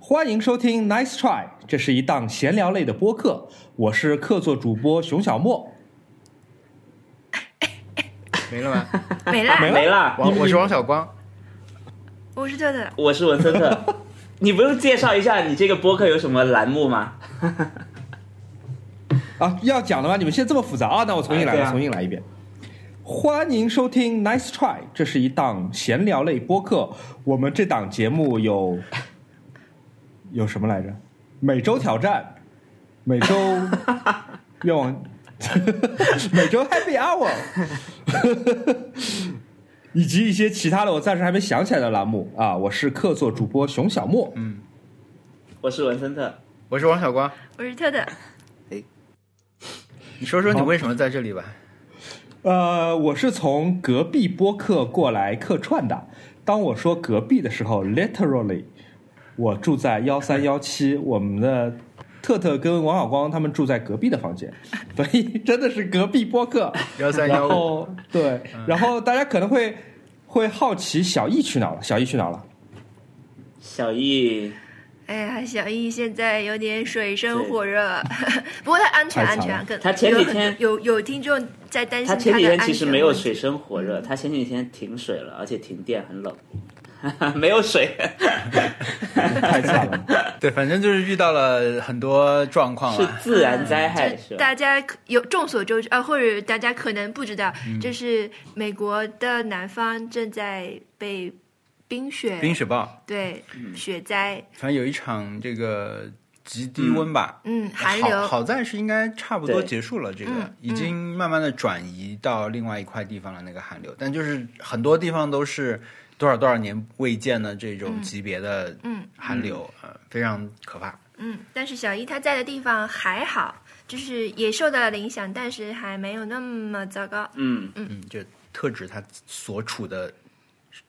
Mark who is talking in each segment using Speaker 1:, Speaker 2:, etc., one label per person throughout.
Speaker 1: 欢迎收听 Nice Try，这是一档闲聊类的播客，我是客座主播熊小莫。
Speaker 2: 没了吗？
Speaker 3: 没了，
Speaker 1: 没
Speaker 4: 没了，
Speaker 2: 我我是王小光，
Speaker 3: 我是特特，
Speaker 4: 我是文森特。你不用介绍一下你这个播客有什么栏目吗？
Speaker 1: 啊，要讲的吗？你们现在这么复杂啊？那我重新来，
Speaker 4: 哎对
Speaker 1: 我
Speaker 4: 啊
Speaker 1: 重新来一遍。欢迎收听 Nice Try，这是一档闲聊类播客。我们这档节目有有什么来着？每周挑战，每 周愿望， 每周 Happy Hour，以及一些其他的我暂时还没想起来的栏目啊。我是客座主播熊小莫，
Speaker 4: 我是文森特。
Speaker 2: 我是王小光。
Speaker 3: 我是特特，
Speaker 2: 你说说你为什么在这里吧？
Speaker 1: 呃，我是从隔壁播客过来客串的。当我说隔壁的时候，literally，我住在幺三幺七，我们的特特跟王小光他们住在隔壁的房 间，所以真的是隔壁播客。
Speaker 2: 幺三
Speaker 1: 然
Speaker 2: 幺五，
Speaker 1: 后对，
Speaker 2: 嗯
Speaker 1: 然后大家可能会会好奇小易去哪儿了？小易去哪儿了？
Speaker 4: 小易，
Speaker 3: 哎呀，小易现在有点水深
Speaker 4: 对
Speaker 3: 火热， 不过他安全
Speaker 1: 太
Speaker 3: 安
Speaker 1: 惨了
Speaker 3: 全，啊跟
Speaker 4: 他前几
Speaker 3: 有很
Speaker 4: 天
Speaker 3: 有有听众在担
Speaker 4: 他
Speaker 3: 心
Speaker 4: 前
Speaker 3: 的
Speaker 4: 几
Speaker 3: 安
Speaker 4: 天
Speaker 3: 全，嗯
Speaker 4: 其实没有水，深火热，他前几天停水了，而且停电，很冷， 没有水。
Speaker 1: 太惨了。
Speaker 2: 对，反正就是遇到了很多状况啊
Speaker 4: 是
Speaker 2: 了。
Speaker 4: 自然灾害是吧？
Speaker 3: 大家可有众所周知啊，或者大家可能不知道，就是美国的南方正在被冰雪
Speaker 2: 冰雪暴，
Speaker 3: 对雪灾，
Speaker 2: 反正有一场这个极低温吧。
Speaker 3: 嗯，寒流
Speaker 2: 好，好在是应该差不多
Speaker 4: 对
Speaker 2: 结束了，这个、
Speaker 3: 嗯
Speaker 2: 已经慢慢的转移到另外一块地方了。那个寒流，但就是很多地方都是多少多少年未见的这种级别的
Speaker 3: 嗯
Speaker 2: 寒流，呃非常可怕。
Speaker 3: 嗯，但是小伊他在的地方还好，就是也受到了影响，但是还没有那么糟糕。
Speaker 4: 嗯，
Speaker 2: 嗯，就特指它所处的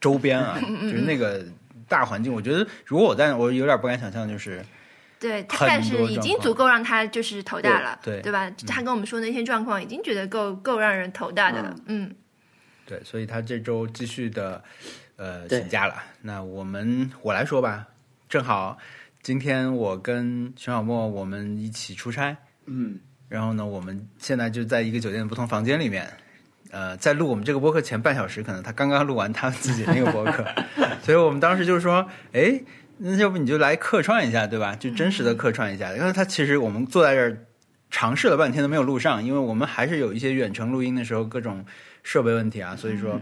Speaker 2: 周边啊，就是那个大环境。我觉得，如果我在，我有点不敢想象，就是
Speaker 3: 对，他
Speaker 2: 很
Speaker 3: 但是
Speaker 2: 多
Speaker 3: 已
Speaker 2: 状
Speaker 3: 经
Speaker 2: 况
Speaker 3: 足够让他就是头大了，
Speaker 2: 对对嗯
Speaker 3: 吧？他跟我们说那些状况，已经觉得够够让人头大的了。嗯，
Speaker 2: 对，所以他这周继续的呃
Speaker 4: 对
Speaker 2: 请假了。那我们我来说吧，正好今天我跟熊小莫我们一起出差，
Speaker 4: 嗯，
Speaker 2: 然后呢，我们现在就在一个酒店的不同房间里面。呃，在录我们这个播客前半小时，可能他刚刚录完他自己那个播客，所以我们当时就说，哎，那要不你就来客串一下，对吧？就真实的客串一下。因为他其实我们坐在这儿尝试了半天都没有录上，因为我们还是有一些远程录音的时候各种设备问题啊，所以说，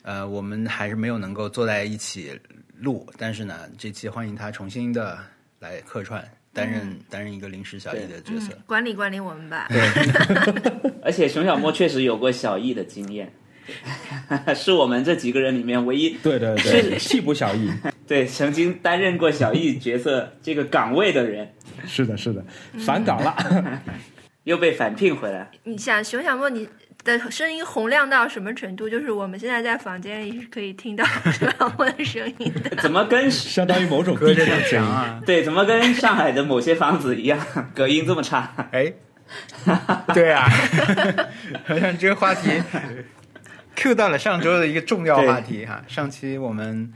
Speaker 2: 呃，我们还是没有能够坐在一起录。但是呢，这期欢迎他重新的来客串，担任、担任一个临时小易的角色。
Speaker 3: 嗯管理管理我们吧。
Speaker 4: 而且熊小莫确实有过小易的经验， 是我们这几个人里面唯一
Speaker 1: 对对对，替补小易。
Speaker 4: 对曾经担任过小易角色这个岗位的人，
Speaker 1: 是的，是的，
Speaker 2: 嗯
Speaker 1: 返岗了。
Speaker 4: 又被返聘回来。
Speaker 3: 你想熊小莫，你的声音洪亮到什么程度？就是我们现在在房间里是可以 听到熊小莫的声音的。
Speaker 4: 怎么跟
Speaker 1: 相当于某种
Speaker 2: 隔
Speaker 1: 地
Speaker 2: 着
Speaker 1: 铁
Speaker 2: 堵
Speaker 1: 的声
Speaker 2: 墙
Speaker 1: 音。。
Speaker 2: 啊！
Speaker 4: 对怎么跟上海的某些房子一样， 隔音这么差？
Speaker 2: 哎，对啊， 好像这个话题 Q 到了上周的一个重要话题哈。上期我们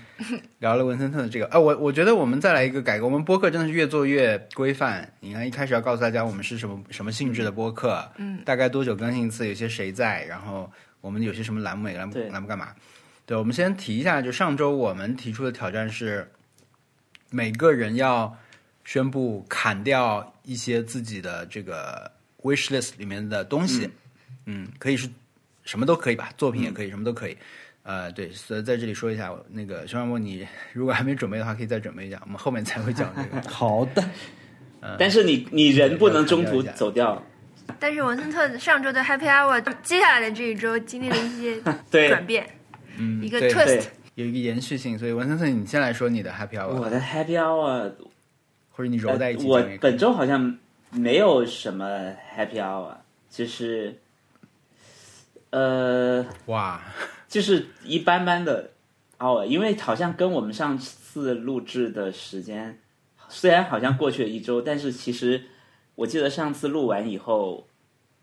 Speaker 2: 聊了文森特的这个，啊，我我觉得我们再来一个改革，我们播客真的是越做越规范。你看一开始要告诉大家我们是什么什么性质的播客，嗯，大概多久更新一次，有些谁在，然后我们有些什么栏目，每个栏目
Speaker 4: 对
Speaker 2: 栏目干嘛。对，我们先提一下，就上周我们提出的挑战是，每个人要宣布砍掉一些自己的这个 wish list 里面的东西，嗯可以是什么都可以吧，作品也可以，什么都可以。呃，对，所以在这里说一下，那个熊小莫，你如果还没准备的话，可以再准备一下，我们后面才会讲这个
Speaker 1: 好的，
Speaker 2: 嗯
Speaker 4: 但是你你人不能中途走掉，
Speaker 3: 但是文森特上周的 Happy Hour，接下来的这一周经历了一些
Speaker 4: 对
Speaker 3: 转变，一
Speaker 2: 嗯
Speaker 3: 个
Speaker 2: 对
Speaker 3: twist
Speaker 4: 对。
Speaker 2: 有一个延续性，所以文森特，你先来说你的 happy hour，
Speaker 4: 我的 happy hour 呃
Speaker 2: 或者你哦
Speaker 1: 呃
Speaker 2: 揉在一起
Speaker 4: 我
Speaker 2: 讲也可以
Speaker 4: 本周好像没有什么 happy hour，就是呃，
Speaker 2: 哇，
Speaker 4: 就是一般般的 hour，因为好像跟我们上次录制的时间，虽然好像过去了一周，但是其实我记得上次录完以后，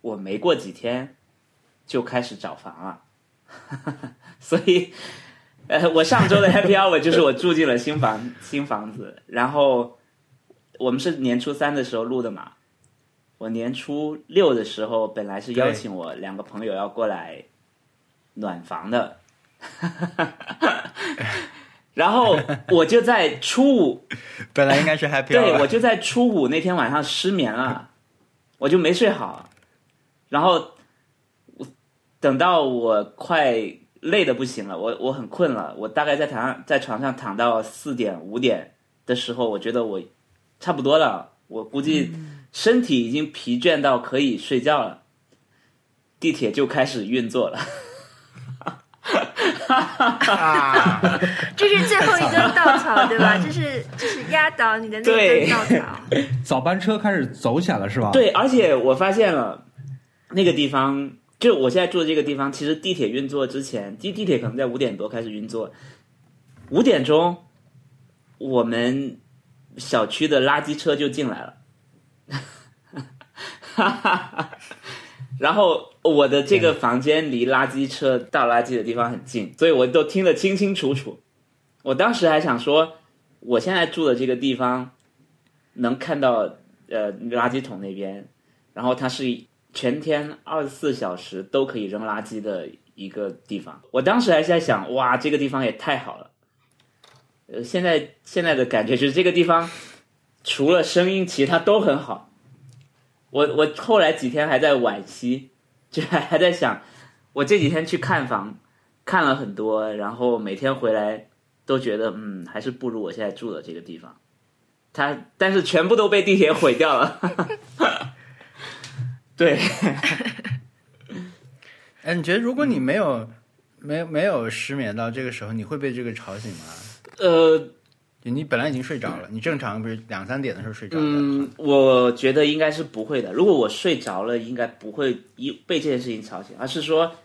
Speaker 4: 我没过几天就开始找房了， 所以。呃，我上周的 happy hour 就是我住进了新房新房子，然后我们是年初三的时候录的嘛，我年初六的时候本来是邀
Speaker 2: 对
Speaker 4: 请我两个朋友要过来暖房的， 然后我就在初五，
Speaker 2: 本来应 该是 happy hour，
Speaker 4: 对我就在初五那天晚上失眠了，我就没睡好，然后我等到我快累的不行了，我我很困了，我大概在躺上在床上躺到四点五点的时候，我觉得我差不多了，我估计身体已经疲倦到可以睡觉了，地铁就开始运作了。
Speaker 2: 啊，
Speaker 3: 这是最后一根稻草，对吧？这是这是压倒你的那
Speaker 4: 对
Speaker 3: 根稻草。
Speaker 1: 早班车开始走起来了，是吧？，
Speaker 4: 对，而且我发现了那个地方，就我现在住的这个地方，其实地铁运作之前，地地铁可能在五点多开始运作，五点钟我们小区的垃圾车就进来了， 哈哈哈。然后我的这个房间离垃圾车倒垃圾的地方很近，所以我都听得清清楚楚。我当时还想说，我现在住的这个地方能看到呃垃圾桶那边，然后它是全天二十四小时都可以扔垃圾的一个地方。我当时还是在想，哇，这个地方也太好了。呃，现在现在的感觉就是这个地方除了声音，其他都很好。我我后来几天还在惋惜，就还还在想，我这几天去看房，看了很多，然后每天回来都觉得，嗯，还是不如我现在住的这个地方。它但是全部都被地铁毁掉了。 对，
Speaker 2: 哎，你觉得如果你没有没有没有失眠到这个时候，你会被这个吵醒吗？
Speaker 4: 呃，
Speaker 2: 就你本来已经睡
Speaker 1: 嗯
Speaker 2: 着了，你正常不是两三点的时候睡着的，
Speaker 4: 嗯，我觉得应该是不会的。如果我睡着了，应该不会一被这件事情吵醒，而是说，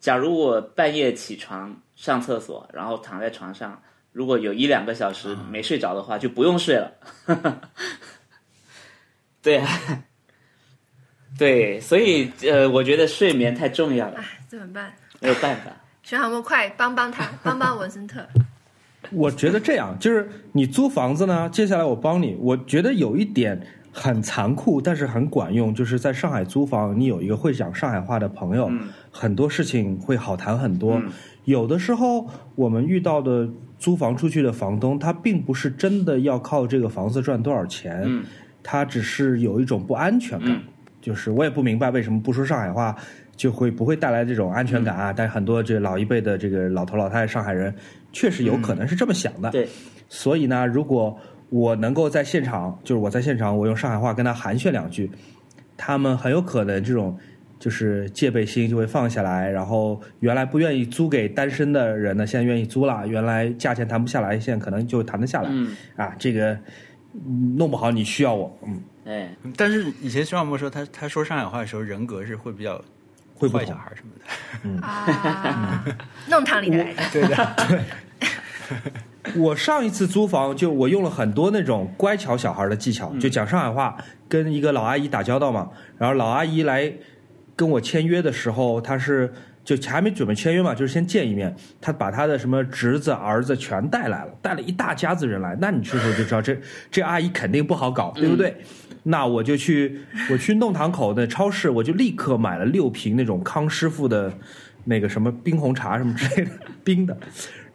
Speaker 4: 假如我半夜起床上厕所，然后躺在床上，如果有一两个小时没睡着的话，就不用睡了。 对啊，对，所以呃，我觉得睡眠太重要了，
Speaker 3: 哎，怎么办？
Speaker 4: 没有办法。
Speaker 3: 徐航木，快帮帮他，帮帮文森特。
Speaker 1: 我觉得这样就是你租房子呢，接下来我帮你。我觉得有一点很残酷，但是很管用，就是在上海租房，你有一个会讲上海话的朋友，
Speaker 4: 嗯
Speaker 1: 很多事情会好谈很多。
Speaker 4: 嗯
Speaker 1: 有的时候我们遇到的租房出去的房东，他并不是真的要靠这个房子赚多少钱，
Speaker 4: 嗯
Speaker 1: 他只是有一种不安全感。
Speaker 4: 嗯
Speaker 1: 就是我也不明白为什么不说上海话就会不会带来这种安全感啊？
Speaker 4: 嗯
Speaker 1: 但很多这老一辈的这个老头老太太上海人，确实有可能是这么想的。
Speaker 4: 嗯对，
Speaker 1: 所以呢，如果我能够在现场，就是我在现场，我用上海话跟他寒暄两句，他们很有可能这种就是戒备心就会放下来，然后原来不愿意租给单身的人呢，现在愿意租了；原来价钱谈不下来，现在可能就谈得下来、
Speaker 4: 嗯，
Speaker 1: 啊。这个嗯弄不好你需要我，嗯，
Speaker 4: 哎，
Speaker 2: 但是以前徐小沫说他他说上海话的时候，人格是会比较
Speaker 1: 会不
Speaker 2: 坏
Speaker 1: 同
Speaker 2: 小。孩什么的。
Speaker 3: 啊，弄堂里的来着。
Speaker 1: 我上一次租房就我用了很多那种乖巧小孩的技巧，就讲上海话，跟一个老阿姨打交道嘛。然后老阿姨来跟我签约的时候，她是就还没准备签约嘛，就是先见一面。她把她的什么侄子、儿子全带来了，带了一大家子人来。那你去的时候就知道，这这阿姨肯定不好搞，对不对？那我就去我去弄堂口的超市，我就立刻买了六瓶那种康师傅的那个什么冰红茶什么之类的冰的。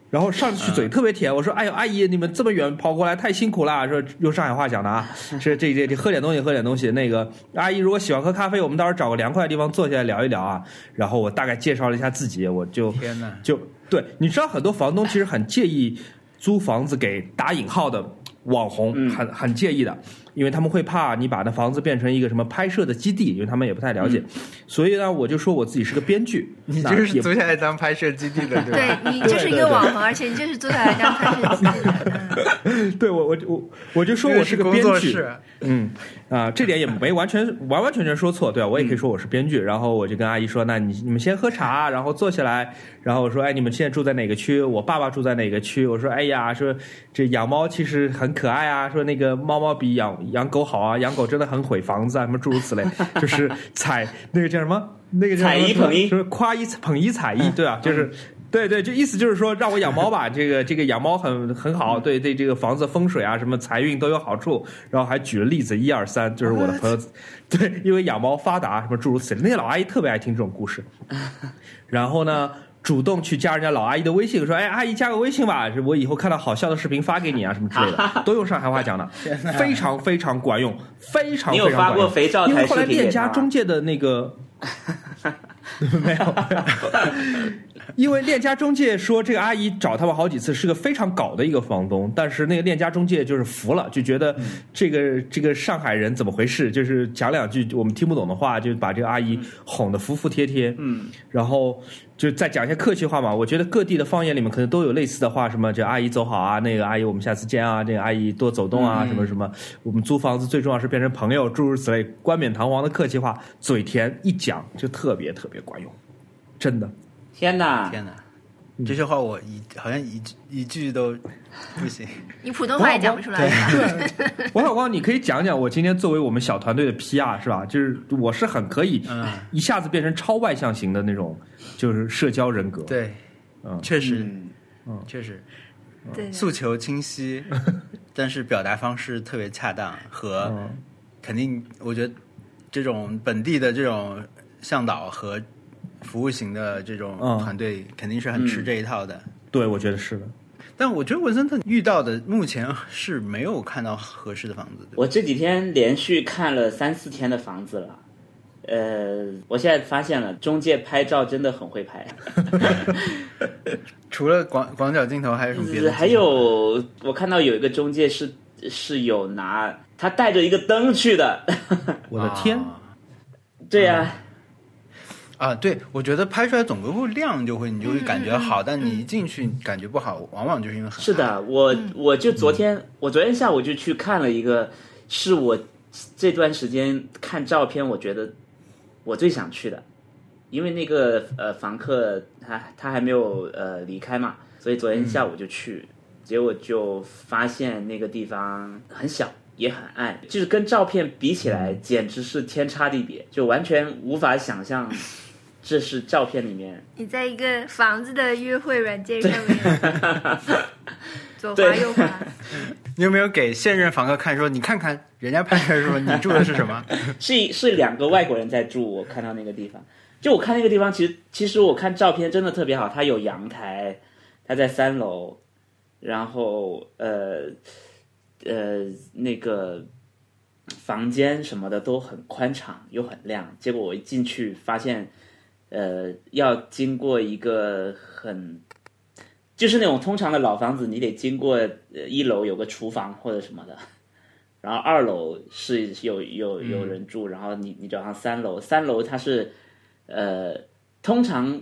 Speaker 1: 然后上去嘴特别甜，我说：“哎呦，阿姨，你们这么远跑过来太辛苦啦！”说用上海话讲的啊，这这这这喝点东西，喝点东西。那个阿姨如果喜欢喝咖啡，我们到时候找个凉快的地方坐下来聊一聊啊。然后我大概介绍了一下自己，我就
Speaker 2: 天哪！
Speaker 1: 就对，你知道很多房东其实很介意租房子给打引号的网红，
Speaker 4: 嗯
Speaker 1: 很很介意的，因为他们会怕你把那房子变成一个什么拍摄的基地，因为他们也不太了解。所以呢，我就说我自己是个编剧，
Speaker 2: 嗯你
Speaker 1: 那
Speaker 2: 就是
Speaker 1: 也
Speaker 2: 租下来当拍摄基地的，对吧？
Speaker 3: 对你就是一个网红，而且你就是坐下来当他是自己的。嗯
Speaker 1: 对我我我我就说我是
Speaker 2: 是
Speaker 1: 个
Speaker 2: 工
Speaker 1: 编
Speaker 2: 作
Speaker 1: 剧，
Speaker 2: 室，
Speaker 1: 嗯啊、这点也没完全完完全全说错，对吧、啊我也
Speaker 4: 嗯
Speaker 1: 可以说我是编剧，然后我就跟阿姨说，那你你们先喝茶，然后坐下来，然后我说，哎，你们现在住在哪个区？我爸爸住在哪个区？我说，哎呀，说这养猫其实很可爱啊，说那个猫猫比养养狗好啊，养狗真的很毁房子啊，什么诸如此类， 就是踩那个叫什么，那个叫什么
Speaker 4: 踩一捧一
Speaker 1: 就是夸一捧一踩一，对啊，就是对对，就意思就是说让我养猫吧，这个这个养猫很很好，对对，这个房子风水啊什么财运都有好处。然后还举了例子一二三，就是我的朋友，对，因为养猫发达什么诸如此类，那些老阿姨特别爱听这种故事。然后呢，主动去加人家老阿姨的微信，说哎阿姨加个微信吧，我以后看到好笑的视频发给你啊什么之类 的，都用上海话讲的，非常非常管用，非常
Speaker 4: 你
Speaker 1: 非
Speaker 4: 有
Speaker 1: 常
Speaker 4: 发
Speaker 1: 管
Speaker 4: 过
Speaker 1: 用。
Speaker 4: 肥皂
Speaker 1: 因为
Speaker 4: 台
Speaker 1: 后来
Speaker 4: 视频给
Speaker 1: 链
Speaker 4: 他
Speaker 1: 家
Speaker 4: 吗？
Speaker 1: 中介的那 个没有，因为链家中介说这个阿姨找他们好几次，是个非常搞的一个房东，但是那个链家中介就是服了，就觉得这个这个上海人怎么回事，就是讲两句我们听不懂的话，就把这个阿姨哄得服服帖帖，
Speaker 4: 嗯，
Speaker 1: 然后就再讲一些客气话嘛。我觉得各地的方言里面可能都有类似的话，什么这阿姨走好啊，那个阿姨我们下次见啊，这个阿姨多走动啊，
Speaker 2: 嗯
Speaker 1: 什么什么。我们租房子最重要是变成朋友，诸如此类冠冕堂皇的客气话，嘴甜一讲就特别特别管用，真的。
Speaker 4: 天哪！
Speaker 2: 天哪，啊
Speaker 1: 嗯
Speaker 2: 这些话我一好像一句一句都 不行。
Speaker 3: 你普通话也讲不出来。
Speaker 1: 王小光，你可以讲讲我今天作为我们小团队的 PR 是吧？就是我是很可以
Speaker 2: 嗯，
Speaker 1: 一下子变成超外向型的那种，就是社交人格。
Speaker 2: 对，
Speaker 1: 嗯
Speaker 2: 确实
Speaker 4: 嗯，
Speaker 2: 确实，
Speaker 3: 对，
Speaker 2: 诉求清 晰，但是表达方式特别恰当和
Speaker 4: 哦
Speaker 1: 嗯，
Speaker 2: 肯定，我觉得这种本地的这种向导和服务型的这种
Speaker 1: 嗯
Speaker 2: 团队肯定是很吃
Speaker 4: 哦嗯
Speaker 2: 这一套的。
Speaker 1: 对，我觉得是的。
Speaker 2: 但我觉得文森特遇到的目前是没有看到合适的房子，对吧
Speaker 4: 我这几天连续看了三四天的房子了。呃，我现在发现了，中介拍照真的很会拍，
Speaker 2: 除了广广角镜头还有什么别的？
Speaker 4: 还，有我看到有一个中介是是有拿他带着一个灯去的，
Speaker 1: 我的天，
Speaker 2: 啊
Speaker 4: 对呀、
Speaker 2: 啊，对，我觉得拍出来总归会亮，就会你
Speaker 4: 嗯
Speaker 2: 就会感觉好，但你一进去感觉不好，往往就是因为很
Speaker 4: 是
Speaker 2: 暗
Speaker 4: 的，我我就昨天，我昨天下午就去看了一个，是我这段时间看照片，我觉得我最想去的，因为那个呃房客他他还没有呃离开嘛，所以昨天下午就去，结果就发现那个地方很小。也很暗，就是跟照片比起来，简直是天差地别，就完全无法想象，这是照片里面
Speaker 3: 你在一个房子的约会软件上面左滑右滑，
Speaker 2: 你有没有给现任房客看说，你看看人家拍出来说你住的是什么？
Speaker 4: 是是两个外国人在住，我看到那个地方，就我看那个地方，其实其实我看照片真的特别好，它有阳台，它在三楼，然后呃呃那个房间什么的都很宽敞又很亮，结果我一进去发现，呃要经过一个很。就是那种通常的老房子，你得经过呃一楼有个厨房或者什么的，然后二楼是有有有人住，然后你你找上三楼，三楼它是呃，通常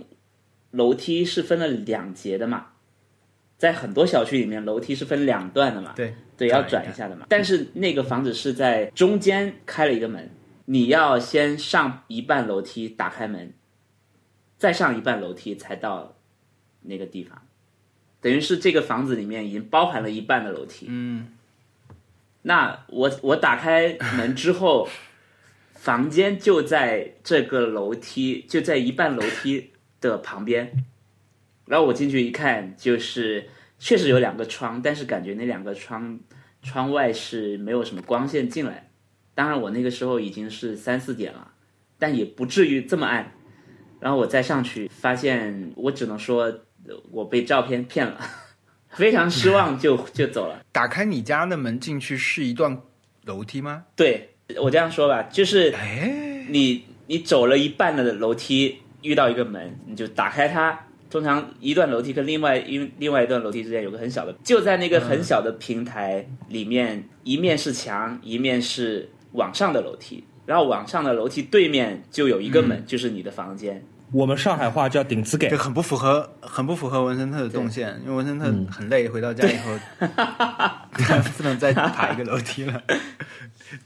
Speaker 4: 楼梯是分了两节的嘛，在很多小区里面楼梯是分两段的嘛，
Speaker 2: 对
Speaker 4: 对，要转一下的嘛。但是那个房子是在中间开了一个门，你要先上一半楼梯打开门，再上一半楼梯才到那个地方，等于是这个房子里面已经包含了一半的楼梯。
Speaker 2: 嗯，
Speaker 4: 那我我打开门之后，房间就在这个楼梯，就在一半楼梯的旁边。然后我进去一看，就是确实有两个窗，但是感觉那两个窗窗外是没有什么光线进来。当然，我那个时候已经是三四点了，但也不至于这么暗。然后我再上去，发现我只能说呃我被照片骗了， 非常失望就就走了。
Speaker 2: 打开你家的门进去是一段楼梯吗？
Speaker 4: 对我这样说吧，就是
Speaker 2: 哎，
Speaker 4: 你你走了一半的楼梯，遇到一个门，你就打开它。通常一段楼梯跟另外一另外一段楼梯之间有个很小的，就在那个很小的平台里面，一面是墙，一面是往上的楼梯，然后往上的楼梯对面就有一个门，就是你的房间。
Speaker 1: 我们上海话叫顶子给
Speaker 2: 这。很不符合，很不符合文森特的动线，因为文森特很累，回到家以后， 他 不能再爬一个楼梯了。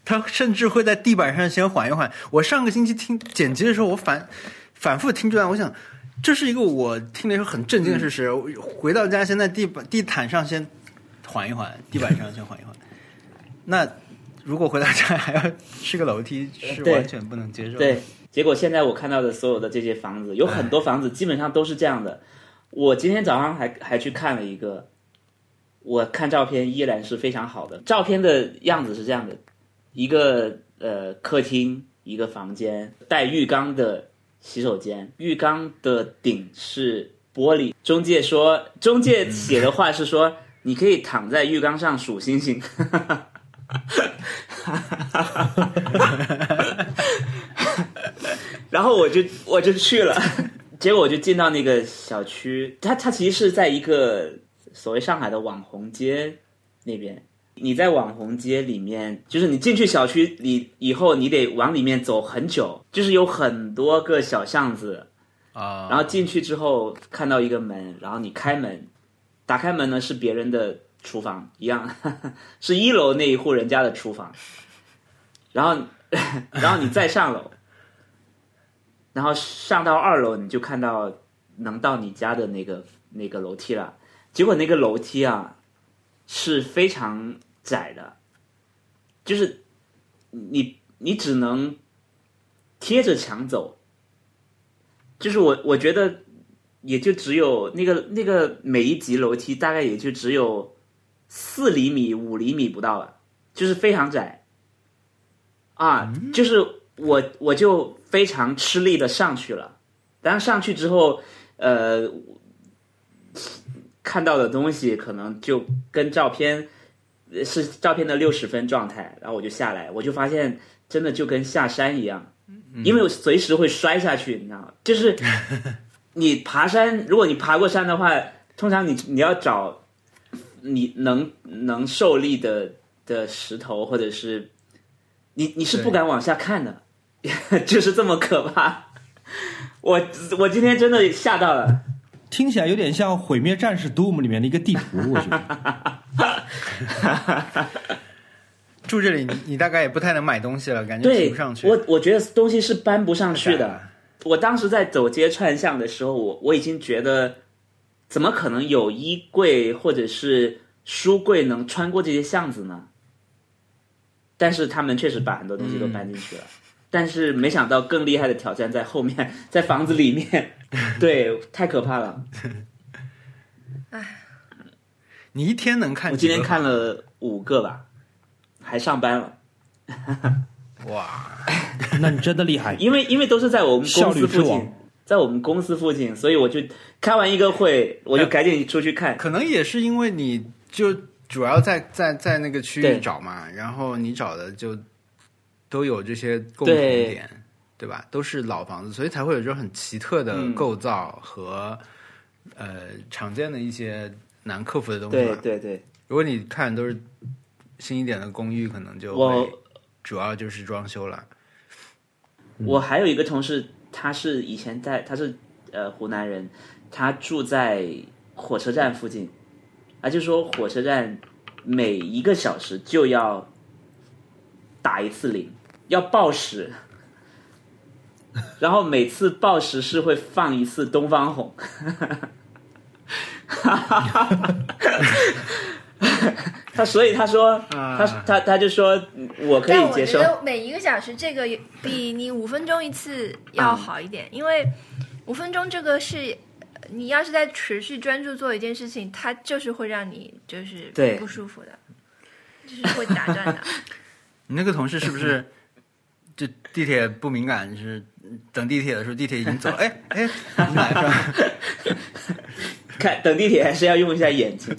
Speaker 2: 他甚至会在地板上先缓一缓。我上个星期听剪辑的时候，我反反复听这段，我想这是一个我听的时候很震惊的事实。
Speaker 4: 嗯
Speaker 2: 我回到家先在地板地毯上先缓一缓，地板上先缓一缓。那如果回到家还要 是个楼梯，是
Speaker 4: 对
Speaker 2: 完全不能接受的。
Speaker 4: 对，结果现在我看到的所有的这些房子，有很多房子基本上都是这样的。我今天早上还还去看了一个，我看照片依然是非常好的。照片的样子是这样的：一个呃客厅，一个房间，带浴缸的洗手间，浴缸的顶是玻璃。中介说，中介写的话是说，你可以躺在浴缸上数星星。然后我就我就去了， 结果我就进到那个小区，它它其实是在一个所谓上海的网红街那边。你在网红街里面，就是你进去小区里以后，你得往里面走很久，就是有很多个小巷子，
Speaker 2: 啊，
Speaker 4: 然后进去之后看到一个门，然后你开门，打开门呢是别人的厨房，一样 是一楼那一户人家的厨房，然后 然后你再上楼，然后上到二楼你就看到能到你家的那个那个楼梯了，结果那个楼梯啊是非常窄的，就是你你只能贴着墙走。就是我我觉得也就只有那个那个每一级楼梯大概也就只有四厘米五厘米不到吧，就是非常窄啊，就是我我就非常吃力的上去了，但上去之后，呃，看到的东西可能就跟照片呃是照片的六十分状态，然后我就下来，我就发现真的就跟下山一样，因为我随时会摔下去，你知道吗？就是你爬山，如果你爬过山的话，通常你你要找你能能受力的的石头，或者是你你是不
Speaker 2: 对
Speaker 4: 敢往下看的， 就是这么可怕。 我我今天真的吓到了。
Speaker 1: 听起来有点像《毁灭战士 Doom》里面的一个地图， 我觉得。
Speaker 2: 住这里你你大概也不太能买东西了，感觉提
Speaker 4: 对，
Speaker 2: 不上去。
Speaker 4: 我我觉得东西是搬不上去
Speaker 2: 是
Speaker 4: 的
Speaker 2: 的。
Speaker 4: 我当时在走街串巷的时候，我我已经觉得，怎么可能有衣柜或者是书柜能穿过这些巷子呢？但是他们确实把很多东西都
Speaker 2: 嗯
Speaker 4: 搬进去了，但是没想到更厉害的挑战在后面，在房子里面， 对，太可 怕了。
Speaker 2: 你一天能看
Speaker 4: 我
Speaker 2: 几
Speaker 4: 今
Speaker 2: 个？
Speaker 4: 天看了五个吧，还上班了，
Speaker 2: 哇，
Speaker 1: 那你真的厉 害，
Speaker 4: 因为因为都是在我们
Speaker 1: 效
Speaker 4: 公
Speaker 1: 率
Speaker 4: 司
Speaker 1: 之
Speaker 4: 附
Speaker 1: 王
Speaker 4: 近。。在我们公司附近，所以我就开完一个会，我
Speaker 1: 哎
Speaker 4: 就赶紧出去看。
Speaker 2: 可能也是因为你就主要在在在那个区域
Speaker 4: 对
Speaker 2: 找嘛，然后你找的就都有这些共同
Speaker 4: 对
Speaker 2: 点，对吧？都是老房子，所以才会有这种很奇特的
Speaker 4: 嗯
Speaker 2: 构造和、呃常见的一些难克服的东西
Speaker 4: 对
Speaker 2: 吧。
Speaker 4: 对对，
Speaker 2: 如果你看都是新一点的公寓，可能就
Speaker 4: 我
Speaker 2: 会主要就是装修了。
Speaker 4: 我还有一个同事，他是以前在，他是呃湖南人，他住在火车站附近，啊，就说火车站每一个小时就要打一次铃，要报时，然后每次报时是会放一次东方红，他所以他说，他他他就说嗯我可
Speaker 3: 但
Speaker 4: 以
Speaker 3: 我
Speaker 4: 接
Speaker 3: 觉
Speaker 4: 受。
Speaker 3: 得每一个小时这个比你五分钟一次
Speaker 4: 嗯
Speaker 3: 要好一点，因为五分钟这个是呃你要是在持续专注做一件事情，它就是会让你就是
Speaker 4: 对
Speaker 3: 不舒服的，就是会打断 的。
Speaker 2: 你那个同事是不是就地铁不敏感？就是等地铁的时候，地铁已经走了，哎哎，你来吧，
Speaker 4: 看等地铁还是要用一下眼睛。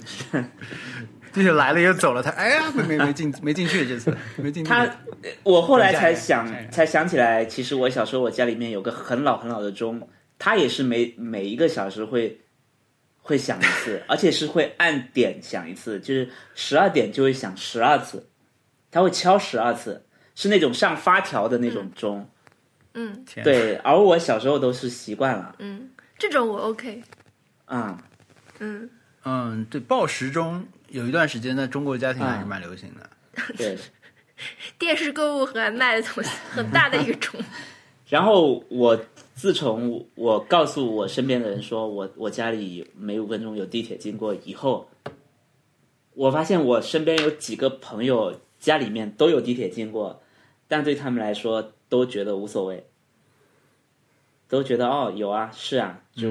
Speaker 2: 地铁来了又走了，他哎呀，没没没进没进去这次，没进去。
Speaker 4: 他，呃我后来才
Speaker 2: 吓人吓
Speaker 4: 想
Speaker 2: 人
Speaker 4: 才想起来，其实我小时候我家里面有个很老很老的钟，它也是每每一个小时会会响一次，而且是会按点响一次，就是十二点就会响十二次，它会敲十二次，是那种上发条的那种钟。
Speaker 3: 嗯
Speaker 2: 天，
Speaker 4: 对，而我小时候都是习惯了，
Speaker 3: 嗯，这种我 OK。
Speaker 4: 嗯，
Speaker 3: 嗯，
Speaker 2: 嗯，对，报时钟有一段时间在中国家庭
Speaker 4: 嗯
Speaker 2: 还是蛮流行的。
Speaker 4: 对。
Speaker 3: 电视购物盒卖的东西很大的一个种。
Speaker 4: 然后我自从我告诉我身边的人说我我家里每五分钟有地铁经过以后，我发现我身边有几个朋友家里面都有地铁经过，但对他们来说都觉得无所谓，都觉得哦有啊是啊就、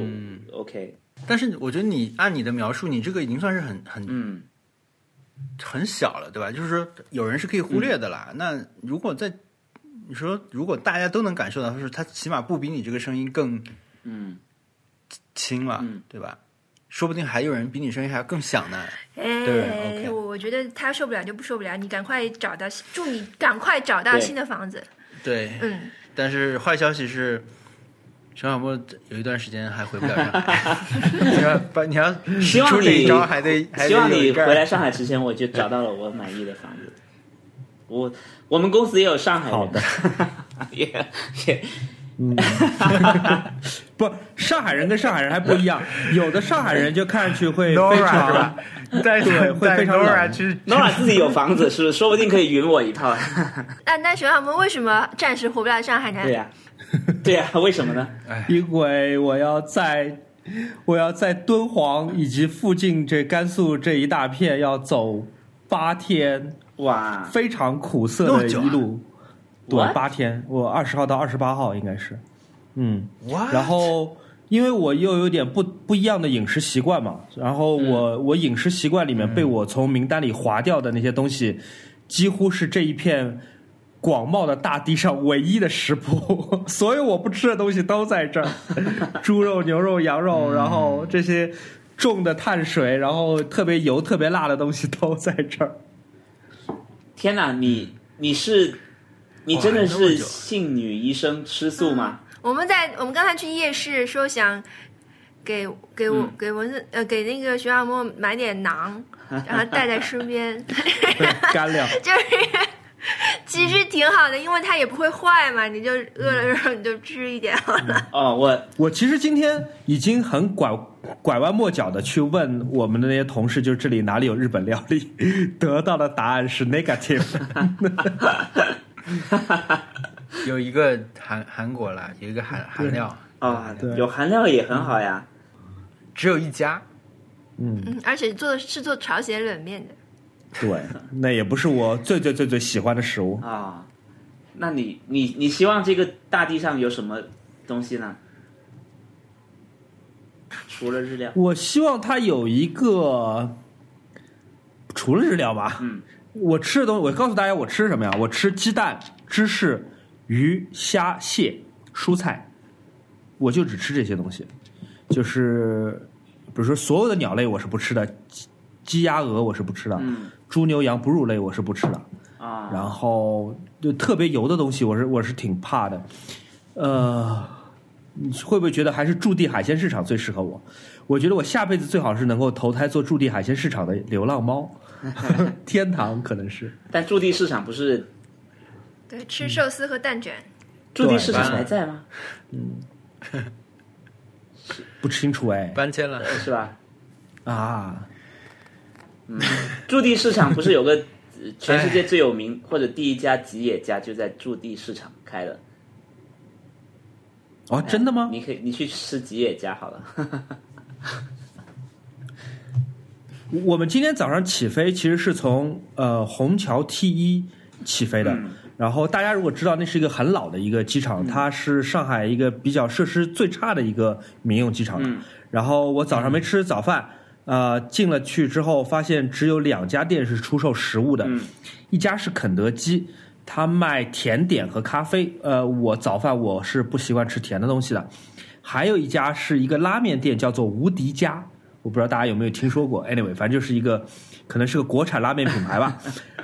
Speaker 4: OK，
Speaker 2: 嗯但是我觉得你按你的描述，你这个已经算是很很
Speaker 4: 嗯，
Speaker 2: 很小了，对吧？就是说有人是可以忽略的啦。
Speaker 4: 嗯
Speaker 2: 那如果在你说，如果大家都能感受到，就是它起码不比你这个声音更
Speaker 4: 嗯，
Speaker 2: 轻了，
Speaker 4: 嗯
Speaker 2: 对吧？说不定还有人比你声音还要更响呢。对
Speaker 3: 哎，
Speaker 2: ，OK
Speaker 3: 我我觉得他受不了就不受不了，你赶快找到，祝你赶快找到
Speaker 4: 对
Speaker 3: 新的房子。
Speaker 2: 对，
Speaker 3: 嗯，
Speaker 2: 但是坏消息是，陈小波有一段时间还回不了上海。你要把你要使
Speaker 4: 希望
Speaker 2: 出这一
Speaker 4: 你
Speaker 2: 招，还得还
Speaker 4: 希
Speaker 2: 得
Speaker 4: 望
Speaker 2: 有
Speaker 4: 你
Speaker 2: 一
Speaker 4: 回
Speaker 2: 盖
Speaker 4: 来
Speaker 2: 儿。
Speaker 4: 上海之前，我就找到了我满意的房子。我我们公司也有上海人，
Speaker 1: 好的
Speaker 4: 也也
Speaker 1: 不，上海人跟上海人还不一样，有的上海人就看上去会
Speaker 2: Nora
Speaker 1: 非常
Speaker 2: 是吧？带
Speaker 1: 对会
Speaker 2: 带
Speaker 1: 非常
Speaker 2: Nora
Speaker 1: 冷
Speaker 2: 去
Speaker 4: Nora 自己有房子， 是不是说不定可以匀我一套。
Speaker 3: 那那学长们为什么暂时回不来上海呢？
Speaker 4: 对呀、对呀、为什么呢？
Speaker 1: 因为我要在我要在敦煌以及附近这甘肃这一大片要走八天，
Speaker 4: 哇，
Speaker 1: 非常苦涩的一
Speaker 2: 那
Speaker 1: 路，对，
Speaker 4: What？
Speaker 1: 八天，我二十号到二十八号应该是，嗯。
Speaker 2: 哇，
Speaker 1: 然后因为我又有点不不一样的饮食习惯嘛，然后我、我饮食习惯里面被我从名单里划掉的那些东西，几乎是这一片。广袤的大地上唯一的食谱， 所有我不吃的东西都在这儿，猪肉、牛肉、羊肉，然后这些重的碳水，然后特别油、特别辣的东西都在这儿。
Speaker 4: 天哪，你你是你
Speaker 2: 哇
Speaker 4: 真的
Speaker 2: 那么
Speaker 4: 是
Speaker 2: 久
Speaker 4: 性女医生吃素吗？
Speaker 3: 我们在我们刚才去夜市说想给给我、
Speaker 4: 嗯
Speaker 3: 给蚊子呃给那个徐小沫买点馕，然后带在身边，
Speaker 1: 干粮，
Speaker 3: 就是其实挺好的，因为它也不会坏嘛，你就饿了的时候你就吃一点好了。
Speaker 4: 哦，我
Speaker 1: 我其实今天已经很拐拐弯抹角的去问我们的那些同事，就是这里哪里有日本料理， 得到的答案是 negative。
Speaker 2: 有一个韩韩国啦，有一个韩韩料，
Speaker 4: 啊、
Speaker 1: 对
Speaker 4: 有含料也很好呀。
Speaker 2: 只有一家。
Speaker 1: 嗯，
Speaker 3: 嗯，而且做的是做朝鲜冷面的，
Speaker 1: 对，那也不是我最最最最喜欢的食物。
Speaker 4: 啊、那你你你希望这个大地上有什么东西呢？除了日料，
Speaker 1: 我希望它有一个，除了日料吧，
Speaker 4: 嗯，
Speaker 1: 我吃的东西，我告诉大家我吃什么呀？我吃鸡蛋、芝士、鱼、虾、蟹、蔬菜，我就只吃这些东西。就是比如说所有的鸟类我是不吃的，鸡鸡鸭鹅我是不吃的，
Speaker 4: 嗯
Speaker 1: 猪牛羊哺乳类我是不吃的。
Speaker 4: 啊、
Speaker 1: 然后就特别油的东西，我是我是挺怕的。呃，你会不会觉得还是驻地海鲜市场最适合我？我觉得我下辈子最好是能够投胎做驻地海鲜市场的流浪猫， 天堂可能是。
Speaker 4: 但驻地市场不是
Speaker 3: 对，
Speaker 1: 嗯
Speaker 3: 吃寿司和蛋卷。
Speaker 4: 驻地市
Speaker 1: 对
Speaker 4: 场还在吗？
Speaker 1: 不清楚哎
Speaker 2: 搬迁了，
Speaker 4: 是吧？
Speaker 1: 啊，
Speaker 4: 驻地市场不是有个呃全世界最有名或者第一家吉野家就在驻地市场开的？
Speaker 1: 哦，真的吗？
Speaker 4: 你可以你去吃吉野家好了。
Speaker 1: 我们今天早上起飞其实是从呃虹桥 T 一起飞的。
Speaker 4: 嗯
Speaker 1: 然后大家如果知道，那是一个很老的一个机场，它是上海一个比较设施最差的一个民用机场了。
Speaker 4: 嗯
Speaker 1: 然后我早上没吃早饭，呃，进了去之后发现只有两家店是出售食物的，
Speaker 4: 嗯
Speaker 1: 一家是肯德基，它卖甜点和咖啡。呃，我早饭我是不习惯吃甜的东西的。还有一家是一个拉面店，叫做无敌家，我不知道大家有没有听说过。Anyway，反正就是一个可能是个国产拉面品牌吧。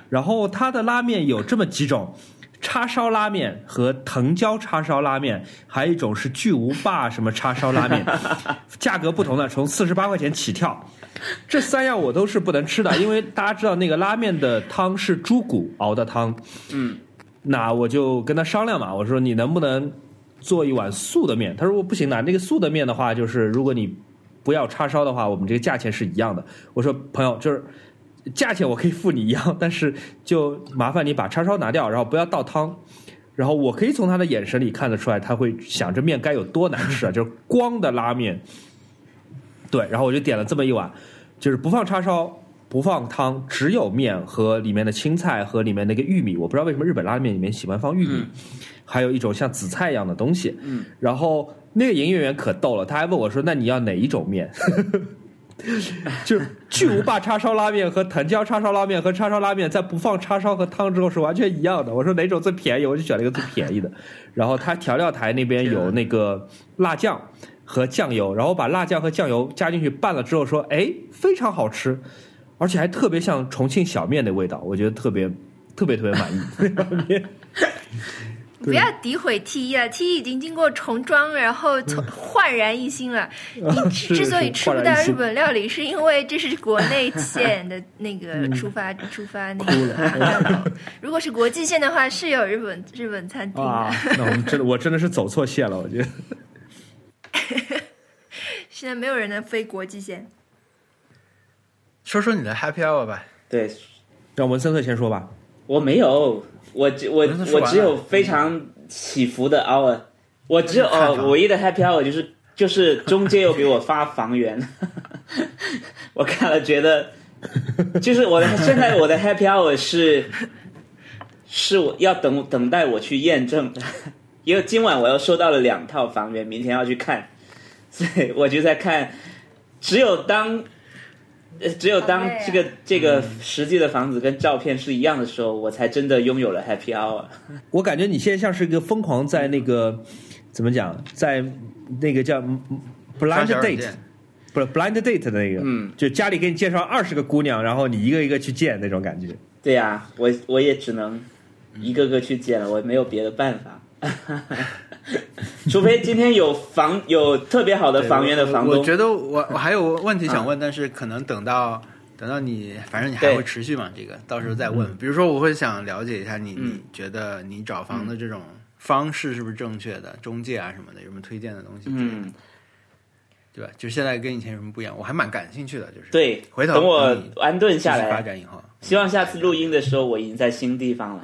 Speaker 1: 然后它的拉面有这么几种。叉烧拉面和藤椒叉烧拉面，还有一种是巨无霸什么叉烧拉面，价格不同的，从四十八块钱起跳。这三样我都是不能吃的，因为大家知道那个拉面的汤是猪骨熬的汤，
Speaker 4: 嗯，
Speaker 1: 那我就跟他商量嘛，我说你能不能做一碗素的面？他说我不行的，那个素的面的话，就是如果你不要叉烧的话，我们这个价钱是一样的。我说朋友，就是价钱我可以付你一样，但是就麻烦你把叉烧拿掉，然后不要倒汤。然后我可以从他的眼神里看得出来，他会想这面该有多难吃啊， 就是光的拉面。对，然后我就点了这么一碗，就是不放叉烧，不放汤，只有面和里面的青菜和里面那个玉米。我不知道为什么日本拉面里面喜欢放玉米，还有一种像紫菜一样的东西。
Speaker 4: 嗯，
Speaker 1: 然后那个营业员可逗了，他还问我说：“那你要哪一种面？” 就是巨无霸叉烧拉面和藤椒叉烧拉面和叉烧拉面，在不放叉烧和汤之后是完全一样的。我说哪种最便宜，我就选了一个最便宜的。然后他调料台那边有那个辣酱和酱油，然后把辣酱和酱油加进去拌了之后说，哎，非常好吃，而且还特别像重庆小面的味道，我觉得特别特别特别满意。
Speaker 3: 不要诋毁 T 一了，T 一已经经过重装，然后从焕然一 新了。你之
Speaker 1: 嗯啊是
Speaker 3: 之所以
Speaker 1: 是
Speaker 3: 吃不
Speaker 1: 焕
Speaker 3: 到
Speaker 1: 然一
Speaker 3: 日
Speaker 1: 新
Speaker 3: 本料理，是因为这是国 内线的那个
Speaker 1: 嗯
Speaker 3: 出发出发那
Speaker 1: 哭
Speaker 3: 个
Speaker 1: 了
Speaker 3: 汉堡。如果是国际线的话，是有日本日 本餐厅的
Speaker 1: 啊。，那我们真的我真的是走错线了，我 觉得。
Speaker 3: 现在没有人能飞国际线。
Speaker 2: 说说你的 Happy Hour 吧。
Speaker 4: 对，
Speaker 1: 让文森特先说吧。
Speaker 4: 我没有，我只我
Speaker 2: 不是说
Speaker 4: 我
Speaker 2: 完了
Speaker 4: 只有非常起伏的 hour，我只有
Speaker 2: 那你看法
Speaker 4: 哦，唯一的 happy hour 就是就是中介又给我发房源， 我看了觉得，就是我的现在我的 happy hour 是是我要等等待我去验证，因为今晚我又收到了两套房源，明天要去看， 所以我就在看，只有当。呃只有当
Speaker 3: 好累啊
Speaker 4: 这个这个
Speaker 2: 嗯
Speaker 4: 实际的房子跟照片是一样的时候，我才真的拥有了 happy hour。
Speaker 1: 我感觉你现在像是一个疯狂在那个怎么讲，在那个叫 blind
Speaker 2: 刷小软
Speaker 1: date，
Speaker 2: 件
Speaker 1: 不是 blind date 的那个，
Speaker 4: 嗯，
Speaker 1: 就家里给你介绍二十个姑娘，然后你一个一个去见那种感觉。
Speaker 4: 对呀、我我也只能一个个去捡了，我没有别的办法。 除非今天有房有特别好的房源的房
Speaker 2: 我
Speaker 4: 东嗯
Speaker 2: 我觉得我我还有问题想问，但是可能等到等到你，反正你还
Speaker 4: 对
Speaker 2: 会持续嘛，这个到时候再问。比如说，我会想了解一下你，
Speaker 4: 嗯
Speaker 2: 你觉得你找房的这种方式是不是正确的？中介啊什么的，有什么推荐的东西之类的？
Speaker 4: 嗯，
Speaker 2: 对吧？就现在跟以前有什么不一样？我还蛮感兴趣的，就是
Speaker 4: 对，
Speaker 2: 回头
Speaker 4: 等我
Speaker 2: 你
Speaker 4: 安顿
Speaker 2: 继续
Speaker 4: 下
Speaker 2: 发
Speaker 4: 来，
Speaker 2: 展以后，
Speaker 4: 希望下次录音的时候我已经在新地方了，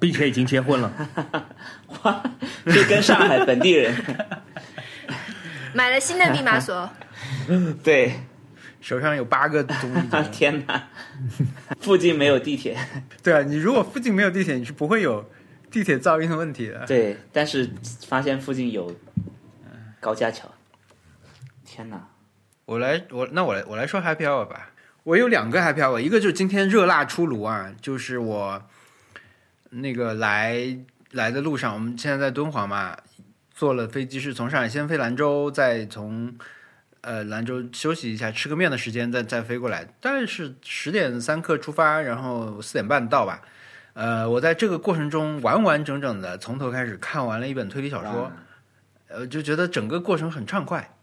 Speaker 1: 并且已经结 婚了，
Speaker 4: 哇， 就跟上海本地人
Speaker 3: 买了新的 密码锁，
Speaker 4: 对，
Speaker 2: 手上有八个综艺节
Speaker 4: 啊
Speaker 2: 目
Speaker 4: 天哪，附近没有地铁，
Speaker 2: 对啊，你如果附近没有地铁，你是不会有地铁噪音的问题的。
Speaker 4: 对，但是发现附近有高架桥，天哪，
Speaker 2: 我来，我那我来，我来说 happy hour 吧。我有两个 happy hour，一个就是今天热辣出炉啊，就是我那个来来的路上，我们现在在敦煌嘛，坐了飞机是从上海先飞兰州，再从呃兰州休息一下，吃个面的时间再再飞过来，大概是十点三刻出发，然后四点半到吧。呃，我在这个过程中完完整整的从头开始看完了一本推理小说。
Speaker 4: 哇
Speaker 2: 呃，就觉得整个过程很畅快，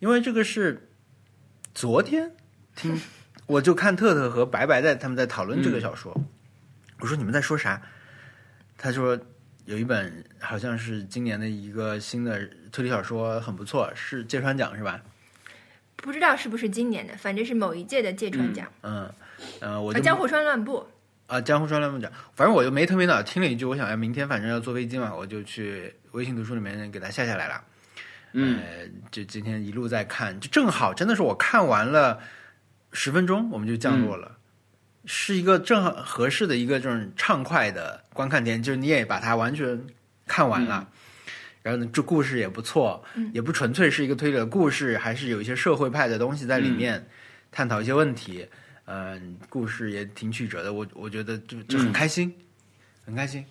Speaker 2: 因为这个是昨天听 我就看特特和白白在他们在讨论
Speaker 3: 嗯
Speaker 2: 这个小说，我说你们在说啥？他说有一本好像是今年的一个新的推理小说，很不错，是芥川奖是吧？
Speaker 3: 不知道是不是今年的，反正是某一届的芥川奖。
Speaker 2: 嗯，呃，我
Speaker 3: 啊，
Speaker 2: 就
Speaker 3: 江户川乱步，
Speaker 2: 啊，江户川乱步讲，反正我就没头没脑听了一句，我想哎，明天反正要坐飞机嘛，我就去微信读书里面给它下下来了。
Speaker 4: 嗯，
Speaker 2: 呃，就今天一路在看，就正好真的是我看完了十分钟，我们就降
Speaker 4: 嗯
Speaker 2: 落了，是一个正好合适的一个这种畅快的观看点，就是你也把它完全看完
Speaker 4: 嗯
Speaker 2: 了。然后呢，这故事也不错，也不纯粹是一个推理的故事，还是有一些社会派的东西在
Speaker 4: 嗯
Speaker 2: 里面，探讨一些问题。嗯、故事也挺曲折的，我我觉得就就很
Speaker 4: 嗯
Speaker 2: 开心，很开心。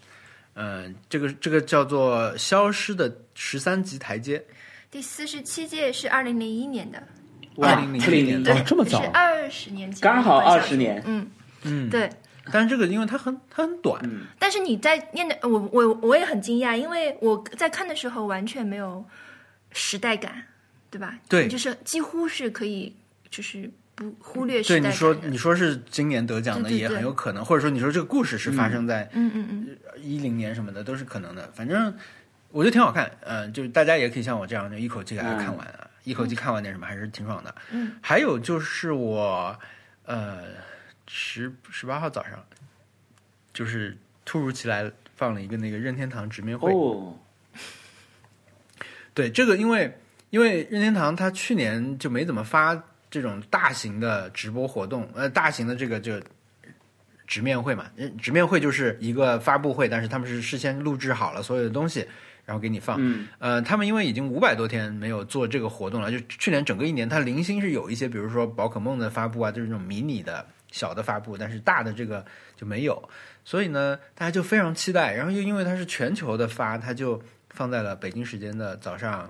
Speaker 2: 嗯、这个这个叫做《消失的十三级台阶》，
Speaker 3: 第四十七届是二零零一年的，
Speaker 2: 二零零一年的，
Speaker 4: 对
Speaker 1: 哇，哦这么
Speaker 3: 是啊
Speaker 1: 早，
Speaker 3: 二十年前，
Speaker 4: 刚好
Speaker 3: 好像
Speaker 4: 20
Speaker 3: 是
Speaker 4: 年
Speaker 3: 嗯，
Speaker 2: 嗯，
Speaker 3: 对。
Speaker 2: 但是这个因为它很它很短，
Speaker 3: 但是你在念的，我我我也很惊讶，因为我在看的时候完全没有时代感，对吧？
Speaker 2: 对
Speaker 3: 就是几乎是可以，就是不忽略时
Speaker 2: 对
Speaker 3: 代
Speaker 2: 你
Speaker 3: 感
Speaker 2: 说
Speaker 3: 的
Speaker 2: 你说是今年得奖的
Speaker 3: 对对
Speaker 2: 也
Speaker 3: 对
Speaker 2: 很有可能，或者说你说这个故事是发生在
Speaker 3: 嗯嗯嗯，
Speaker 2: 一零年什么的都是可能的，反正我觉得挺好看，嗯、就是大家也可以像我这样就一口气给它看完啊，一口气看完点什么还是挺爽的。
Speaker 3: 嗯，
Speaker 2: 还有就是我呃十十八号早上就是突如其来放了一个那个任天堂直面会，
Speaker 4: 哦，
Speaker 2: 对这个因为因为任天堂它去年就没怎么发这种大型的直播活动，呃，大型的这个这个直面会嘛，呃直面会就是一个发布会，但是他们是事先录制好了所有的东西，然后给你放。
Speaker 4: 嗯
Speaker 2: 呃，他们因为已经五百多天没有做这个活动了，就去年整个一年，它零星是有一些，比如说宝可梦的发布啊，就是这种迷你的小的发布，但是大的这个就没有。所以呢，大家就非常期待。然后又因为它是全球的发，它就放在了北京时间的早上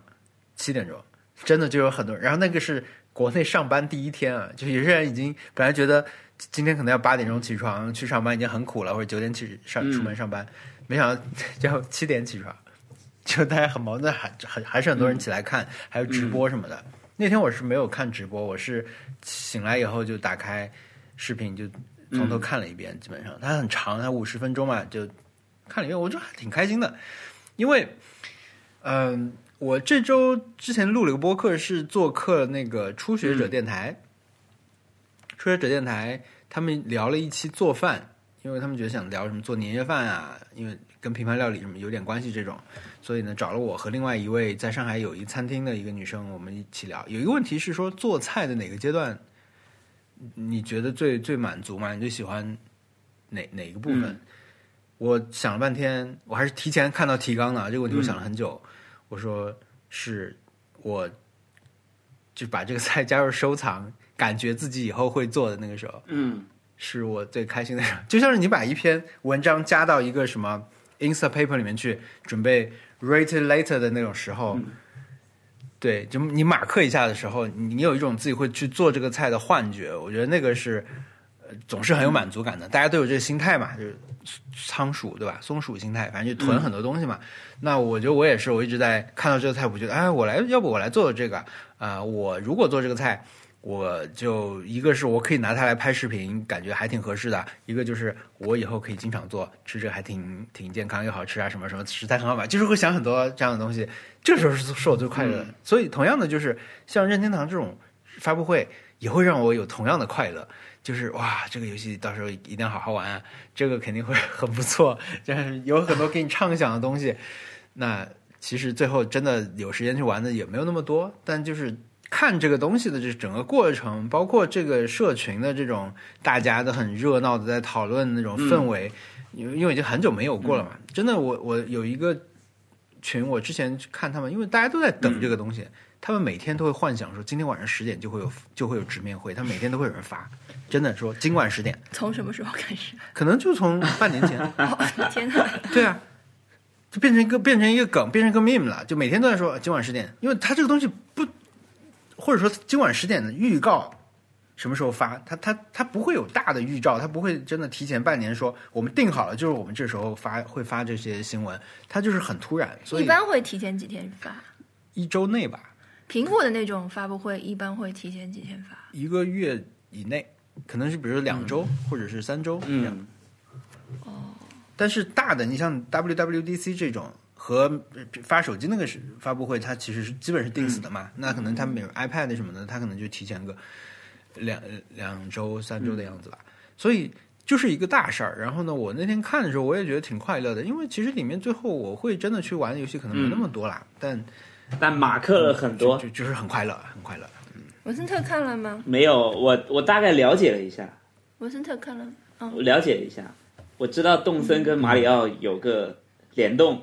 Speaker 2: 七点钟，真的就有很多人。然后那个是国内上班第一天啊，就有些人已经本来觉得今天可能要八点钟起床去上班已经很苦了，或者九点起上
Speaker 4: 嗯
Speaker 2: 出门上班，没想到要七点起床，就大家很矛盾，还还还是很多人起来看，还有直播什么的。那天我是没有看直播，我是醒来以后就打开视频就从头看了一遍，基本上它很长，它五十分钟嘛，就看了一遍，我就还挺开心的，因为，嗯、我这周之前录了个播客，是做客那个初学者电台，初学者电台他们聊了一期做饭，因为他们觉得想聊什么做年夜饭啊，因为跟平凡料理什么有点关系这种，所以呢找了我和另外一位在上海有一餐厅的一个女生，我们一起聊。有一个问题是说做菜的哪个阶段，你觉得最最满足吗？你最喜欢哪哪一个部分？
Speaker 4: 嗯
Speaker 2: 我想了半天，我还是提前看到提纲的这个问题，我想了很久。我说是我就把这个菜加入收藏，感觉自己以后会做的那个时候，
Speaker 4: 嗯
Speaker 2: 是我最开心的时候。就像是你把一篇文章加到一个什么 Insta paper 里面去，准备 rate it later 的那种时候，
Speaker 4: 嗯
Speaker 2: 对，就你马克一下的时候，你你有一种自己会去做这个菜的幻觉。我觉得那个是。呃总是很有满足感的，大家都有这个心态嘛，就是仓鼠对吧？松鼠心态，反正就囤很多东西嘛。那我觉得我也是，我一直在看到这个菜，我觉得哎，我来，要不我来做做这个啊、我如果做这个菜，我就一个是我可以拿它来拍视频，感觉还挺合适的；一个就是我以后可以经常做，吃着还挺挺健康又好吃啊，什么什么食材很好买，就是会想很多这样的东西。这时候是是我最快乐的。所以同样的，就是像任天堂这种发布会，也会让我有同样的快乐。就是哇，这个游戏到时候一定要好好玩啊，这个肯定会很不错，就是有很多给你畅想的东西。那其实最后真的有时间去玩的也没有那么多，但就是看这个东西的这整个过程，包括这个社群的这种大家的很热闹的在讨论那种氛围，因为因为已经很久没有过了嘛。真的我，我有一个群，我之前去看他们，因为大家都在等这个东西，他们每天都会幻想说今天晚上十点就会有就会有直面会，他们每天都会有人发，真的说今晚十点，
Speaker 3: 从什么时候 开始？
Speaker 2: 可能就从半年前。
Speaker 3: 哦天哪！
Speaker 2: 对啊，就变成一个变成一个梗，变成一个 meme 了，就每天都在说今晚十点，因为它这个东西不，或者说今晚十点的预告什么时候发，它它它不会有大的预兆，它不会真的提前半年说我们定好了，就是我们这时候发会发这些新闻，它就是很突然，所
Speaker 3: 一
Speaker 2: 以
Speaker 3: 般会提前几天发。
Speaker 2: 一周内吧，
Speaker 3: 苹果的那种发布会一般会提前几天发。
Speaker 2: 一个月以内，可能是比如说两周、
Speaker 3: 嗯
Speaker 2: 或者是三周这样。
Speaker 4: 嗯
Speaker 2: 但是大的，你像 WWDC 这种和呃发手机那个是发布会，它其实是基本是定死的
Speaker 4: 嗯
Speaker 2: 嘛。那可能他们有 iPad 什么的，它可能就提前个两两周、三周的样子吧。
Speaker 4: 嗯
Speaker 2: 所以就是一个大事儿。然后呢，我那天看的时候，我也觉得挺快乐的，因为其实里面最后我会真的去玩的游戏可能没那么多啦，但
Speaker 4: 但马克了嗯呃很多
Speaker 2: 就，就就是很快乐，很快乐。
Speaker 3: 文森特看了吗？
Speaker 4: 没有我我大概了解了一下，
Speaker 3: 文森特看了哦吗，
Speaker 4: 我了解了一下，我知道动森跟马里奥有个联动，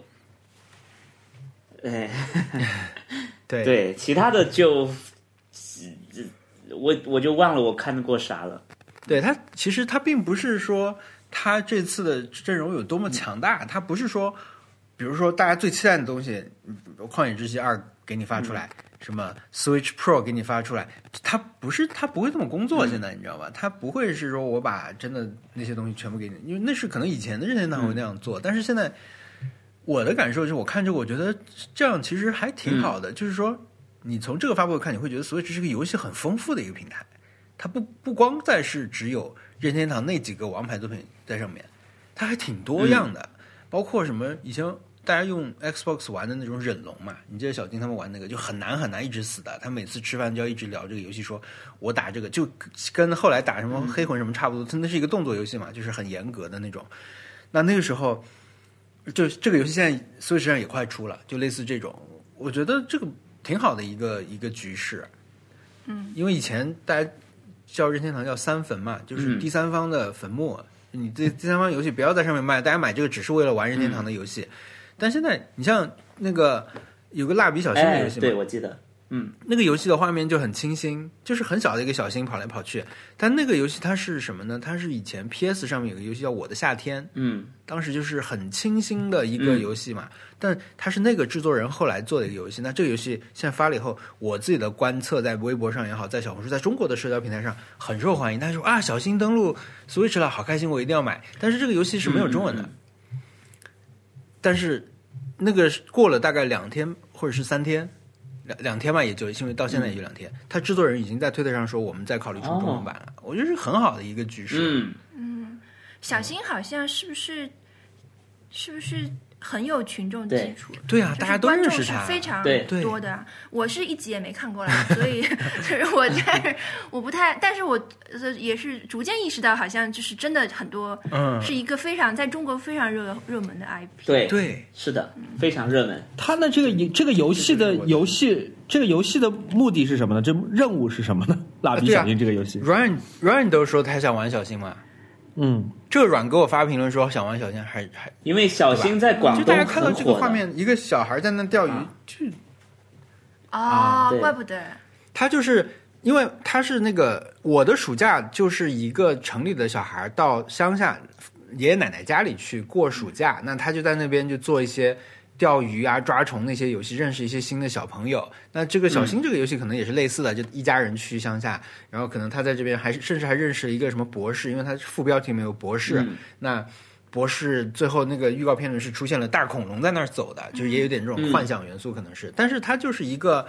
Speaker 4: 哎，
Speaker 2: 对
Speaker 4: 对，其他的就，呃我我就忘了我看过啥了。
Speaker 2: 对他，其实他并不是说他这次的阵容有多么强大，他不是说，比如说大家最期待的东西，嗯《旷野之息二》给你发出来，什么 Switch Pro 给你发出来，他不是他不会这么工作。现在你知道吧？他不会是说我把真的那些东西全部给你，因为那是可能以前的任天堂会那样做，但是现在我的感受就是，我看着我觉得这样其实还挺好的，就是说你从这个发布会看，你会觉得 Switch 是个游戏很丰富的一个平台。它不不光再是只有任天堂那几个王牌作品在上面，它还挺多样的，包括什么以前大家用 Xbox 玩的那种忍龙嘛，你记得小金他们玩那个就很难很难一直死的，他每次吃饭就要一直聊这个游戏说，我打这个就跟后来打什么黑魂什么差不多，它那是一个动作游戏嘛，就是很严格的那种。那那个时候，就这个游戏现在 Switch 上也快出了，就类似这种，我觉得这个挺好的一个一个局势。
Speaker 3: 嗯，
Speaker 2: 因为以前大家叫任天堂叫三坟嘛，就是
Speaker 4: 嗯
Speaker 2: 第三方的坟墓，你这第三方游戏不要在上面卖，大家买这个只是为了玩任天
Speaker 4: 嗯
Speaker 2: 堂的游戏。但现在你像那个有个蜡笔小新的
Speaker 4: 哎
Speaker 2: 游，戏嘛，
Speaker 4: 对，我记得，嗯，
Speaker 2: 那个游戏的画面就很清新，就是很小的一个小星跑来跑去。但那个游戏它是什么呢？它是以前 PS 上面有个游戏叫《我的夏天》，
Speaker 4: 嗯，
Speaker 2: 当时就是很清新的一个
Speaker 4: 嗯
Speaker 2: 游戏嘛。但它是那个制作人后来做的一个游戏。那这个游戏现在发了以后，我自己的观测，在微博上也好，在小红书，在中国的社交平台上很受欢迎。大家说啊，小新登录 Switch 了，好开心，我一定要买。但是这个游戏是没有中文的。
Speaker 4: 嗯嗯
Speaker 2: 但是那个是过了大概两天或者是三天，两两天吧，也就因为到现在也就两天，
Speaker 4: 嗯
Speaker 2: 他制作人已经在推特上说我们在考虑出中文版了，我觉得是很好的一个局势。
Speaker 4: 哦嗯，
Speaker 3: 小新好像是不是是不是很有群众基础？
Speaker 2: 对啊
Speaker 3: 就，是
Speaker 2: 大家都
Speaker 3: 观
Speaker 2: 认
Speaker 3: 众
Speaker 2: 识
Speaker 3: 是
Speaker 2: 他，
Speaker 3: 非常
Speaker 4: 对
Speaker 3: 多的啊。我是一集也没看过来，所以就是我在我不太，但是我呃也是逐渐意识到，好像就是真的很多
Speaker 2: 嗯，
Speaker 3: 是一个非常在中国非常热热门的 IP。
Speaker 4: 对，
Speaker 2: 对，
Speaker 4: 是的，非常热门。
Speaker 1: 它的这个这个游戏的游戏，这个游戏的目的是什么呢？这任务是什么呢？蜡笔小新这个游戏，
Speaker 2: 软软都说他想玩小新嘛，
Speaker 1: 嗯，
Speaker 2: 这软给我发评论说想玩小新，还还
Speaker 4: 因为小新在广
Speaker 2: 就大
Speaker 4: 东
Speaker 2: 家
Speaker 4: 很
Speaker 2: 看到这个
Speaker 4: 火
Speaker 2: 画
Speaker 4: 的，
Speaker 2: 面，一个小孩在那钓鱼
Speaker 4: 啊，
Speaker 2: 就
Speaker 3: 哦，
Speaker 4: 对
Speaker 3: 怪不得，
Speaker 2: 他就是因为他是那个我的暑假就是一个城里的小孩到乡下爷爷奶奶家里去过暑
Speaker 4: 嗯
Speaker 2: 假，那他就在那边就做一些。钓鱼啊、抓虫那些游戏，认识一些新的小朋友。那这个小新这个游戏可能也是类似的，就一家人去乡下，然后可能他在这边还是甚至还认识了一个什么博士，因为他副标题没有博士。
Speaker 4: 嗯
Speaker 2: 那博士最后那个预告片里是出现了大恐龙在那儿走的，就是也有点这种幻想元素，可能是，但是它就是一个。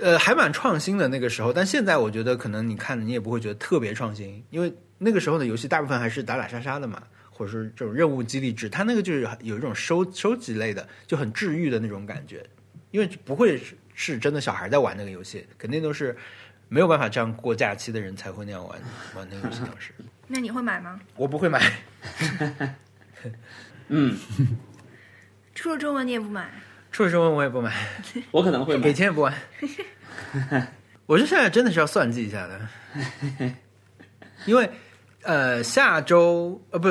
Speaker 2: 呃，还蛮创新的那个时候，但现在我觉得可能你看你也不会觉得特别创新，因为那个时候的游戏大部分还是打打杀杀的嘛，或者是这种任务激励制，它那个就是有一种收收集类的，就很治愈的那种感觉，因为不会是是真的小孩在玩那个游戏，肯定都是没有办法这样过假期的人才会那样玩玩那个游戏。当时
Speaker 3: 那你会买吗？
Speaker 2: 我不会买，
Speaker 4: 嗯，
Speaker 3: 出了中文你也不买？
Speaker 2: 出了中文我也不买。
Speaker 4: 我可能会
Speaker 2: 给
Speaker 4: 买。
Speaker 2: 钱也不 玩。我觉得现在真的是要算计一 下的，因为呃，下周呃不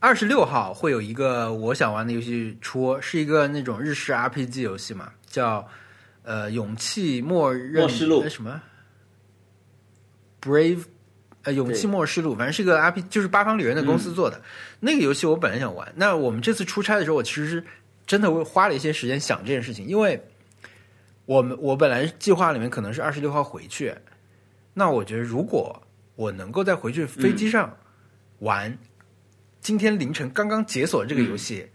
Speaker 2: 二十六号会有一个我想玩的游戏出，是一个那种日式 RPG 游戏嘛，叫呃《勇气默认》
Speaker 4: 末世录
Speaker 2: 呃什么 Brave 呃《勇气
Speaker 4: 对嗯
Speaker 2: 末世录》，反正是个 RP，就是八方旅人的公司做的、那个游戏。我本来想玩，那我们这次出差的时候，我其实是真的会花了一些时间想这件事情，因为我们我本来计划里面可能是二十六号回去，那我觉得如果我能够在回去飞机上玩、今天凌晨刚刚解锁这个游戏。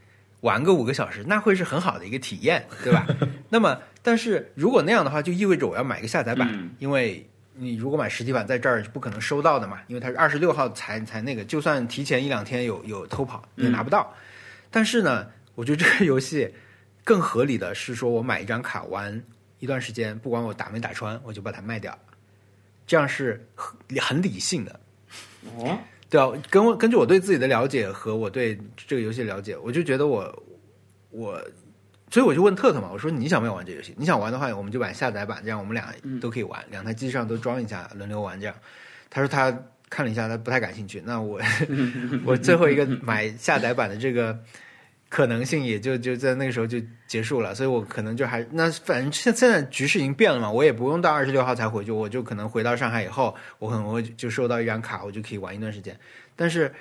Speaker 2: 玩个五个小时，那会是很好的一个体验，对吧？ 那么，但是如果那样的话，就意味着我要买一个下载版，
Speaker 4: 嗯
Speaker 2: 因为你如果买实体版，在这儿是不可能收到的嘛，因为它是二十六号才才那个，就算提前一两天有有偷跑也拿不到。但是呢，我觉得这个游戏更合理的是说，我买一张卡玩一段时间，不管我打没打穿，我就把它卖掉，这样是很很理性的。
Speaker 4: 哦，
Speaker 2: 对啊，跟我根据我对自己的了解和我对这个游戏的了解，我就觉得我我，所以我就问特特嘛，我说你想不想玩这个游戏？你想玩的话，我们就买下载版，这样我们俩都可以玩，两台机上都装一下，轮流玩这样。他说他看了一下，他不太感兴趣。那我我最后一个买下载版的这个可能性也就就在那个时候就结束了，所以我可能就还那反正现现在局势已经变了嘛，我也不用到二十六号才回去，我就可能回到上海以后，我可能会就收到一张卡，我就可以玩一段时间。但是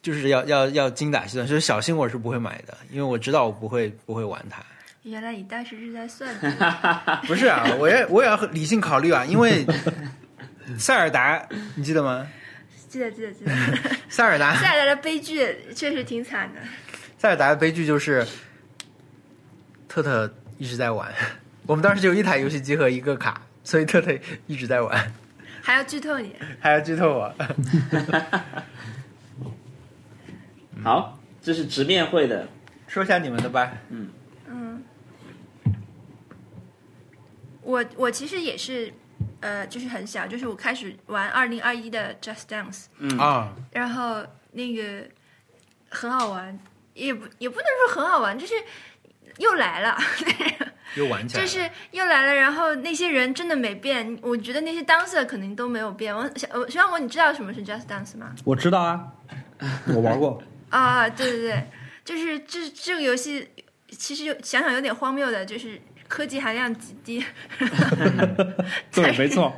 Speaker 2: 就是要要要精打细算，所以小新我是不会买的，因为我知道我不会不会玩它。
Speaker 3: 原来你当时是在算计，
Speaker 2: 不是 啊，我也我也要理性考虑啊，因 为塞尔达你记得吗？
Speaker 3: 记得记得 记 得。
Speaker 2: 塞尔 达
Speaker 3: 带来的悲剧确实挺惨的。
Speaker 2: 塞尔达的悲剧就是特特一直在玩，我们当时只有一台游戏机和一个卡，所以特特一直在玩，
Speaker 3: 还要剧透你，
Speaker 2: 还要剧透我。
Speaker 4: 好，这是直面会的，
Speaker 2: 说一下你们的吧，
Speaker 3: 嗯，我我其实也是，呃，就是很小，就是我开始玩二零二一的 Just Dance，
Speaker 4: 嗯，
Speaker 2: 啊、
Speaker 3: 然后那个很好玩，也不也不能说很好玩，就是又来了，
Speaker 2: 又玩起来
Speaker 3: 就
Speaker 2: 了。
Speaker 3: 是又来了。然后那些人真的没变，我觉得那些 dancer 可能都没有变。我小我徐小果，你知道什么是 Just Dance 吗？
Speaker 1: 我知道啊，我玩 过。
Speaker 3: 啊，对对对，就是这这个游戏，其实有想想有点荒谬的，就是科技含量极低，
Speaker 1: 对，没错，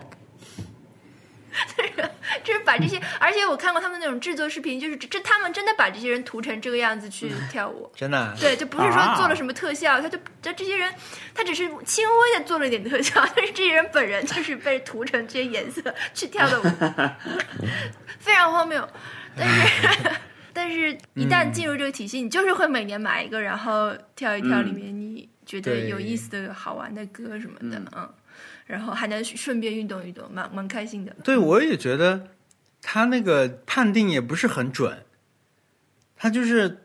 Speaker 3: 就是把这些，而且我看过他们那种制作视频，就是这这他们真的把这些人涂成这个样子去跳舞。
Speaker 2: 真的啊，
Speaker 3: 对，就不是说做了什么特效，他就这这些人，他只是轻微的做了一点特效，但是这些人本人就是被涂成这些颜色去跳的舞， 非常荒谬。但是，但是一旦进入这个体系，你就是会每年买一个，然后跳一跳里面你觉得
Speaker 2: 嗯对
Speaker 3: 有意思的、好玩的歌什么的，嗯。然后还能顺便运动运动，蛮蛮开心的。
Speaker 2: 对我也觉得他那个判定也不是很准，他就是。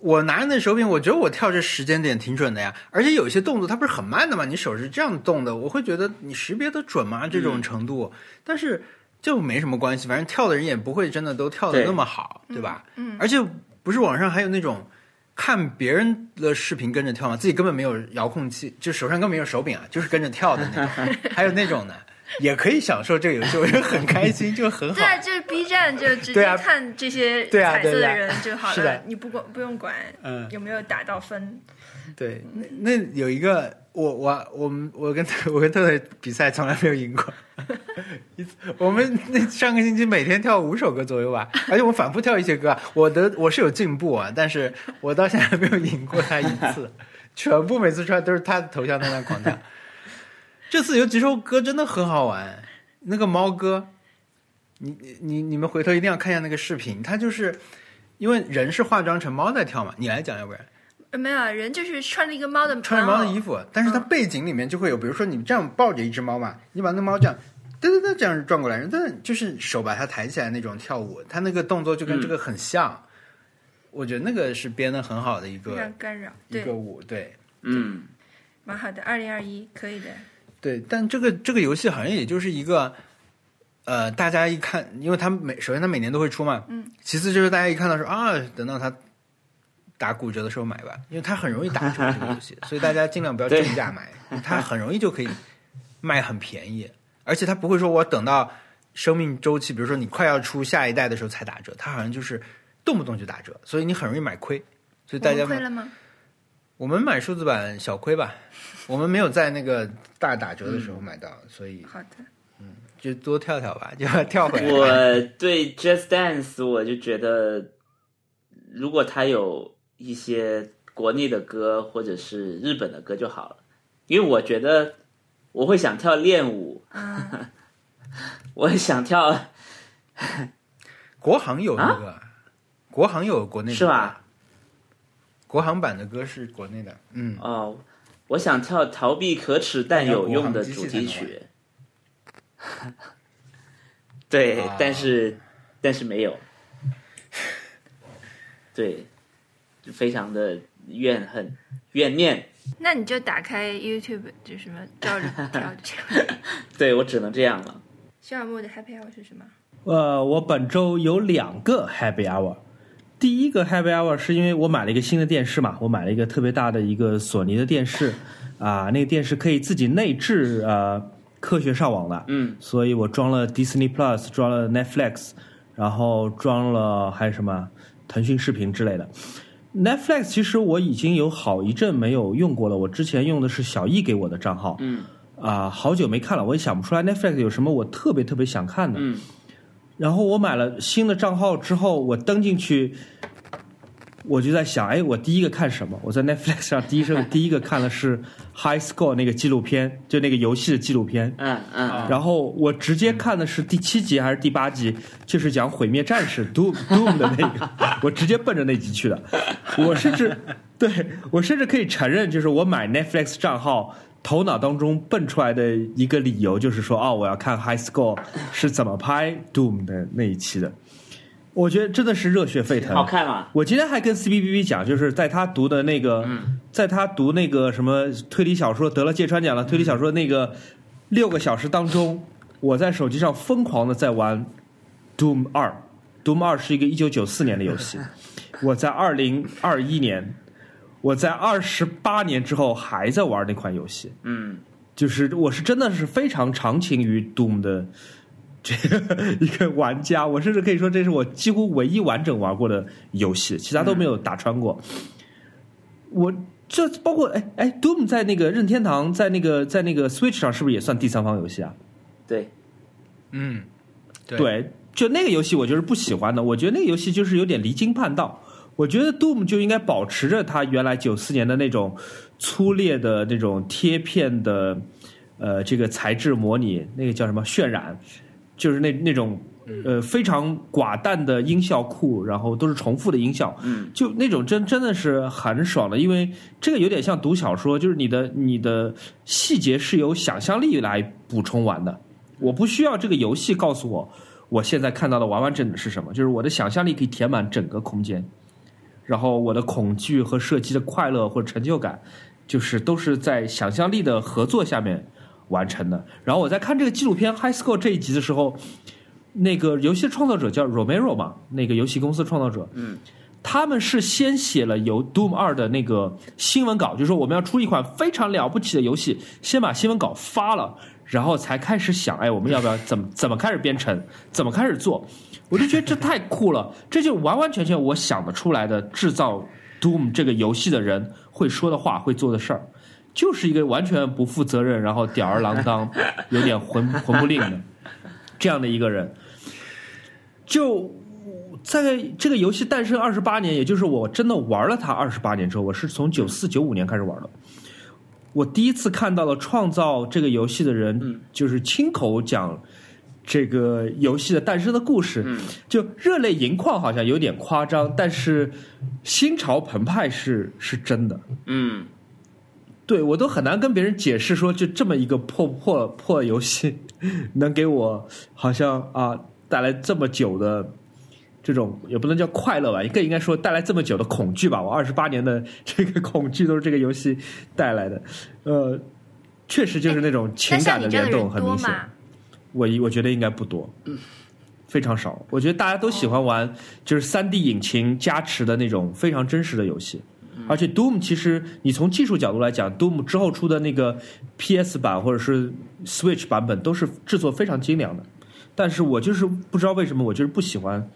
Speaker 2: 我拿着那手柄，我觉得我跳这时间点挺准的呀，而且有一些动作它不是很慢的嘛，你手是这样动的，我会觉得你识别的准
Speaker 3: 嗯
Speaker 2: 吗？这种程度，但是就没什么关系，反正跳的人也不会真的都跳的
Speaker 4: 对
Speaker 2: 那么好，对吧？
Speaker 3: 嗯，
Speaker 2: 而且不是网上还有那种看别人的视频跟着跳吗？自己根本没有遥控器，就手上根本没有手柄啊，就是跟着跳的那 种，还有那种呢，也可以享受这个游戏，我觉得很开心，就很好
Speaker 3: 对。啊，就是 B 站就直
Speaker 2: 对
Speaker 3: 接
Speaker 2: 啊
Speaker 3: 看这些
Speaker 2: 对啊
Speaker 3: 彩色
Speaker 2: 对
Speaker 3: 的
Speaker 2: 啊
Speaker 3: 人就好
Speaker 2: 是
Speaker 3: 了
Speaker 2: 的，
Speaker 3: 你不管不用管
Speaker 2: 嗯，
Speaker 3: 有没有打到分。
Speaker 2: 对，那那有一个我我我们我跟我跟特特比赛从来没有赢过，一次我们那上个星期每天跳五首歌左右吧，而且我反复跳一些歌啊，我的我是有进步啊，但是我到现在没有赢过他一次，全部每次出来都是他的头像在那狂跳。这次有几首歌真的很好玩，那个猫哥，你你你你们回头一定要看一下那个视频，他就是因为人是化妆成猫在跳嘛，你来讲要不然。
Speaker 3: 呃没有啊人就是穿着一个猫的
Speaker 2: 穿着猫的衣
Speaker 3: 服，
Speaker 2: 服，但是它背景里面就会有，比如说你这样抱着一只猫嘛，你把那猫这样，噔噔噔这样转过来，但就是手把它抬起来那种跳舞，它那个动作就跟这个很像。我觉得那个是编的很好的一
Speaker 3: 非
Speaker 2: 个
Speaker 3: 常干扰，
Speaker 2: 一个
Speaker 3: 啊对，
Speaker 2: 舞，对
Speaker 4: 嗯，
Speaker 3: 蛮好的。二零二一可以的，
Speaker 2: 对。但这个这个游戏好像也就是一个，呃，大家一看，因为它每首先它每年都会出嘛，
Speaker 3: 嗯，
Speaker 2: 其次就是大家一看到说啊，等到它。打骨折的时候买吧，因为它很容易打折这个游戏，所以大家尽量不要
Speaker 4: 对
Speaker 2: 正价买，它很容易就可以卖很便宜，而且它不会说我等到生命周期，比如说你快要出下一代的时候才打折，它好像就是动不动就打折，所以你很容易买亏。所以大
Speaker 3: 我
Speaker 2: 家
Speaker 3: 们
Speaker 2: 买
Speaker 3: 亏了吗？
Speaker 2: 我们买数字版小亏吧，我们没有在那个大打折的时候买到，所以
Speaker 3: 好的，
Speaker 2: 就多跳跳吧， 就要跳回来。
Speaker 4: 我对 Just Dance 我就觉得，如果他有一些国内的歌或者是日本的歌就好了，因为我觉得我会想跳练舞，
Speaker 3: 嗯，
Speaker 4: 我想跳
Speaker 2: 国行有那个，国行有国内的
Speaker 4: 啊是吧？
Speaker 2: 国行版的歌是国内的，嗯，
Speaker 4: 哦，我想跳逃避可耻但有用的主题曲。 对
Speaker 2: 啊，
Speaker 4: 但是但是没有， 对，就非常的怨恨怨念。
Speaker 3: 那你就打开 YouTube，就什么照着跳就行。
Speaker 4: 对我只能这样了。
Speaker 3: 小木的 Happy Hour 是什么？
Speaker 1: 呃，我本周有两个 Happy Hour。第一个 Happy Hour 是因为我买了一个新的电视嘛，我买了一个特别大的一个索尼的电视，啊、那个电视可以自己内置呃科学上网的，
Speaker 4: 嗯，
Speaker 1: 所以我装了 Disney Plus，装了 Netflix，然后装了还有什么腾讯视频之类的。Netflix 其实我已经有好一阵没有用过了，我之前用的是小 E 易给我的账号，
Speaker 4: 嗯
Speaker 1: 啊、好久没看了，我也想不出来 Netflix 有什么我特别特别想看的。
Speaker 4: 嗯，
Speaker 1: 然后我买了新的账号之后，我登进去，我就在想，哎，我第一个看什么？我在 Netflix 上第一 个第一个看的是《High Score》那个纪录片，就那个游戏的纪录片。
Speaker 4: 嗯嗯，
Speaker 1: 然后我直接看的是第七集还是第八集，就是讲毁灭战士 Doom Doom 的那个，我直接奔着那集去的。我甚至对我甚至可以承认，就是我买 Netflix 账号。头脑当中蹦出来的一个理由就是说，哦，我要看 High Score 是怎么拍 Doom 的那一期的，我觉得真的是热血沸腾，啊
Speaker 4: 好看吗？
Speaker 1: 我今天还跟 C B B B 讲，就是在他读的那个，在他读那个什么推理小说得了芥川奖了，推理小说那个六个小时当中，我在手机上疯狂的在玩 Doom 二，Doom 二是一个一九九四年的游戏，我在二零二一年，我在二十八年之后还在玩那款游戏，
Speaker 4: 嗯，
Speaker 1: 就是我是真的是非常长情于 Doom 的这个 一个玩家，我甚至可以说这是我几乎唯一完整玩过的游戏，其他都没有打穿过。我这包括哎哎，Doom 在那个任天堂在那个在那个 Switch 上是不是也算第三方游戏啊？
Speaker 4: 对，
Speaker 2: 嗯，对
Speaker 1: 对，就那个游戏我就是不喜欢的，我觉得那个游戏就是有点离经叛道。我觉得 Doom 就应该保持着它原来九四年的那种粗劣的那种贴片的，呃，这个材质模拟，那个叫什么渲染，就是那那种呃非常寡淡的音效库，然后都是重复的音效，
Speaker 4: 嗯，
Speaker 1: 就那种真真的是很爽的，因为这个有点像读小说，就是你的你的细节是由想象力来补充完的。我不需要这个游戏告诉我我现在看到的完完整整是什么，就是我的想象力可以填满整个空间，然后我的恐惧和射击的快乐或者成就感，就是都是在想象力的合作下面完成的。然后我在看这个纪录片《High Score》这一集的时候，那个游戏的创造者叫 Romero 嘛，那个游戏公司创造者，
Speaker 4: 嗯，
Speaker 1: 他们是先写了由 Doom 二的那个新闻稿，就是说我们要出一款非常了不起的游戏，先把新闻稿发了，然后才开始想，哎，我们要不要怎么怎么开始编程，怎么开始做？我就觉得这太酷了，这就完完全全我想得出来的制造 Doom 这个游戏的人会说的话，会做的事儿，就是一个完全不负责任，然后吊儿郎当，有点魂魂不吝的这样的一个人。就在这个游戏诞生二十八年，也就是我真的玩了它二十八年之后，我是从九四九五年开始玩的。我第一次看到了创造这个游戏的人，
Speaker 4: 嗯
Speaker 1: 就是亲口讲这个游戏的诞生的故事。
Speaker 4: 嗯
Speaker 1: 就热泪盈眶好像有点夸张，但是心潮澎湃是是真的。
Speaker 4: 嗯，
Speaker 1: 对我都很难跟别人解释说，就这么一个破破破游戏，能给我好像啊带来这么久的这种，也不能叫快乐吧，更应该说带来这么久的恐惧吧。我二十八年的这个恐惧都是这个游戏带来的，呃，确实就是那种情
Speaker 3: 那
Speaker 1: 感
Speaker 3: 像
Speaker 1: 的
Speaker 3: 哎你这样
Speaker 1: 联
Speaker 3: 的
Speaker 1: 动
Speaker 3: 人
Speaker 1: 很
Speaker 3: 多
Speaker 1: 明显。
Speaker 3: 吗？
Speaker 1: 我我觉得应该不多，非常少。我觉得大家都喜欢玩就是三 D 引擎加持的那种非常真实的游戏，而且 Doom 其实你从技术角度来讲，Doom 之后出的那个 PS 版或者是 Switch 版本都是制作非常精良的，但是我就是不知道为什么，我就是不喜欢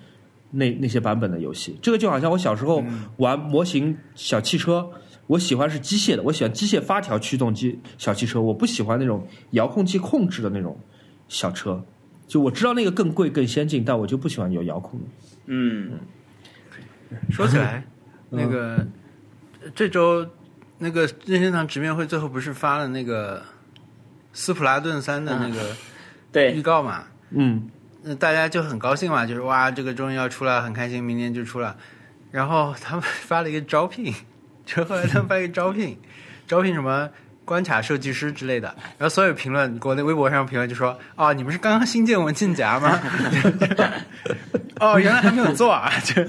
Speaker 1: 那那些版本的游戏。这个就好像我小时候玩模型小汽车。我喜欢是机械的，我喜欢机械发条驱动机小汽车，我不喜欢那种遥控器控制的那种小车。就我知道那个更贵更先进，但我就不喜欢有遥控的。
Speaker 4: 嗯，
Speaker 2: 说起 来，那个这周那个任天堂直面会最后不是发了那个《斯普拉顿三》的那个预
Speaker 4: 啊对，
Speaker 2: 告嘛？
Speaker 1: 嗯，
Speaker 2: 那大家就很高兴嘛，就是哇，这个终于要出了，很开心，明年就出了。然后他们 发了一个招聘，就后来他们发了一个招聘，招聘什么关卡设计师之类的。然后所有评论，国内微博上评论就说：“哦，你们是刚刚新建文件夹吗？ 哦，原来还没有做啊！” 就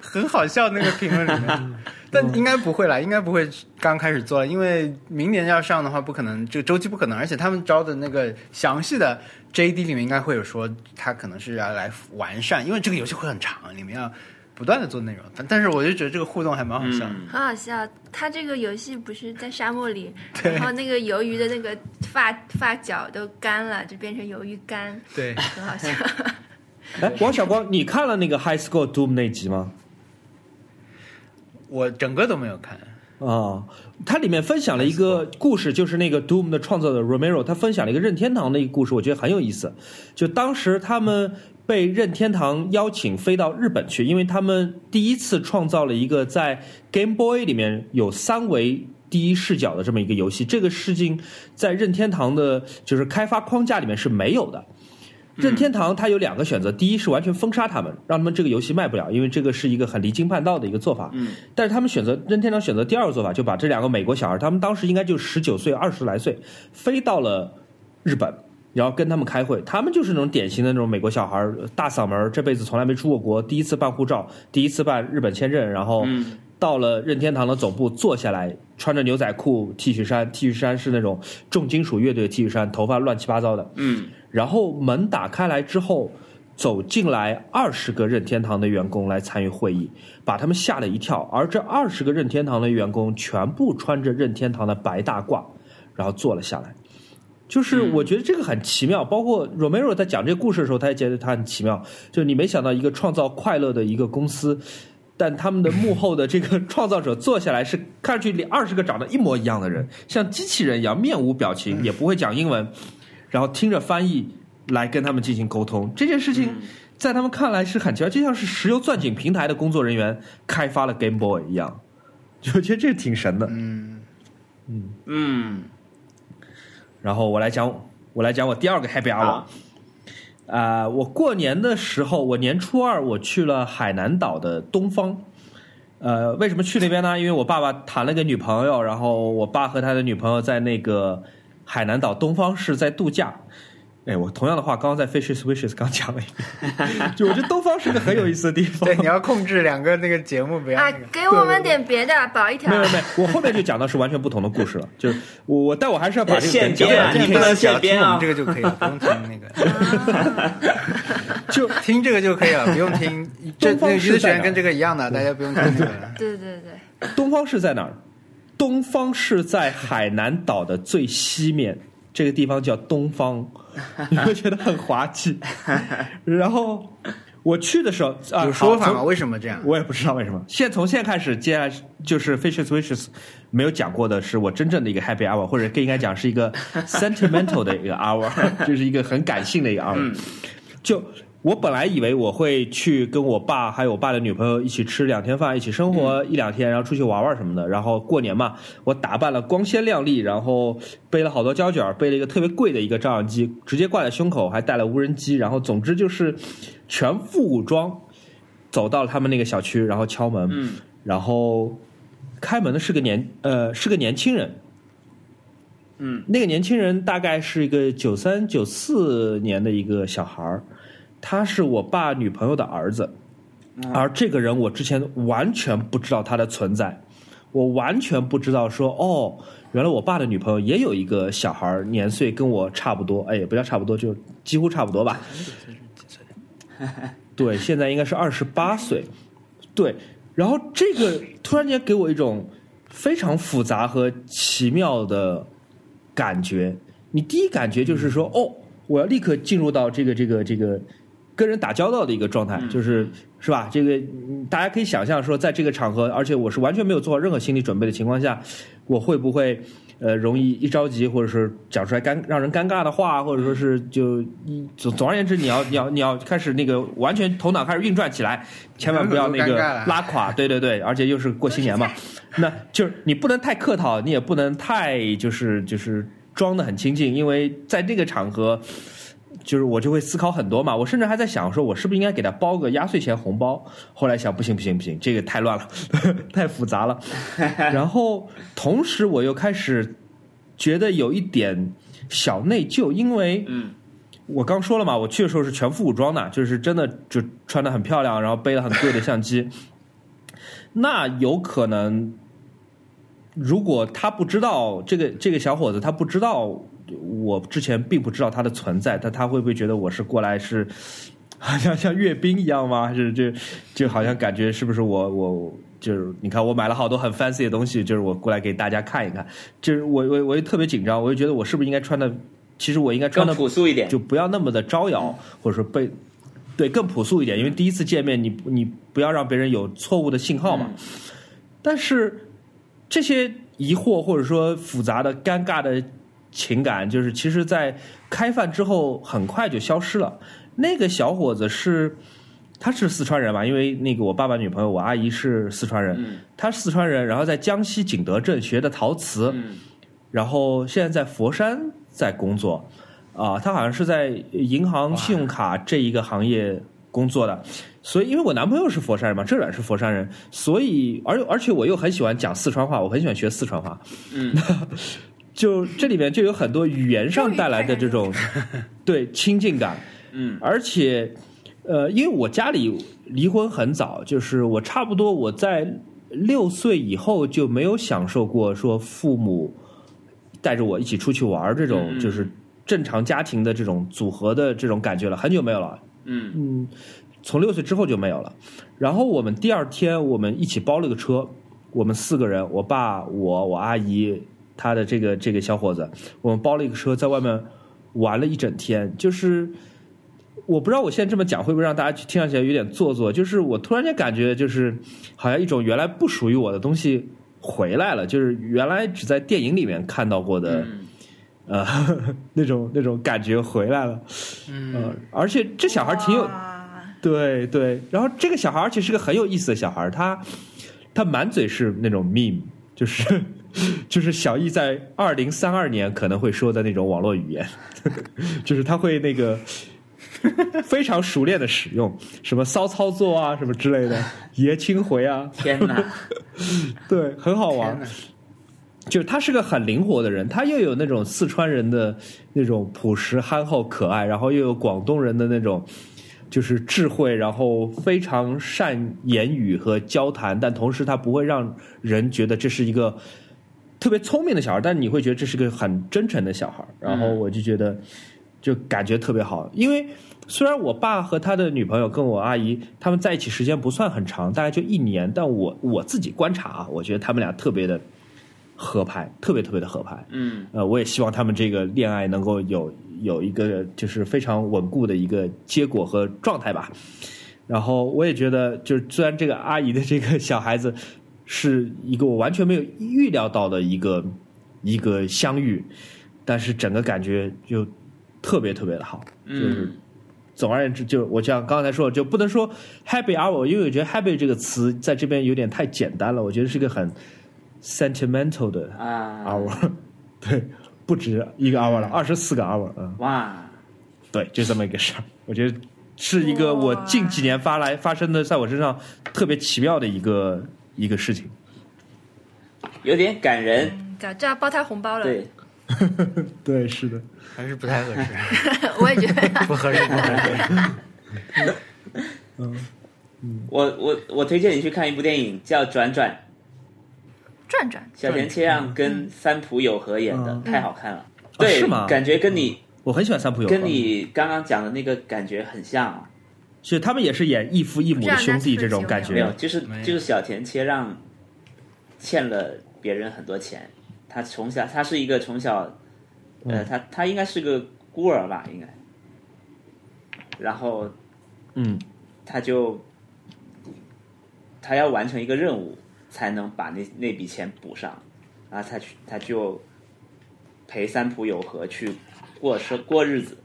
Speaker 2: 很好笑那个评论里面。但应该不会啦，应该不会刚开始做了，因为明年要上的话，不可能这个周期不可能，而且他们招的那个详细的 JD 里面应该会有说，他可能是要来完善，因为这个游戏会很长，你们要不断的做内容。但但是我就觉得这个互动还蛮好笑的，
Speaker 4: 嗯，
Speaker 3: 很好笑，他这个游戏不是在沙漠 里，
Speaker 2: 对
Speaker 3: 然后那个鱿鱼的那个发发角都干了，就变成鱿鱼干，
Speaker 2: 对，
Speaker 3: 很好笑。
Speaker 1: 哎，王小光，你看了那个《High School Doom》那集吗？
Speaker 2: 我整个都没有看，
Speaker 1: 啊、它里面分享了一个故事，就是那个 Doom 的创造者 Romero，他分享了一个任天堂的一个故事，我觉得很有意思。就当时他们被任天堂邀请飞到日本去，因为他们第一次创造了一个在 Game Boy 里面有三维。第一视角的这么一个游戏，这个事情在任天堂的就是开发框架里面是没有的。任天堂它有两个选择，第一是完全封杀他们，让他们这个游戏卖不了，因为这个是一个很离经叛道的一个做法。
Speaker 4: 嗯，
Speaker 1: 但是他们选择任天堂选择第二个做法，就把这两个美国小孩，他们当时应该就十九岁、二十来岁，飞到了日本，然后跟他们开会。他们就是那种典型的那种美国小孩，大嗓门儿，这辈子从来没出过国，第一次办护照，第一次办日本签证，然后
Speaker 4: 嗯
Speaker 1: 到了任天堂的总部坐下来，穿着牛仔裤、T 恤衫，T 恤衫是那种重金属乐队的 T 恤衫，头发乱七八糟的。
Speaker 4: 嗯
Speaker 1: 然后门打开来之后，走进来二十个任天堂的员工来参与会议，把他们吓了一跳。而这二十个任天堂的员工全部穿着任天堂的白大褂，然后坐了下来。就是我觉得这个很奇妙，包括 Romero 在讲这个故事的时候，他也觉得他很奇妙。就是你没想到一个创造快乐的一个公司，但他们的幕后的这个创造者坐下来是看上去二十个长得一模一样的人，像机器人一样面无表情，也不会讲英文，然后听着翻译来跟他们进行沟通。这件事情
Speaker 4: 嗯
Speaker 1: 在他们看来是很奇怪，就像是石油钻井平台的工作人员开发了 Game Boy 一样，就我觉得这挺神的。
Speaker 2: 嗯，
Speaker 4: 嗯，
Speaker 1: 然后我来讲，我来讲我第二个 Happy Hour。
Speaker 4: 好，
Speaker 1: 啊、我过年的时候，我年初二我去了海南岛的东方。呃，为什么去那边呢？因为我爸爸谈了个女朋友，然后我爸和他的女朋友在那个海南岛东方市在度假。哎，我同样的话刚刚在 Fishes Wishes 刚讲了一遍， 就我觉得东方是个很有意思的地方。
Speaker 2: 对，你要控制两个那个节目，不要
Speaker 3: 啊
Speaker 2: 那个，
Speaker 3: 给我们点别的，保一条
Speaker 1: 没。有没有没有，我后面就讲到是完全不同的故事了。就是我，我但我还是要把这个梗
Speaker 4: 现
Speaker 1: 讲
Speaker 4: 编啊
Speaker 1: 完。
Speaker 2: 对
Speaker 4: 你
Speaker 2: 你
Speaker 4: 不能
Speaker 2: 只要
Speaker 4: 选边
Speaker 2: 听我
Speaker 4: 啊
Speaker 2: 们这个就可以了，不用听那个，
Speaker 1: 就
Speaker 2: 听这个就可以了，不用听这
Speaker 1: 东方
Speaker 2: 那
Speaker 1: 是
Speaker 2: 娱乐学
Speaker 1: 在
Speaker 2: 院
Speaker 1: 哪
Speaker 2: 跟这个一样的，大家不用听那个了。
Speaker 3: 对对对，
Speaker 1: 东方是在哪儿？东方是在海南岛的最西面，这个地方叫东方， 你会觉得很滑 稽。然后我去的时候啊，
Speaker 2: 有说
Speaker 1: 好
Speaker 2: 法
Speaker 1: 从
Speaker 2: 吗？为什么这样？
Speaker 1: 我也不知道为什么。现从现在开始，接下来是就是 Fishes Wishes 没有讲过的是我真正的一个 Happy Hour，或者更应该讲是一个 sentimental 的一个 hour，就是一个很感性的一个 hour。就我本来以为我会去跟我爸还有我爸的女朋友一起吃两天饭，一起生活一两天，然后出去玩玩什么的。然后过年嘛，我打扮了光鲜亮丽，然后背了好多胶卷，背了一个特别贵的一个照相机，直接挂在胸口，还带了无人机。然后总之就是全副武装走到了他们那个小区，然后敲门，
Speaker 4: 嗯
Speaker 1: 然后开门的是个年呃是个年轻人，
Speaker 4: 嗯，
Speaker 1: 那个年轻人大概是一个九三九四年的一个小孩儿，他是我爸女朋友的儿子，而这个人我之前完全不知道他的存在，我完全不知道说哦，原来我爸的女朋友也有一个小孩儿，年岁跟我差不多，哎，也不叫差不多，就几乎差不多吧。对，现在应该是二十八岁，对。然后这个突然间给我一种非常复杂和奇妙的感觉。你第一感觉就是说，哦，我要立刻进入到这个这个这个跟人打交道的一个状态，就是是吧？这个嗯大家可以想象说，在这个场合，而且我是完全没有做好任何心理准备的情况下，我会不会呃容易一着急，或者是讲出来尴让人尴尬的话，或者说是就一总总而言之，你要你要你要开始那个完全头脑开始运转起来，千万不要那
Speaker 2: 有
Speaker 1: 个
Speaker 2: 点尴尬了
Speaker 1: 拉垮。对对对，而且又是过新年嘛， 那就是你不能太客套，你也不能太就是就是装的很亲近，因为在那个场合。就是我就会思考很多嘛，我甚至还在想说，我是不是应该给他包个压岁钱红包？后来想，不行不行不行，这个太乱了， 太复杂了。然后同时我又开始觉得有一点小内疚，因为
Speaker 4: 嗯
Speaker 1: 我刚说了嘛，我去的时候是全副武装的，就是真的就穿的很漂亮，然后背了很贵的相机。 那有可能，如果他不知道这个这个小伙子，他不知道我之前并不知道他的存在，他他会不会觉得我是过来是 好像像阅兵一样吗？还是就就好像感觉是不是我我就是你看我买了好多很 fancy 的东西，就是我过来给大家看一看，就是我我我就特别紧张，我就觉得我是不是应该穿的，其实我应该穿
Speaker 4: 更
Speaker 1: 的
Speaker 4: 朴素一点，
Speaker 1: 就不要那么的招摇，或者说被对更朴素一点，因为第一次见面你，你不要让别人有错误的信号
Speaker 4: 嗯
Speaker 1: 嘛。但是这些疑惑或者说复杂的、尴尬的情感，就是其实，在开饭之后很快就消失了。那个小伙子是。他是四川人嘛？因为那个我爸爸女朋友，我阿姨是四川人，
Speaker 4: 嗯
Speaker 1: 他是四川人，然后在江西景德镇学的陶瓷，
Speaker 4: 嗯
Speaker 1: 然后现在在佛山在工作，啊、他好像是在银行、信用卡这一个行业工作的，所以因为我男朋友是佛山人嘛，郑远是佛山人，所以而而且我又很喜欢讲四川话，我很喜欢学四川话，
Speaker 4: 嗯，
Speaker 1: 就这里面就有很多语言上带来的这种对亲近感，
Speaker 4: 嗯
Speaker 1: 而且，呃，因为我家里离婚很早，就是我差不多我在六岁以后就没有享受过说父母带着我一起出去玩儿这种
Speaker 4: 嗯嗯
Speaker 1: 就是正常家庭的这种组合的这种感觉了，很久没有了。
Speaker 4: 嗯
Speaker 1: 嗯，从六岁之后就没有了。然后我们第二天我们一起包了个车，我们四个人，我爸、我、我阿姨，他的这个这个小伙子，我们包了一个车，在外面玩了一整天。就是我不知道我现在这么讲会不会让大家听上去有点做作，就是我突然间感觉就是好像一种原来不属于我的东西回来了，就是原来只在电影里面看到过的。
Speaker 4: 嗯
Speaker 1: 呃， 那种那种感觉回来了，呃
Speaker 2: 嗯，，
Speaker 1: 而且这小孩挺有
Speaker 3: 哇
Speaker 1: 对对，然后这个小孩儿其实是个很有意思的小孩儿，他他满嘴是那种 meme，就是 就是小易在二零三二年可能会说的那种网络语言， 就是他会那个非常熟练的使用什么骚操作啊什么之类的，爷青回啊，
Speaker 4: 天哪，
Speaker 1: 对，很好玩
Speaker 2: 天。哪
Speaker 1: 就是他是个很灵活的人，他又有那种四川人的那种朴实憨厚可爱，然后又有广东人的那种就是智慧，然后非常善言语和交谈，但同时他不会让人觉得这是一个特别聪明的小孩，但你会觉得这是个很真诚的小孩。然后我就觉得就感觉特别好，因为虽然我爸和他的女朋友跟我阿姨他们在一起时间不算很长，大概就一年，但我我自己观察啊，我觉得他们俩特别的合拍，特别特别的合拍。
Speaker 4: 嗯
Speaker 1: 呃，我也希望他们这个恋爱能够有有一个就是非常稳固的一个结果和状态吧。然后我也觉得，就是虽然这个阿姨的这个小孩子是一个我完全没有预料到的一个一个相遇，但是整个感觉就特别特别的好。就是
Speaker 4: 嗯，
Speaker 1: 总而言之，就是我像刚才说的，就不能说 happy hour，因为我觉得 happy 这个词在这边有点太简单了，我觉得是一个很 sentimental 的
Speaker 4: 啊
Speaker 1: hour，对，不止一个 hour 了，二十四个 hour，嗯，
Speaker 4: 哇，
Speaker 1: 对，就这么一个事儿，我觉得是一个我
Speaker 3: 哇
Speaker 1: 近几年发来发生的，在我身上特别奇妙的一个一个事情。
Speaker 4: 有点感人。
Speaker 3: 嗯搞这样包他红包了，
Speaker 4: 对，
Speaker 1: 对，是的，
Speaker 2: 还是不太合适，
Speaker 3: 我也觉得
Speaker 2: 不合适，不合适。
Speaker 1: 嗯啊
Speaker 4: 我我我推荐你去看一部电影叫《转转》，
Speaker 3: 转转
Speaker 4: 小田切让跟三浦友和演的，太好看了。对，
Speaker 1: 啊是吗
Speaker 4: 感觉跟你
Speaker 1: 我很喜欢三浦友和，
Speaker 4: 跟你刚刚讲的那个感觉很像哦。
Speaker 1: 就他们也是演异父异母的兄弟这种感
Speaker 3: 对
Speaker 1: 觉
Speaker 4: 啊没有，，就是
Speaker 2: 没有
Speaker 4: 就是小田切让欠了别人很多钱，他从小他是一个从小，呃，他他应该是个孤儿吧，应该，然后
Speaker 1: 嗯，
Speaker 4: 他就他要完成一个任务，才能把那那笔钱补上，然后他去他就陪三浦友和去过生过日子，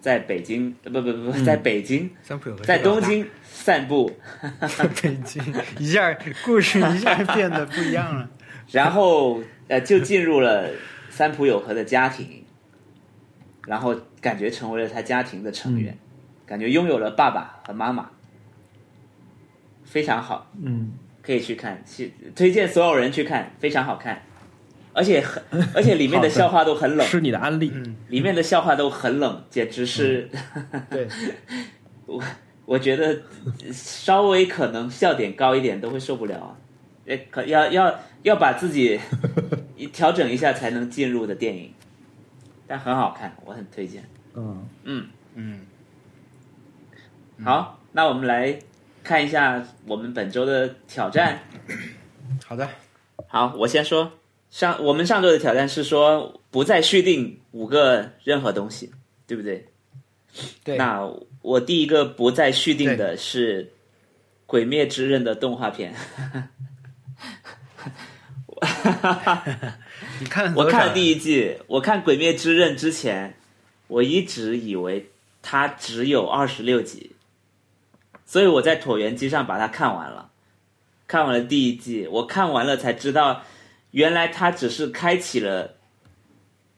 Speaker 4: 在北京呃不不不不在北京、
Speaker 2: 三浦友和
Speaker 4: 在
Speaker 2: 是吧
Speaker 4: 东，京散步。
Speaker 2: 北京一下故事一下变得不一 样了。
Speaker 4: 然后呃，就进入了三浦友和的家庭，然后感觉成为了他家庭的成员，
Speaker 1: 嗯
Speaker 4: 感觉拥有了爸爸和妈妈，非常好，
Speaker 1: 嗯，
Speaker 4: 可以去看，去推荐所有人去看，非常好看，而且 很，而且里面
Speaker 1: 好
Speaker 4: 的
Speaker 1: 的
Speaker 4: 笑话都很冷，
Speaker 1: 是你的安利，
Speaker 2: 嗯，
Speaker 4: 里面的笑话都很冷，简直
Speaker 1: 嗯
Speaker 4: 是，
Speaker 2: 对，
Speaker 4: 我觉得稍微可能笑点高一点都会受不了 啊，呃，可要要要把自己调整一下才能进入的电影，但很好看，我很推荐。
Speaker 1: 嗯，
Speaker 4: 嗯，
Speaker 2: 嗯，
Speaker 4: 好，那我们来看一下我们本周的挑战。
Speaker 2: 好的，
Speaker 4: 好，我先说上我们上周的挑战是说不再续订五个任何东西，对不对？
Speaker 2: 对，
Speaker 4: 那我第一个不再续订的是《鬼灭之刃》的动画片，
Speaker 2: 你 看
Speaker 4: 我看了
Speaker 2: 一，
Speaker 4: 第一季，我看《鬼灭之刃》之前，我一直以为它只有二十六集，所以我在椭圆机上把它看完了。看完了第一季，我看完了才知道，原来它只是开启了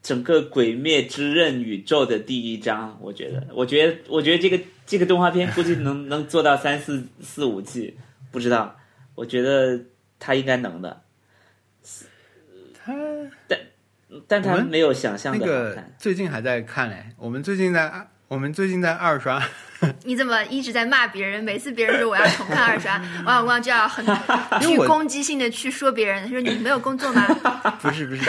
Speaker 4: 整个《鬼灭之刃》宇宙的第一章。我觉得，我觉得，我觉得这个这个动画片估计 能能做到三四四五季，不知道。我觉得它应该能的，
Speaker 2: 他
Speaker 4: 但
Speaker 2: 我
Speaker 4: 它
Speaker 2: 们
Speaker 4: 没有想象
Speaker 2: 那
Speaker 4: 的好
Speaker 2: 个
Speaker 4: 看。
Speaker 2: 最近还在看嘞，我们最近在我们最近在二刷，
Speaker 3: 你怎么一直在骂别人？每次别人说我要重看二刷，王小光就要很
Speaker 2: 因为
Speaker 3: 具
Speaker 2: 我
Speaker 3: 攻击性的去说别人，他说你没有工作吗？
Speaker 2: 不是不是，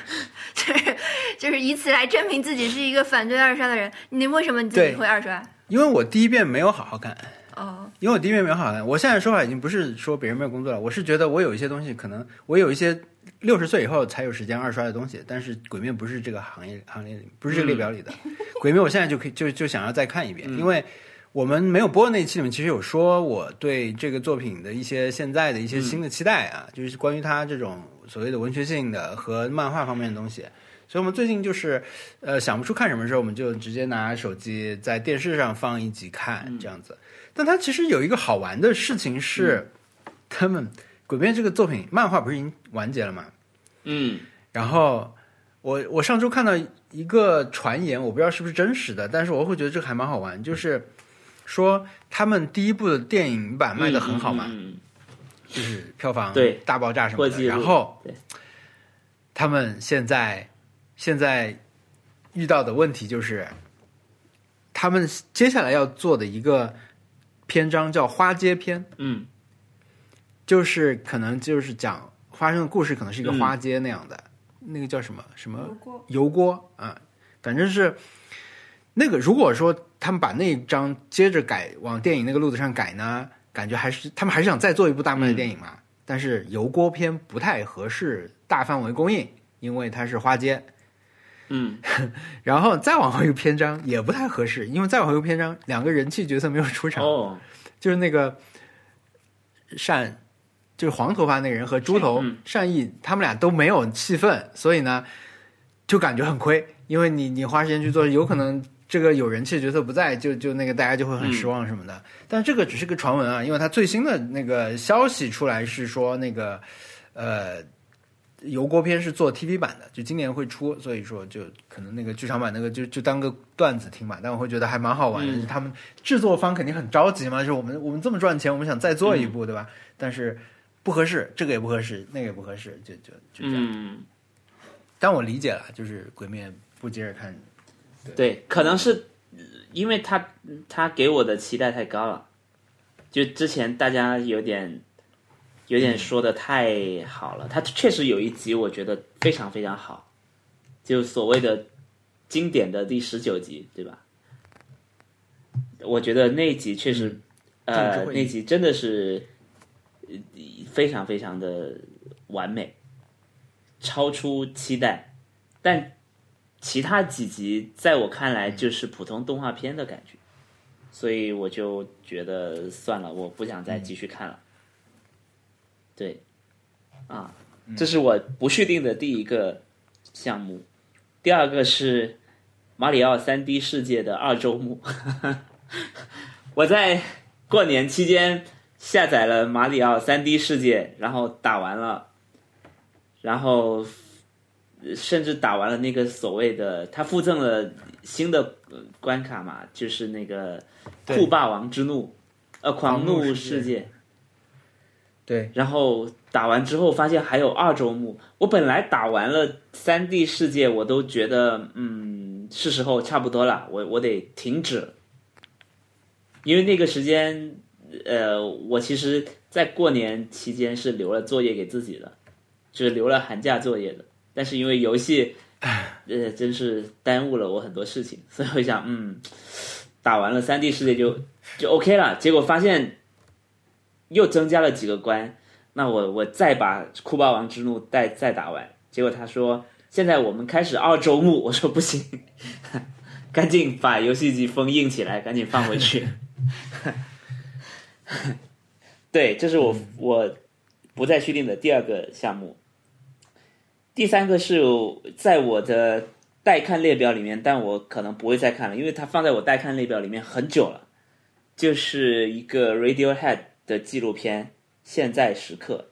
Speaker 3: 就是就是以此来证明自己是一个反对二刷的人。你为什么你自己
Speaker 2: 对
Speaker 3: 会二刷？
Speaker 2: 因为我第一遍没有好好看，
Speaker 3: 哦，
Speaker 2: 因为我第一遍没有好好看。我现在说法已经不是说别人没有工作了，我是觉得我有一些东西可能我有一些六十岁以后才有时间二刷的东西，但是《鬼灭》不是这个行业行列里，不是这个列表里的， 鬼灭》我现在就可以就就想要再看一遍，因为。我们没有播的那一期里面，其实有说我对这个作品的一些现在的一些新的期待啊，就是关于它这种所谓的文学性的和漫画方面的东西。所以我们最近就是，呃，想不出看什么时候，我们就直接拿手机在电视上放一集看这样子。但它其实有一个好玩的事情是，他们《鬼灭》这个作品漫画不是已经完结了吗？
Speaker 4: 嗯
Speaker 2: 然后我我上周看到一个传言，我不知道是不是真实的，但是我会觉得这个还蛮好
Speaker 4: 嗯
Speaker 2: 玩，就是说他们第一部的电影版卖的很好嘛，
Speaker 4: 嗯
Speaker 2: 就是票房
Speaker 4: 对
Speaker 2: 大爆炸什么
Speaker 4: 破
Speaker 2: 的，
Speaker 4: 纪录
Speaker 2: 然后
Speaker 4: 对
Speaker 2: 他们现在现在遇到的问题就是，他们接下来要做的一个篇章叫花街篇，
Speaker 4: 嗯
Speaker 2: 就是可能就是讲发生的故事可能
Speaker 4: 嗯
Speaker 2: 是一个花街那样的，那个叫什么什么
Speaker 3: 油锅
Speaker 2: 油锅啊，反正是那个。如果说他们把那一章接着改往电影那个路子上改呢，感觉还是他们还是想再做一部大卖的电影嘛。但是油锅片不太合适大范围公映，因为它是花街。
Speaker 4: 嗯
Speaker 2: 然后再往后一个篇章也不太合适，因为再往后一个篇章两个人气角色没有出场。
Speaker 4: 哦，
Speaker 2: 就是那个善，就是黄头发那个人和猪头
Speaker 4: 嗯
Speaker 2: 善意，他们俩都没有戏份，所以呢，就感觉很亏，因为你你花时间去做，有可能这个有人气的角色不在，就就那个大家就会很
Speaker 4: 嗯
Speaker 2: 失望什么的。但这个只是个传闻啊，因为他最新的那个消息出来是说那个呃。油锅片是做 TV 版的，就今年会出，所以说就可能那个剧场版那个就就当个段子听吧，但我会觉得还蛮好玩的。
Speaker 4: 嗯
Speaker 2: 就是他们制作方肯定很着急嘛，就是我们我们这么赚钱，我们想再做
Speaker 4: 嗯
Speaker 2: 一部，对吧？但是不合适，这个也不合适，那个也不合适，就就就这样。
Speaker 4: 嗯，
Speaker 2: 但我理解了，就是《鬼灭》不接着看，
Speaker 4: 对，可能是因为他他给我的期待太高了，就之前大家有点有点说的太好了，他确实有一集我觉得非常非常好，就所谓的经典的第十九集，对吧？我觉得那一集确实，
Speaker 2: 嗯政治
Speaker 4: 呃，
Speaker 2: 会议
Speaker 4: 那集真的是呃非常非常的完美，超出期待，但其他几集在我看来就是普通动画片的感觉，所以我就觉得算了，我不想再继续看了。对，啊，
Speaker 2: 嗯
Speaker 4: 这是我不续订的第一个项目，第二个是《马里奥三 D 世界》的二周目。 我在过年期间下载了《马里奥三 D 世界》，然后打完了，然后呃甚至打完了那个所谓的它附赠了新的呃关卡嘛，就是那个
Speaker 2: 对
Speaker 4: 酷霸王之怒，呃，狂
Speaker 2: 狂怒
Speaker 4: 怒
Speaker 2: 世界
Speaker 4: 世界。
Speaker 2: 对，
Speaker 4: 然后打完之后发现还有二周目。我本来打完了三 D 世界，我都觉得嗯是时候差不多了，我我得停止了，因为那个时间，呃，我其实在过年期间是留了作业给自己的，就是留了寒假作业的。但是因为游戏，呃，真是耽误了我很多事情，所以我想，嗯，打完了三 D 世界就就 OK 了。结果发现又增加了几个关，那我我再把酷霸王之怒再再打完。结果他说现在我们开始二周目，我说不行， 赶紧把游戏机封印起来，赶紧放回去。对，这是我我不再续订的第二个项目。第三个是在我的待看列表里面，但我可能不会再看了，因为它放在我待看列表里面很久了。就是一个 Radiohead 的纪录片《现在时刻》，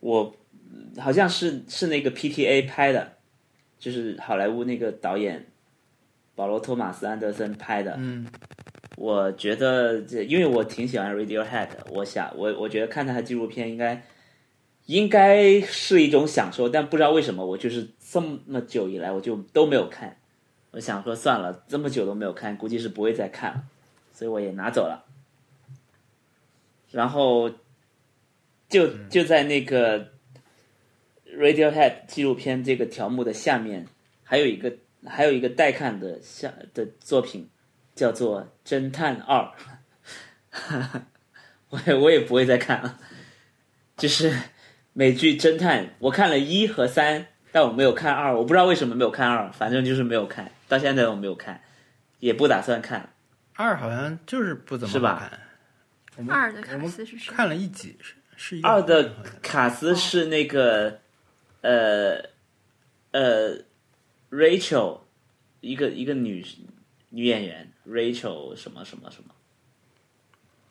Speaker 4: 我嗯好像是是那个 PTA 拍的，就是好莱坞那个导演保罗·托马斯·安德森拍的。
Speaker 2: 嗯，
Speaker 4: 我觉得这，因为我挺喜欢 Radiohead，的我想我我觉得看他的纪录片应该应该是一种享受，但不知道为什么我就是这么久以来我就都没有看。我想说算了，这么久都没有看，估计是不会再看了，所以我也拿走了。然后就就在那个 Radiohead 纪录片这个条目的下面，还有一个还有一个待看的下的作品叫做《侦探二》， 我也我也不会再看了。就是美剧《侦探》，我看了一和三，但我没有看二，我不知道为什么没有看二，反正就是没有看，到现在我没有看，也不打算看。
Speaker 2: 二好像就是不怎么
Speaker 4: 是吧
Speaker 2: 好看我们
Speaker 3: 二的
Speaker 2: 我
Speaker 3: 卡
Speaker 2: 们
Speaker 3: 斯是谁？
Speaker 2: 看了一集，是是一个
Speaker 4: 二
Speaker 2: 好
Speaker 4: 的
Speaker 2: 像
Speaker 4: 卡斯是那个，呃，呃，Rachel，一个一个女女演员，Rachel 什么什么什么，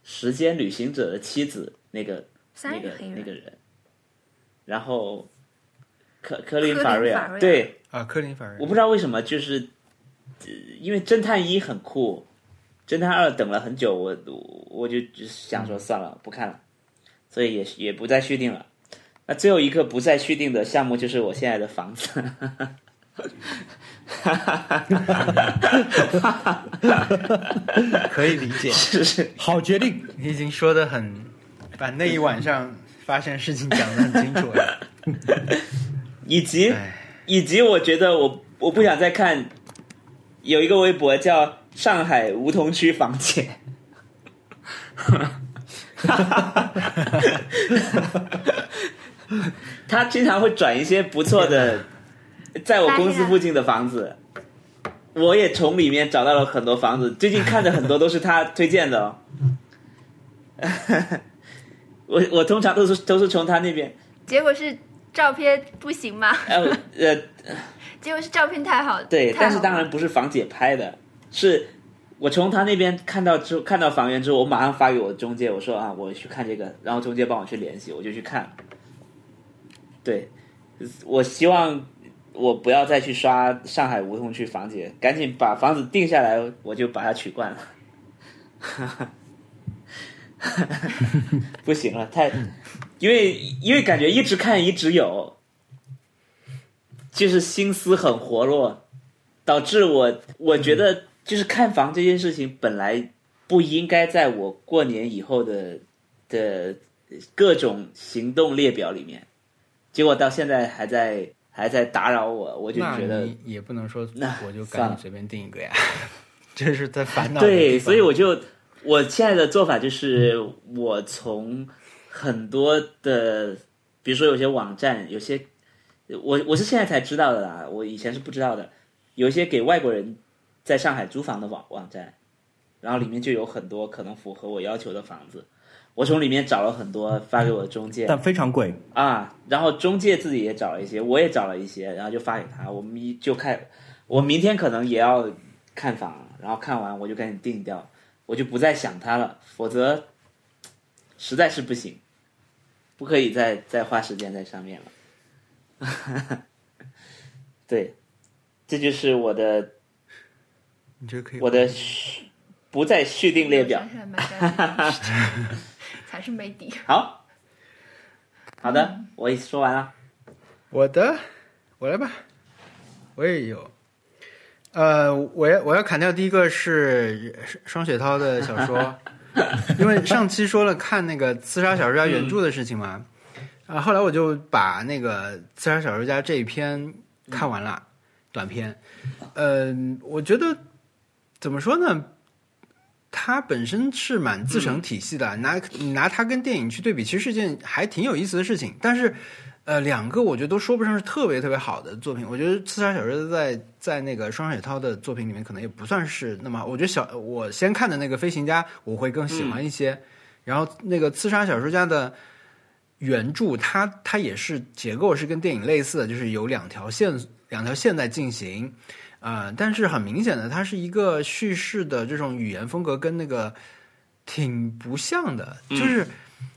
Speaker 4: 时间旅行者的妻子，那个
Speaker 3: 三
Speaker 4: 那
Speaker 3: 日
Speaker 4: 个
Speaker 3: 黑
Speaker 4: 那
Speaker 3: 人
Speaker 4: 个人，然后科科林
Speaker 3: 科
Speaker 4: 法
Speaker 3: 林
Speaker 4: 瑞
Speaker 3: 法
Speaker 4: 尔，
Speaker 3: 瑞
Speaker 4: 对，
Speaker 2: 啊，科林法瑞，
Speaker 4: 我不知道为什么，就是、呃因为侦探一很酷，侦探二等了很久，我我我就只想说算了，不看了，所以也也不再续订了。那最后一个不再续订的项目就是我现在的房子，
Speaker 2: 可以理解，
Speaker 4: 就是
Speaker 1: 好决定，
Speaker 2: 你已经说的很，把那一晚上发生的事情讲的很清楚 了。
Speaker 4: 以及
Speaker 2: 哎，
Speaker 4: 以及我觉得我我不想再看，有一个微博叫上海梧桐区房姐。他经常会转一些不错的，在我公司附近的房子，我也从里面找到了很多房子。最近看的很多都是他推荐的、哦， 我我通常都是都是从他那边，
Speaker 3: 结果是照片不行吗？
Speaker 4: 呃呃，
Speaker 3: 结果是照片太好，
Speaker 4: 对，
Speaker 3: 太好
Speaker 4: 但是
Speaker 3: 了
Speaker 4: 当然不是房姐拍的，是我从他那边看到之后，看到房源之后，我马上发给我中介，我说啊，我去看这个，然后中介帮我去联系，我就去看了。对，我希望我不要再去刷上海梧桐区房姐，赶紧把房子定下来，我就把它取冠了。 不行了，太，因为因为感觉一直看一直有，就是心思很活络，导致我我觉
Speaker 2: 嗯
Speaker 4: 得就是看房这件事情本来不应该在我过年以后的的各种行动列表里面，结果到现在还在还在打扰我，我就
Speaker 2: 那
Speaker 4: 觉得
Speaker 2: 你也不能说
Speaker 4: 那
Speaker 2: 我就
Speaker 4: 算
Speaker 2: 赶
Speaker 4: 了
Speaker 2: 紧随便定一个呀， 这是在烦恼的地方。
Speaker 4: 对，所以我就我现在的做法就是，我从很多的，比如说有些网站，有些我我是现在才知道的啦，我以前是不知道的，有一些给外国人在上海租房的网网站，然后里面就有很多可能符合我要求的房子。我从里面找了很多，发给我的中介，
Speaker 1: 但非常贵。
Speaker 4: 啊，然后中介自己也找了一些，我也找了一些，然后就发给他。我们一就看，我明天可能也要看房，然后看完我就赶紧定掉，我就不再想他了，否则实在是不行，不可以再再花时间在上面了。 对，这就是我的
Speaker 2: 你这可以
Speaker 4: 我的续不再续订列表
Speaker 3: 想。起来买家具 才是没底。
Speaker 4: 好，好
Speaker 2: 嗯
Speaker 4: 的，我也说完了。
Speaker 2: 我的，我来吧，我也有。呃，我要我要砍掉第一个是是双雪涛的小说， 因为上期说了看那个《刺杀小说家》原著的事情嘛，啊、后来我就把那个《刺杀小说家》这一篇看完了，短篇。嗯、我觉得怎么说呢？它本身是蛮自成体系的，拿你拿它跟电影去对比，其实是件还挺有意思的事情。但是，呃，两个我觉得都说不上是特别特别好的作品。我觉得《刺杀小说家》在在那个双雪涛的作品里面，可能也不算是那么好。我觉得小我先看的那个《飞行家》，我会更喜欢一些。然后那个《刺杀小说家》的原著，它它也是结构是跟电影类似的，就是有两条线两条线在进行。呃，但是很明显的，它是一个叙事的这种语言风格跟那个挺不像的，就是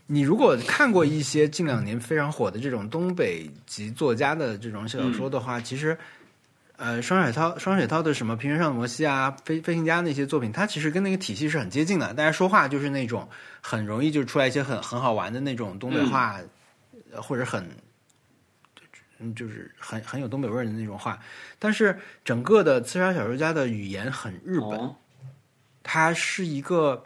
Speaker 2: 你如果看过一些近两年非常火的这种东北籍作家的这种小说的话，其实。呃，双雪涛、双雪涛的什么《平原上的摩西》啊，《飞飞行家》那些作品，它其实跟那个体系是很接近的。大家说话就是那种很容易就出来一些很很好玩的那种东北话，呃或者很嗯就是很很有东北味儿的那种话。但是整个的《刺杀小说家》的语言很日本，
Speaker 4: 哦，
Speaker 2: 它是一个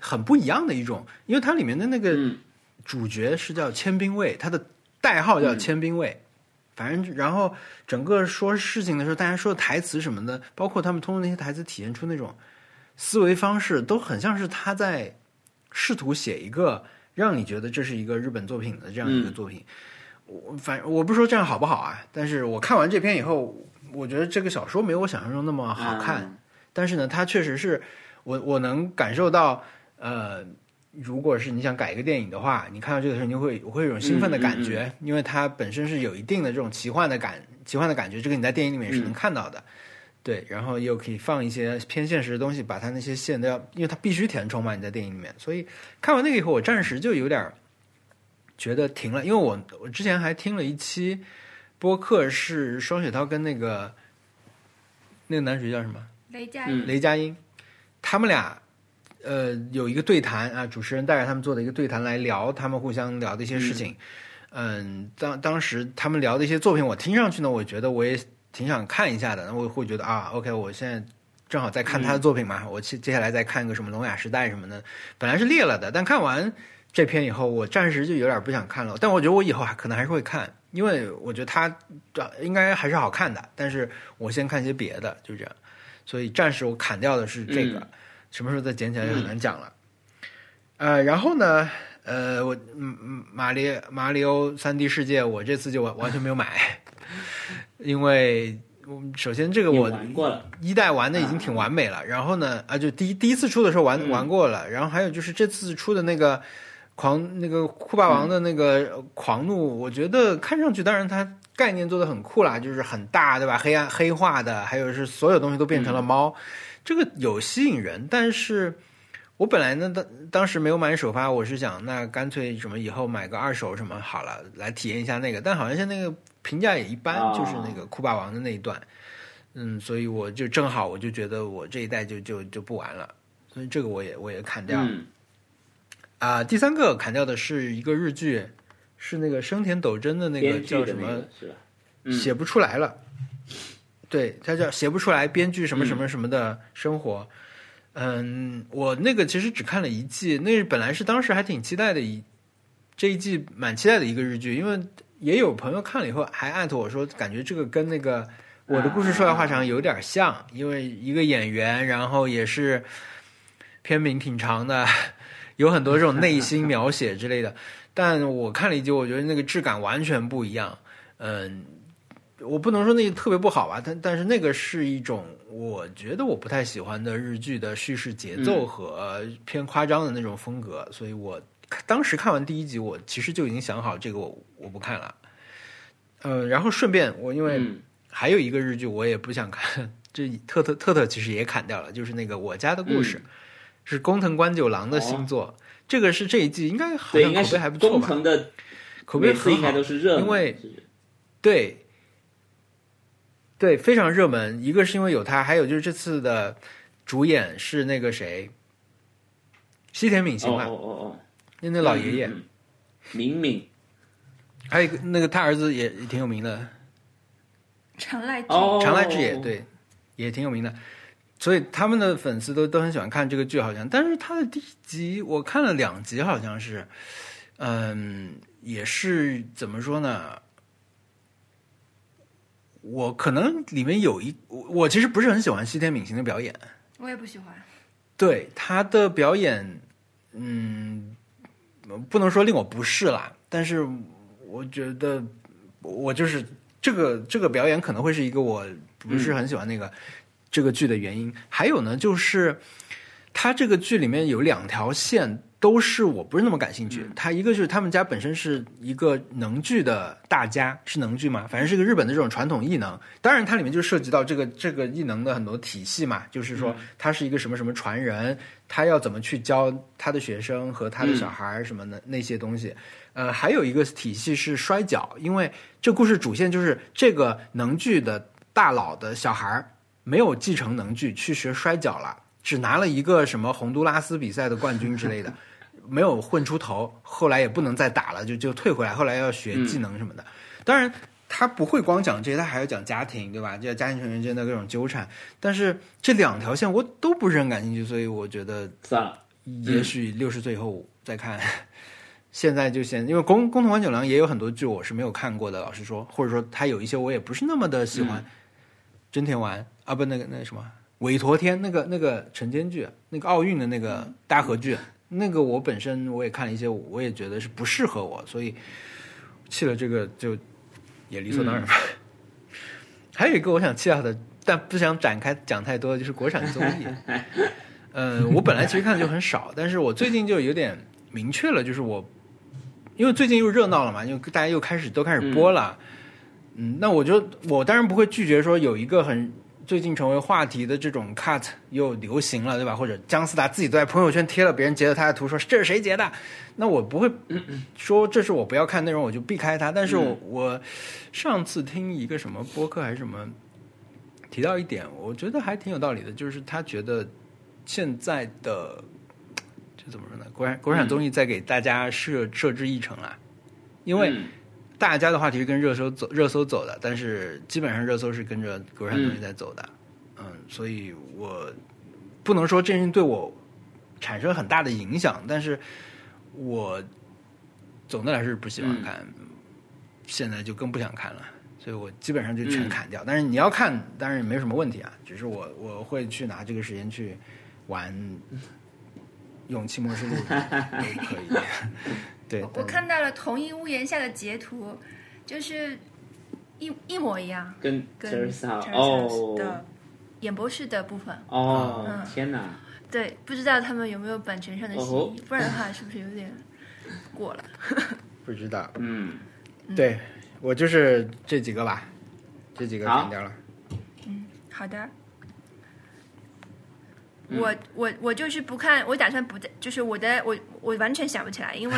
Speaker 2: 很不一样的一种，因为它里面的那个
Speaker 4: 嗯
Speaker 2: 主角是叫千兵卫，他的代号叫千兵卫。反正，然后整个说事情的时候，大家说的台词什么的，包括他们通过那些台词体现出那种思维方式都很像是他在试图写一个让你觉得这是一个日本作品的这样一个作品。我反正我不是说这样好不好啊，但是我看完这篇以后，我觉得这个小说没有我想象中那么好看。
Speaker 4: 嗯
Speaker 2: 但是呢，它确实是我我能感受到，呃，如果是你想改一个电影的话，你看到这个时候，你会会有一种兴奋的感觉，因为它本身是有一定的这种奇幻的感，奇幻的感觉，这个你在电影里面也是能看到的。对，然后又可以放一些偏现实的东西，把它那些线都要，因为它必须填充嘛，你在电影里面，所以看完那个以后，我暂时就有点儿觉得停了，因为我我之前还听了一期播客，是双雪涛跟那个那个男主角叫什么？
Speaker 3: 雷佳
Speaker 4: 嗯
Speaker 3: 音，
Speaker 2: 雷佳音，他们俩呃有一个对谈啊，主持人带着他们做的一个对谈来聊他们互相聊的一些事情。嗯，当当时他们聊的一些作品，我听上去呢，我觉得我也挺想看一下的。我会觉得啊，OK，我现在正好在看他的作品嘛，我接接下来再看个什么《聋哑时代》什么的，本来是列了的，但看完这篇以后，我暂时就有点不想看了。但我觉得我以后还可能还是会看，因为我觉得它呃应该还是好看的。但是我先看些别的，就这样。所以暂时我砍掉的是这个，
Speaker 4: 嗯
Speaker 2: 什么时候再捡起来就很难讲了。呃，然后呢，呃，我嗯嗯，马里马里欧三 D 世界，我这次就完完全没有买，因为我首先这个
Speaker 4: 你
Speaker 2: 我
Speaker 4: 玩过了，
Speaker 2: 一代玩的已经挺完美了，然后呢，啊，就第一第一次出的时候玩、
Speaker 4: 嗯
Speaker 2: 玩过了，然后还有就是这次出的那个狂那个酷霸
Speaker 4: 嗯
Speaker 2: 王的那个呃狂怒，我觉得看上去当然它概念做的很酷啦，就是很大对吧？黑暗黑化的，还有是所有东西都变
Speaker 4: 嗯
Speaker 2: 成了猫，这个有吸引人，但是。我本来呢，当当时没有买首发，我是想那干脆什么以后买个二手什么好了，来体验一下那个。但好像现在那个评价也一般，
Speaker 4: 啊
Speaker 2: 就是那个酷霸王的那一段，嗯，所以我就正好我就觉得我这一代就就就不玩了，所以这个我也我也砍掉啊、
Speaker 4: 嗯
Speaker 2: 第三个砍掉的是一个日剧，是那个生田斗真的那个
Speaker 4: 编剧
Speaker 2: 叫
Speaker 4: 的
Speaker 2: 什
Speaker 4: 那
Speaker 2: 么
Speaker 4: 个是吧？
Speaker 2: 写不出来了。对，他叫写不出来，编剧什么什么什么的生活。嗯，我那个其实只看了一季，那本来是当时还挺期待的一这一季蛮期待的一个日剧，因为也有朋友看了以后还艾特我说，感觉这个跟那个《我的故事说来话长》有点像，因为一个演员，然后也是片名挺长的，有很多这种内心描写之类的。但我看了一集，我觉得那个质感完全不一样。嗯，我不能说那个特别不好吧，但但是那个是一种我觉得我不太喜欢的日剧的叙事节奏
Speaker 4: 嗯
Speaker 2: 和偏夸张的那种风格，所以我当时看完第一集，我其实就已经想好这个我我不看了。嗯，然后顺便我因为
Speaker 4: 嗯
Speaker 2: 还有一个日剧我也不想看， 这特特特特其实也砍掉了，就是那个《我家的
Speaker 4: 嗯
Speaker 2: 故事》，是工藤官九郎的新作。这个是这一季应该好
Speaker 4: 哦对，
Speaker 2: 像
Speaker 4: 应该
Speaker 2: 口
Speaker 4: 是
Speaker 2: 碑还不错
Speaker 4: 工
Speaker 2: 吧？
Speaker 4: 藤的
Speaker 2: 口
Speaker 4: 每
Speaker 2: 碑
Speaker 4: 次
Speaker 2: 很
Speaker 4: 应
Speaker 2: 好
Speaker 4: 该，都是热门，
Speaker 2: 因为
Speaker 4: 是
Speaker 2: 对对，非常热门。一个是因为有他，还有就是这次的主演是那个谁，西田敏行
Speaker 4: 哦
Speaker 2: 吧，
Speaker 4: 哦哦哦，
Speaker 2: 那那老爷爷，
Speaker 4: 嗯，嗯敏敏
Speaker 2: 还有一个那个他儿子也也挺有名的，
Speaker 3: 常赖君，
Speaker 4: 哦，
Speaker 2: 长濑智也，对，也挺有名的。所以他们的粉丝都都很喜欢看这个剧，好像。但是他的第一集我看了两集，好像是，嗯，也是怎么说呢？我可能里面有一，我我其实不是很喜欢西天敏行的表演，
Speaker 3: 我也不喜欢。
Speaker 2: 对他的表演，嗯，不能说令我不适啦，但是我觉得我就是这个这个表演可能会是一个我不是很喜欢那个、这个剧的原因。还有呢，就是他这个剧里面有两条线。都是我不是那么感兴趣。他一个就是他们家本身是一个能剧的大家，是能剧嘛，反正是个日本的这种传统艺能。当然，它里面就涉及到这个这个艺能的很多体系嘛，就是说他是一个什么什么传人，他要怎么去教他的学生和他的小孩儿什么的、那些东西。呃，还有一个体系是摔跤，因为这故事主线就是这个能剧的大佬的小孩儿没有继承能剧，去学摔跤了，只拿了一个什么洪都拉斯比赛的冠军之类的， 没有混出头，后来也不能再打了，就就退回来，后来要学技能什么的。当然，他不会光讲这些，他还要讲家庭，对吧？这家庭成员之间的各种纠缠。但是这两条线我都不是很感兴趣，所以我觉得
Speaker 4: 算了，
Speaker 2: 也许六十岁以后再看。现在就先，因为宫宫藤官九郎也有很多剧我是没有看过的，老实说，或者说他有一些我也不是那么的喜欢。真田丸啊，不，那个那个什么韦陀天那个那个晨间剧，那个奥运的那个大合剧，那个我本身我也看了一些，我也觉得是不适合我，所以弃了这个就也理所当然吧。 还有一个我想弃掉的，但不想展开讲太多，就是国产综艺。呃，我本来其实看的就很少，但是我最近就有点明确了，就是我因为最近又热闹了嘛，因为大家又开始都开始播了。嗯那我就我当然不会拒绝说有一个很最近成为话题的这种 cut 又流行了，对吧？或者姜思达自己都在朋友圈贴了别人截了他的图说，这是谁截的？那我不会说这是我不要看内容，我就避开它。但是我、我上次听一个什么播客还是什么提到一点，我觉得还挺有道理的，就是他觉得现在的这怎么说呢？国产国产综艺在给大家设设置议程啊，因为
Speaker 4: 嗯
Speaker 2: 大家的话题是跟热搜走热搜走的，但是基本上热搜是跟着国产综艺在走的，嗯所以我不能说这件事情对我产生很大的影响，但是我总的来说是不喜
Speaker 3: 嗯
Speaker 2: 欢看，现在就更不想看了，所以我基本
Speaker 3: 嗯
Speaker 2: 上就全砍掉。但是你要看，当然也没什么问题啊，只是我我会去拿这个时间去玩《勇气末世录》都可以。 对，
Speaker 3: 我我
Speaker 2: 但
Speaker 3: 看到了同一屋檐下的截图，就是一一模一样，
Speaker 4: 跟 t
Speaker 3: 跟
Speaker 4: e r s a
Speaker 3: Terrace House
Speaker 4: 哦
Speaker 3: 的演播室的部分。
Speaker 2: 啊
Speaker 4: 哦
Speaker 3: 嗯，
Speaker 4: 天哪！
Speaker 3: 对，不知道他们有没有版权上的协
Speaker 4: 哦
Speaker 3: 议，不然的话是不是有点过了？
Speaker 2: 不知道。
Speaker 4: 嗯，
Speaker 2: 对我就是这几个吧，这几个
Speaker 4: 好
Speaker 2: 砍掉了。
Speaker 3: 好的。
Speaker 2: 嗯
Speaker 3: 我我我就是不看，我打算不再，就是我的我我完全想不起来，因为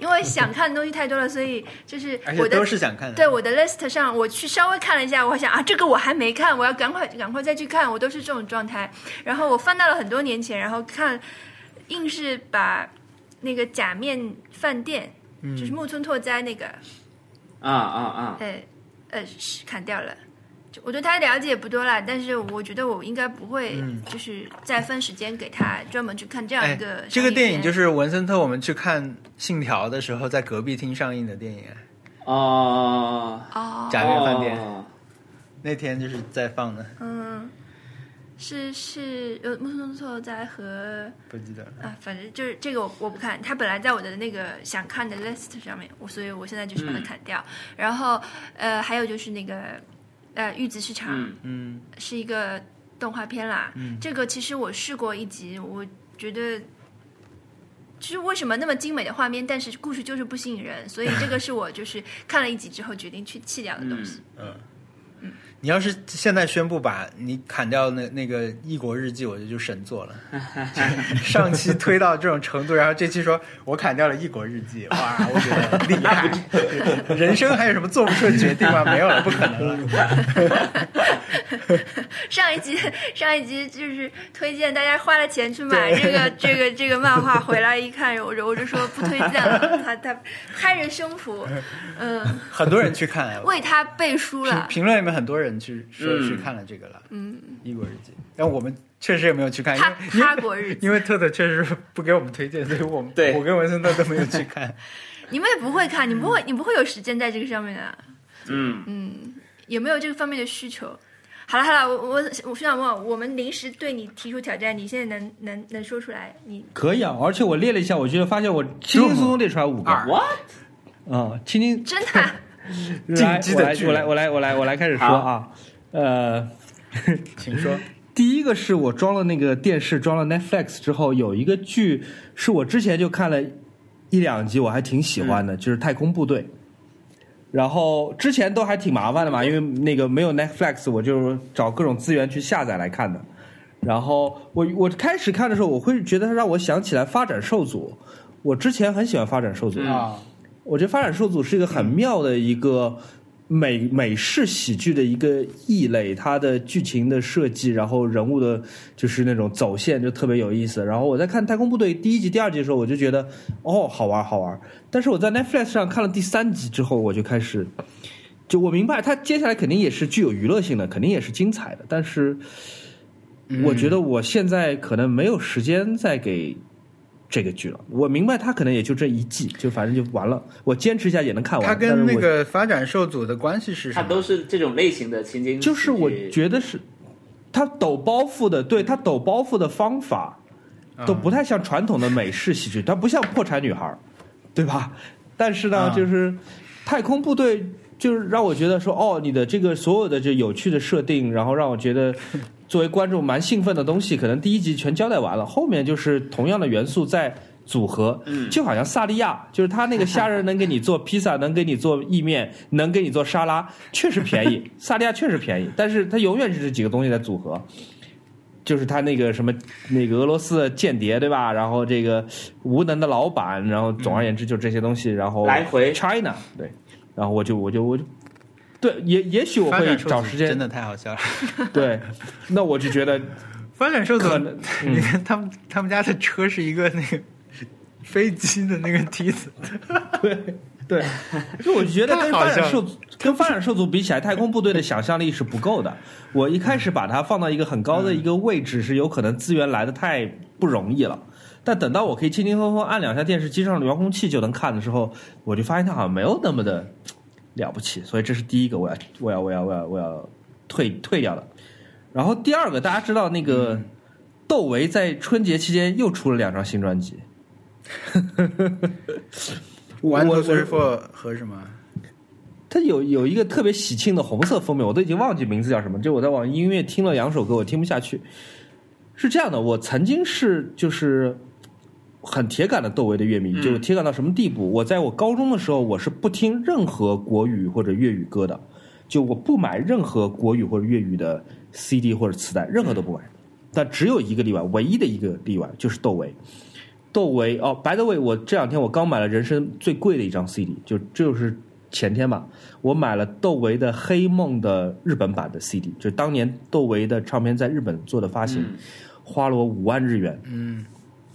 Speaker 3: 因为想看的东西太多了，所以就是
Speaker 2: 而
Speaker 3: 我
Speaker 2: 且
Speaker 3: 的
Speaker 2: 都是想看的。
Speaker 3: 对我的 list 上，我去稍微看了一下，我想啊，这个我还没看，我要赶快赶快再去看，我都是这种状态。然后我翻到了很多年前，然后看，硬是把那个假面饭店，
Speaker 2: 嗯
Speaker 3: 就是木村拓哉那个，
Speaker 4: 啊啊啊！
Speaker 3: 呃呃，是砍掉了。就我对他了解不多啦，但是我觉得我应该不会，就是再分时间给他专门去看这样一
Speaker 2: 嗯哎
Speaker 3: 个、，。
Speaker 2: 这个电影就是是文森特我们去看《信条》的时候，在隔壁厅上映的电影，啊
Speaker 4: 哦，
Speaker 3: 哦，
Speaker 2: 假面饭店》
Speaker 4: 哦
Speaker 2: 那天就是在放的，
Speaker 3: 嗯，是是呃，木村拓哉和
Speaker 2: 不记得了。
Speaker 3: 啊，反正就是这个我我不看，它本来在我的那个想看的 list 上面，我所以我现在就是把它
Speaker 2: 嗯
Speaker 3: 砍掉。然后呃，还有就是那个呃，玉子市场、
Speaker 4: 嗯
Speaker 2: 嗯，
Speaker 3: 是一个动画片啦，这个其实我试过一集，我觉得。就是为什么那么精美的画面，但是故事就是不吸引人，所以这个是我就是看了一集之后决定去弃掉的东西。
Speaker 2: 你要是现在宣布把你砍掉那那个《异国日记》，我就就神作了。 上期推到这种程度，然后这期说我砍掉了《异国日记》，哇，我觉得厉 害！人生还有什么做不出的决定吗？没有了，不可能了。
Speaker 3: 上一集 上一集就是推荐大家花了钱去买这个这个这个漫画，回来一看，我就我就说不推荐了。他他拍着胸脯，嗯，
Speaker 2: 很多人去看、哎，
Speaker 3: 为他背书
Speaker 2: 评
Speaker 3: 了。
Speaker 2: 评论里面很多人去说
Speaker 4: 嗯
Speaker 2: 去看了这个了，
Speaker 3: 嗯，
Speaker 2: 异国日记》，但我们确实也没有去看，因
Speaker 3: 哈
Speaker 2: 为因
Speaker 3: 哈
Speaker 2: 为
Speaker 3: 国日，
Speaker 2: 因为特特确实不给我们推荐，所以我们
Speaker 4: 对
Speaker 2: 我跟文森特都没有去看。
Speaker 3: 你们也不会看，你不会你不会有时间在这个上面啊的、
Speaker 4: 嗯
Speaker 3: 嗯，也没有这个方面的需求。好了好了，我我我是想问，啊我们临时对你提出挑战，你现在能能能说出来？你
Speaker 1: 可以啊，而且我列了一下，我觉得发现我轻轻松松列出来五个，
Speaker 2: 二
Speaker 4: ，what？
Speaker 1: 嗯，轻轻
Speaker 3: 真的啊
Speaker 1: 来
Speaker 2: 进击，
Speaker 1: 我
Speaker 2: 的
Speaker 1: 来
Speaker 2: 巨，
Speaker 1: 我
Speaker 2: 人
Speaker 1: 来，我来，我来，我来开始说
Speaker 4: 好
Speaker 1: 啊，呃， 嗯
Speaker 2: 请说，
Speaker 1: 第一个是我装了那个电视，装了 Netflix 之后，有一个剧是我之前就看了一两集，我还挺喜欢的，就是《太空部队》。然后之前都还挺麻烦的嘛，因为那个没有 Netflix，我就找各种资源去下载来看的。然后我我开始看的时候，我会觉得它让我想起来发展受组。我之前很喜欢发展受组，
Speaker 4: 嗯
Speaker 2: 啊，
Speaker 1: 我觉得发展受组是一个很妙的一个美美式喜剧的一个异类，它的剧情的设计，然后人物的就是那种走线就特别有意思。然后我在看《太空部队》第一集、第二集的时候，我就觉得哦，好玩好玩。但是我在 Netflix 上看了第三集之后，我就开始。就我明白，它接下来肯定也是具有娱乐性的，肯定也是精彩的。但是，我觉得我现在可能没有时间再给这个剧了。我明白他可能也就这一季，就反正就完了。我坚持一下也能看完。
Speaker 2: 他
Speaker 1: 但是
Speaker 2: 跟
Speaker 1: 我
Speaker 2: 那个发展受阻的关系是什
Speaker 4: 它
Speaker 2: 么？
Speaker 4: 都是这种类型的情景喜剧，
Speaker 1: 就是我觉得是，它抖包袱的，对它抖包袱的方法
Speaker 2: 嗯
Speaker 1: 都不太像传统的美式喜剧，它不像破产女孩儿，对吧？但是呢，
Speaker 2: 嗯
Speaker 1: 就是太空部队。就是让我觉得说，哦，你的这个所有的这有趣的设定，然后让我觉得 作为观众蛮兴奋的东西，可能第一集全交代完了，后面就是同样的元素在组合，
Speaker 4: 嗯
Speaker 1: 就好像萨利亚，就是他那个虾仁能给你做披萨，能给你做意面，能给你做沙拉，确实便宜，萨利亚确实便宜，但是它永远是这几个东西在组合。就是他那个什么，那个俄罗斯的间谍对吧？然后这个无能的老板，然后总而言之就这些东西，然后
Speaker 4: 来回
Speaker 1: China 对，然后我就我就我就对，也也许我
Speaker 2: 发
Speaker 1: 会
Speaker 2: 展受
Speaker 1: 找
Speaker 2: 阻
Speaker 1: 时间
Speaker 2: 真的太好笑了。
Speaker 1: 对，那我就觉得
Speaker 2: 发展受阻
Speaker 1: 可能，
Speaker 2: 你看他们他们家的车是一个那个 飞机的那个梯子，
Speaker 1: 对 对，就我觉得跟
Speaker 2: 太好
Speaker 1: 发
Speaker 2: 笑
Speaker 1: 展
Speaker 2: 了
Speaker 1: 受跟发展受阻比起来，太空部队的想象力是不够的。我一开始把它放到一个很高的一个位置，是有可能资源来的太不容易了。但等到我可以轻轻松松按两下电视机上的遥控器就能看的时候，我就发现它好像没有那么的了不起。所以这是第一个我要我要我要我要我要退退掉的。然后第二个，大家知道那个窦唯在春节期间又出了两张新专辑。我
Speaker 2: 完
Speaker 1: 我
Speaker 2: 头 three four 和什么？
Speaker 1: 它有有一个特别喜庆的红色封面，我都已经忘记名字叫什么。就我在网易音乐听了两首歌，我听不下去。是这样的，我曾经是就是很铁杆的窦唯的乐迷，就是铁杆到什么地步？我在我高中的时候，我是不听任何国语或者粤语歌的，就我不买任何国语或者粤语的 CD 或者磁带，任何都不买。但只有一个例外，唯一的一个例外就是窦唯。窦唯哦，by the way，我这两天我刚买了人生最贵的一张 CD，就就是前天吧，我买了窦唯的《黑梦》的日本版的 CD，就当年窦唯的唱片在日本做的发行，
Speaker 4: 嗯
Speaker 1: 花了我五万日元。
Speaker 2: 嗯，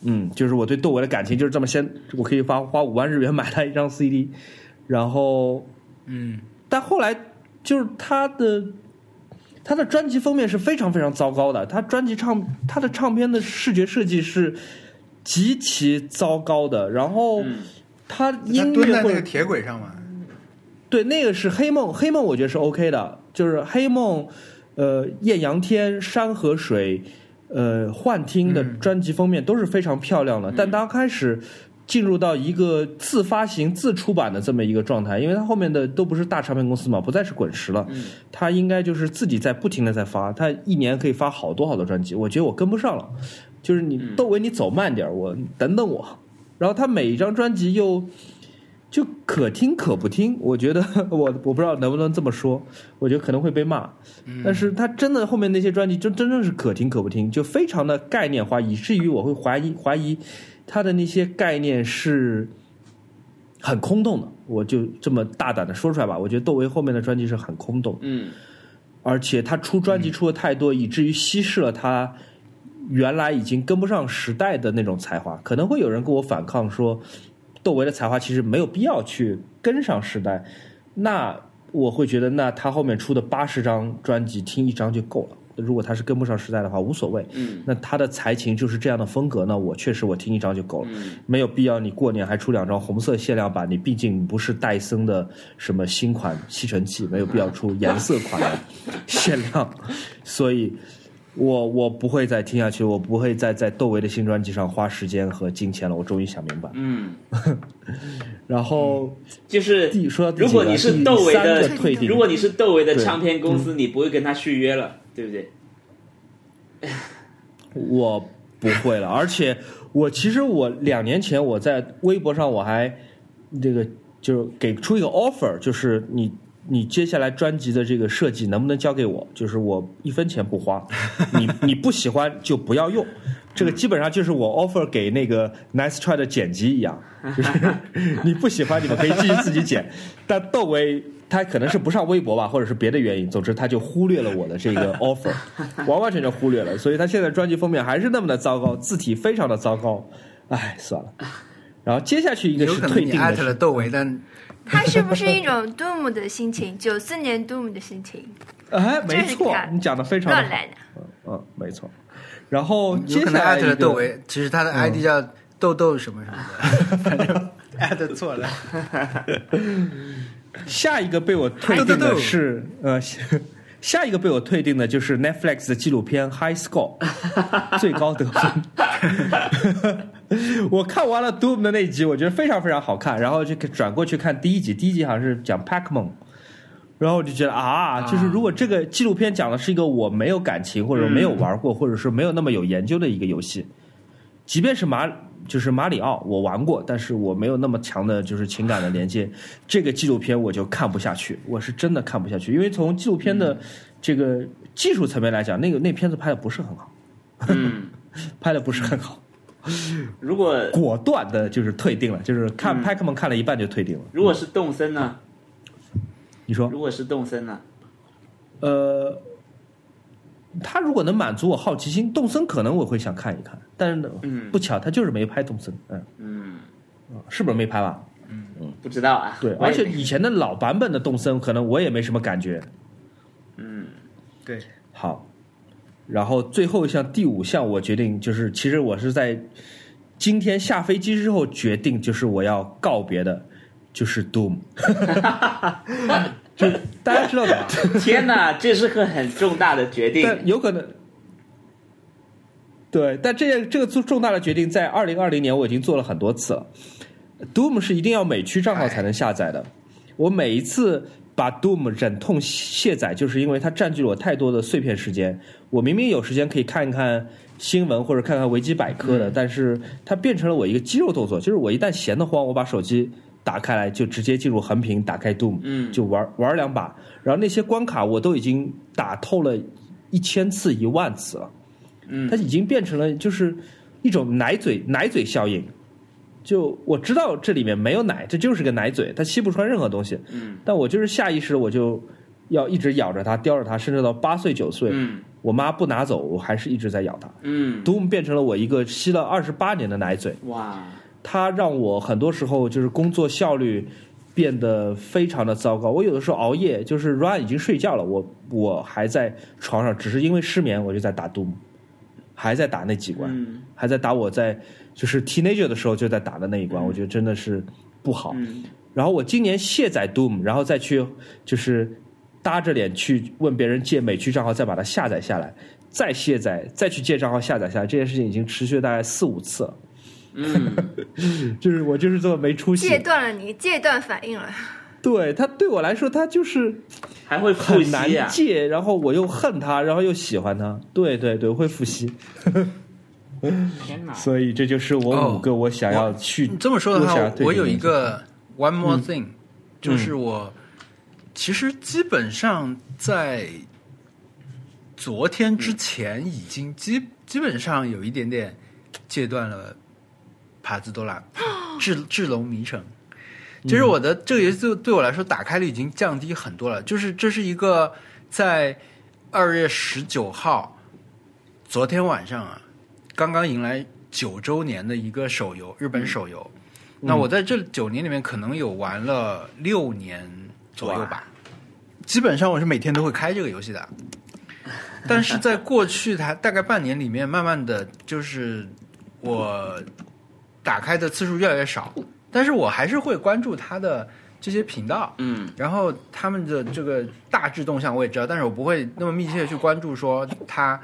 Speaker 1: 嗯，就是我对窦唯的感情就是这么先，我可以花花五万日元买他一张 CD，然后
Speaker 2: 嗯，
Speaker 1: 但后来就是他的他的专辑封面是非常非常糟糕的，他专辑唱他的唱片的视觉设计是极其糟糕的，然后
Speaker 4: 嗯
Speaker 1: 他
Speaker 2: 他
Speaker 1: 音
Speaker 2: 蹲
Speaker 1: 乐
Speaker 2: 在
Speaker 1: 或
Speaker 2: 那
Speaker 1: 者
Speaker 2: 个铁轨上嘛。
Speaker 1: 对，那个是黑梦，黑梦我觉得是 OK 的，就是黑梦，呃，艳阳天、山和水，呃，幻听的
Speaker 2: 嗯
Speaker 1: 专辑封面都是非常漂亮的，但当开始进入到一个自发行、自出版的这么一个状态，因为它后面的都不是大唱片公司嘛，不再是滚石了，
Speaker 4: 嗯
Speaker 1: 他应该就是自己在不停的在发，他一年可以发好多好多专辑，我觉得我跟不上了。就是你
Speaker 4: 嗯
Speaker 1: 窦唯，你走慢点儿，我等等我。然后他每一张专辑又就可听可不听，我觉得 我我不知道能不能这么说，我觉得可能会被骂。
Speaker 2: 嗯
Speaker 1: 但是他真的后面那些专辑就真正是可听可不听，就非常的概念化，以至于我会怀疑怀疑他的那些概念是很空洞的。我就这么大胆的说出来吧，我觉得窦唯后面的专辑是很空洞的。
Speaker 4: 嗯
Speaker 1: 而且他出专辑出的太多，以至于稀释了他原来已经跟不上时代的那种才华。可能会有人跟我反抗说，窦唯的才华其实没有必要去跟上时代。那我会觉得，那他后面出的八十张专辑，听一张就够了。如果他是跟不上时代的话，无所谓。
Speaker 4: 嗯
Speaker 1: 那他的才情就是这样的风格，那我确实我听一张就够了。
Speaker 4: 嗯
Speaker 1: 没有必要，你过年还出两张红色限量版，你毕竟不是戴森的什么新款吸尘器，没有必要出颜色款的 限量，所以我我不会再听下去，我不会再在窦唯的新专辑上花时间和金钱了。我终于想明白，
Speaker 4: 嗯，
Speaker 1: 然后
Speaker 4: 就是
Speaker 1: 第说到第几
Speaker 4: 如果
Speaker 1: 个
Speaker 4: 你是
Speaker 1: 第
Speaker 4: 窦唯
Speaker 1: 三个
Speaker 4: 的
Speaker 1: 退订，
Speaker 4: 如果你是窦唯的
Speaker 1: 对
Speaker 4: 唱片公司，你不会跟他续约了，对不对？
Speaker 1: 我不会了，而且我其实我两年前我在微博上我还这个就是给出一个 offer，就是你你接下来专辑的这个设计能不能交给我？就是我一分钱不花， 你你不喜欢就不要用。这个基本上就是我 offer 给那个 Nice Try 的剪辑一样，就是 你不喜欢你们可以继续自己 剪。但窦唯他可能是不上微博吧，或者是别的原因，总之他就忽略了我的这 个 offer，完完全全忽略了，所以他现在专辑封面还是那么的糟糕，字体非常的糟糕，唉，算了。然后接下去一个
Speaker 2: 有
Speaker 1: 是
Speaker 2: 可能
Speaker 1: 退
Speaker 2: 你
Speaker 1: 订
Speaker 2: 艾
Speaker 1: 的
Speaker 2: 特
Speaker 1: 事
Speaker 2: 了窦唯，但
Speaker 3: 他是不是一种 doom 的心情？九四年 doom 的心情，
Speaker 1: 哎，
Speaker 3: 这
Speaker 1: 没
Speaker 3: 是
Speaker 1: 错
Speaker 3: 他，
Speaker 1: 你讲的非常
Speaker 3: 乱
Speaker 1: 的好，
Speaker 3: 来的。
Speaker 1: 嗯，没错。然后
Speaker 2: 有
Speaker 1: 接
Speaker 2: 可
Speaker 1: 下
Speaker 2: 能艾
Speaker 1: 来一
Speaker 2: 特了窦
Speaker 1: 个，嗯
Speaker 2: 唯，其实他的 ID 叫豆豆什么什么 的，反正艾特错了。
Speaker 1: 下一个被我退
Speaker 2: 哎
Speaker 1: 订
Speaker 2: 对对
Speaker 1: 的
Speaker 2: 对
Speaker 1: 是呃， 下一个被我退订的就是 Netflix 的纪录片《High Score》，最高得分。 我看完了 Doom 的那一集，我觉得非常非常好看，然后就转过去看第一集，第一集好像是讲 Pacman，然后我就觉得啊，就是如果这个纪录片讲的是一个我没有感情或者没有玩
Speaker 2: 嗯
Speaker 1: 过，或者是没有那么有研究的一个游戏，即便是马就是马里奥，我玩过，但是我没有那么强的就是情感的连接，这个纪录片我就看不下去，我是真的看不下去，因为从纪录片
Speaker 4: 嗯
Speaker 1: 的这个技术层面来讲，那个那片子拍的不是很好，
Speaker 4: 嗯，
Speaker 1: 拍的不是很好，
Speaker 4: 如果
Speaker 1: 果断的就是退订了，就是
Speaker 4: 嗯
Speaker 1: 看 p a c m a n 看了一半就退订了。
Speaker 4: 如果是动森呢？
Speaker 1: 你说，
Speaker 4: 如果是动森呢？
Speaker 1: 呃，他如果能满足我好奇心，动森可能我会想看一看，但是呢
Speaker 4: 嗯
Speaker 1: 不巧他就是没拍动森，嗯，
Speaker 4: 嗯，
Speaker 1: 是不是没拍吧？
Speaker 4: 不知道啊。
Speaker 1: 对，
Speaker 4: 我也
Speaker 1: 而且以前的老版本的动森，可能我也没什么感觉。
Speaker 4: 嗯，
Speaker 2: 对，
Speaker 1: 好，然后最后一项第五项，我决定就是，其实我是在今天下飞机之后决定，就是我要告别的，就是 Doom。就大家知道的，
Speaker 4: 天哪，这是个很重大的决定。
Speaker 1: 但有可能。对，但这这个重重大的决定在二零二零年我已经做了很多次了。Doom 是一定要美区账号才能下载的，我每一次把 Doom 忍痛卸载，就是因为它占据了我太多的碎片时间。我明明有时间可以看一看新闻或者看看维基百科的，但是它变成了我一个肌肉动作，就是我一旦闲得慌，我把手机打开来就直接进入横屏，打开 Doom，
Speaker 4: 嗯
Speaker 1: 就玩玩两把。然后那些关卡我都已经打透了一千次、一万次了，
Speaker 4: 嗯
Speaker 1: 它已经变成了就是一种奶嘴奶嘴效应。就我知道这里面没有奶，这就是个奶嘴，它吸不穿任何东西。
Speaker 4: 嗯
Speaker 1: 但我就是下意识我就要一直咬着它、叼着它，甚至到八岁九岁，
Speaker 4: 嗯
Speaker 1: 我妈不拿走，我还是一直在咬它。
Speaker 4: 嗯，
Speaker 1: Doom 变成了我一个吸了二十八年的奶嘴，
Speaker 4: 哇，
Speaker 1: 它让我很多时候就是工作效率变得非常的糟糕。我有的时候熬夜，就是 Ryan 已经睡觉了，我我还在床上，只是因为失眠，我就在打 Doom，还在打那几关，
Speaker 4: 嗯
Speaker 1: 还在打我在就是 teenager 的时候就在打的那一关，
Speaker 4: 嗯
Speaker 1: 我觉得真的是不好。
Speaker 4: 嗯
Speaker 1: 然后我今年卸载 Doom，然后再去就是搭着脸去问别人借美区账号，再把它下载下来，再卸载，再去借账号下载下来，这件事情已经持续了大概四五次了。
Speaker 4: 嗯，
Speaker 1: 就是我就是这么没出息
Speaker 3: 戒，断了你，戒断反应了。
Speaker 1: 对它对我来说，它就是
Speaker 4: 还会复
Speaker 1: 很难
Speaker 4: 习啊？
Speaker 1: 戒，然后我又恨它，然后又喜欢它，对对对，会复习，
Speaker 4: 天哪！
Speaker 1: 所以这就是我五个我想要去。
Speaker 2: 哦你这么说的话
Speaker 1: 想要，嗯对嗯
Speaker 2: 我
Speaker 1: 这
Speaker 2: 有一
Speaker 1: 东西
Speaker 2: 个 one more thing，、就是
Speaker 1: 嗯
Speaker 2: 我其实基本上在昨天之前已经基、基本上有一点点戒断了帕兹多 拉、智智龙迷城。就是
Speaker 1: 嗯
Speaker 2: 我的这个游戏对对我来说打开率已经降低很多了，就是这是一个在二月十九号昨天晚上啊，刚刚迎来九周年的一个手游，日本手游。那我在这九年里面，可能有玩了六年左右吧。基本上我是每天都会开这个游戏的，但是在过去它大概半年里面，慢慢的就是我打开的次数越来越少，但是我还是会关注它的这些频道，
Speaker 4: 嗯
Speaker 2: 然后他们的这个大致动向我也知道，但是我不会那么密切的去关注说他、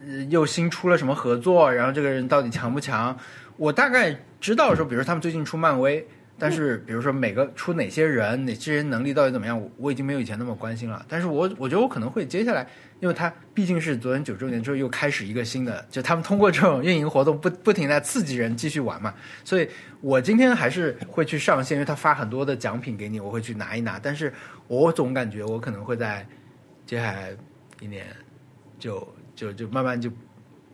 Speaker 2: 呃、又新出了什么合作，然后这个人到底强不强。我大概知道说，比如说他们最近出漫威，但是比如说每个出哪些人，哪些人能力到底怎么样，我我已经没有以前那么关心了。但是我我觉得我可能会接下来，因为他毕竟是昨天九周年之后又开始一个新的，就他们通过这种运营活动不不停地在刺激人继续玩嘛，所以我今天还是会去上线，因为他发很多的奖品给你，我会去拿一拿。但是我总感觉我可能会在接下来一年就就就慢慢就，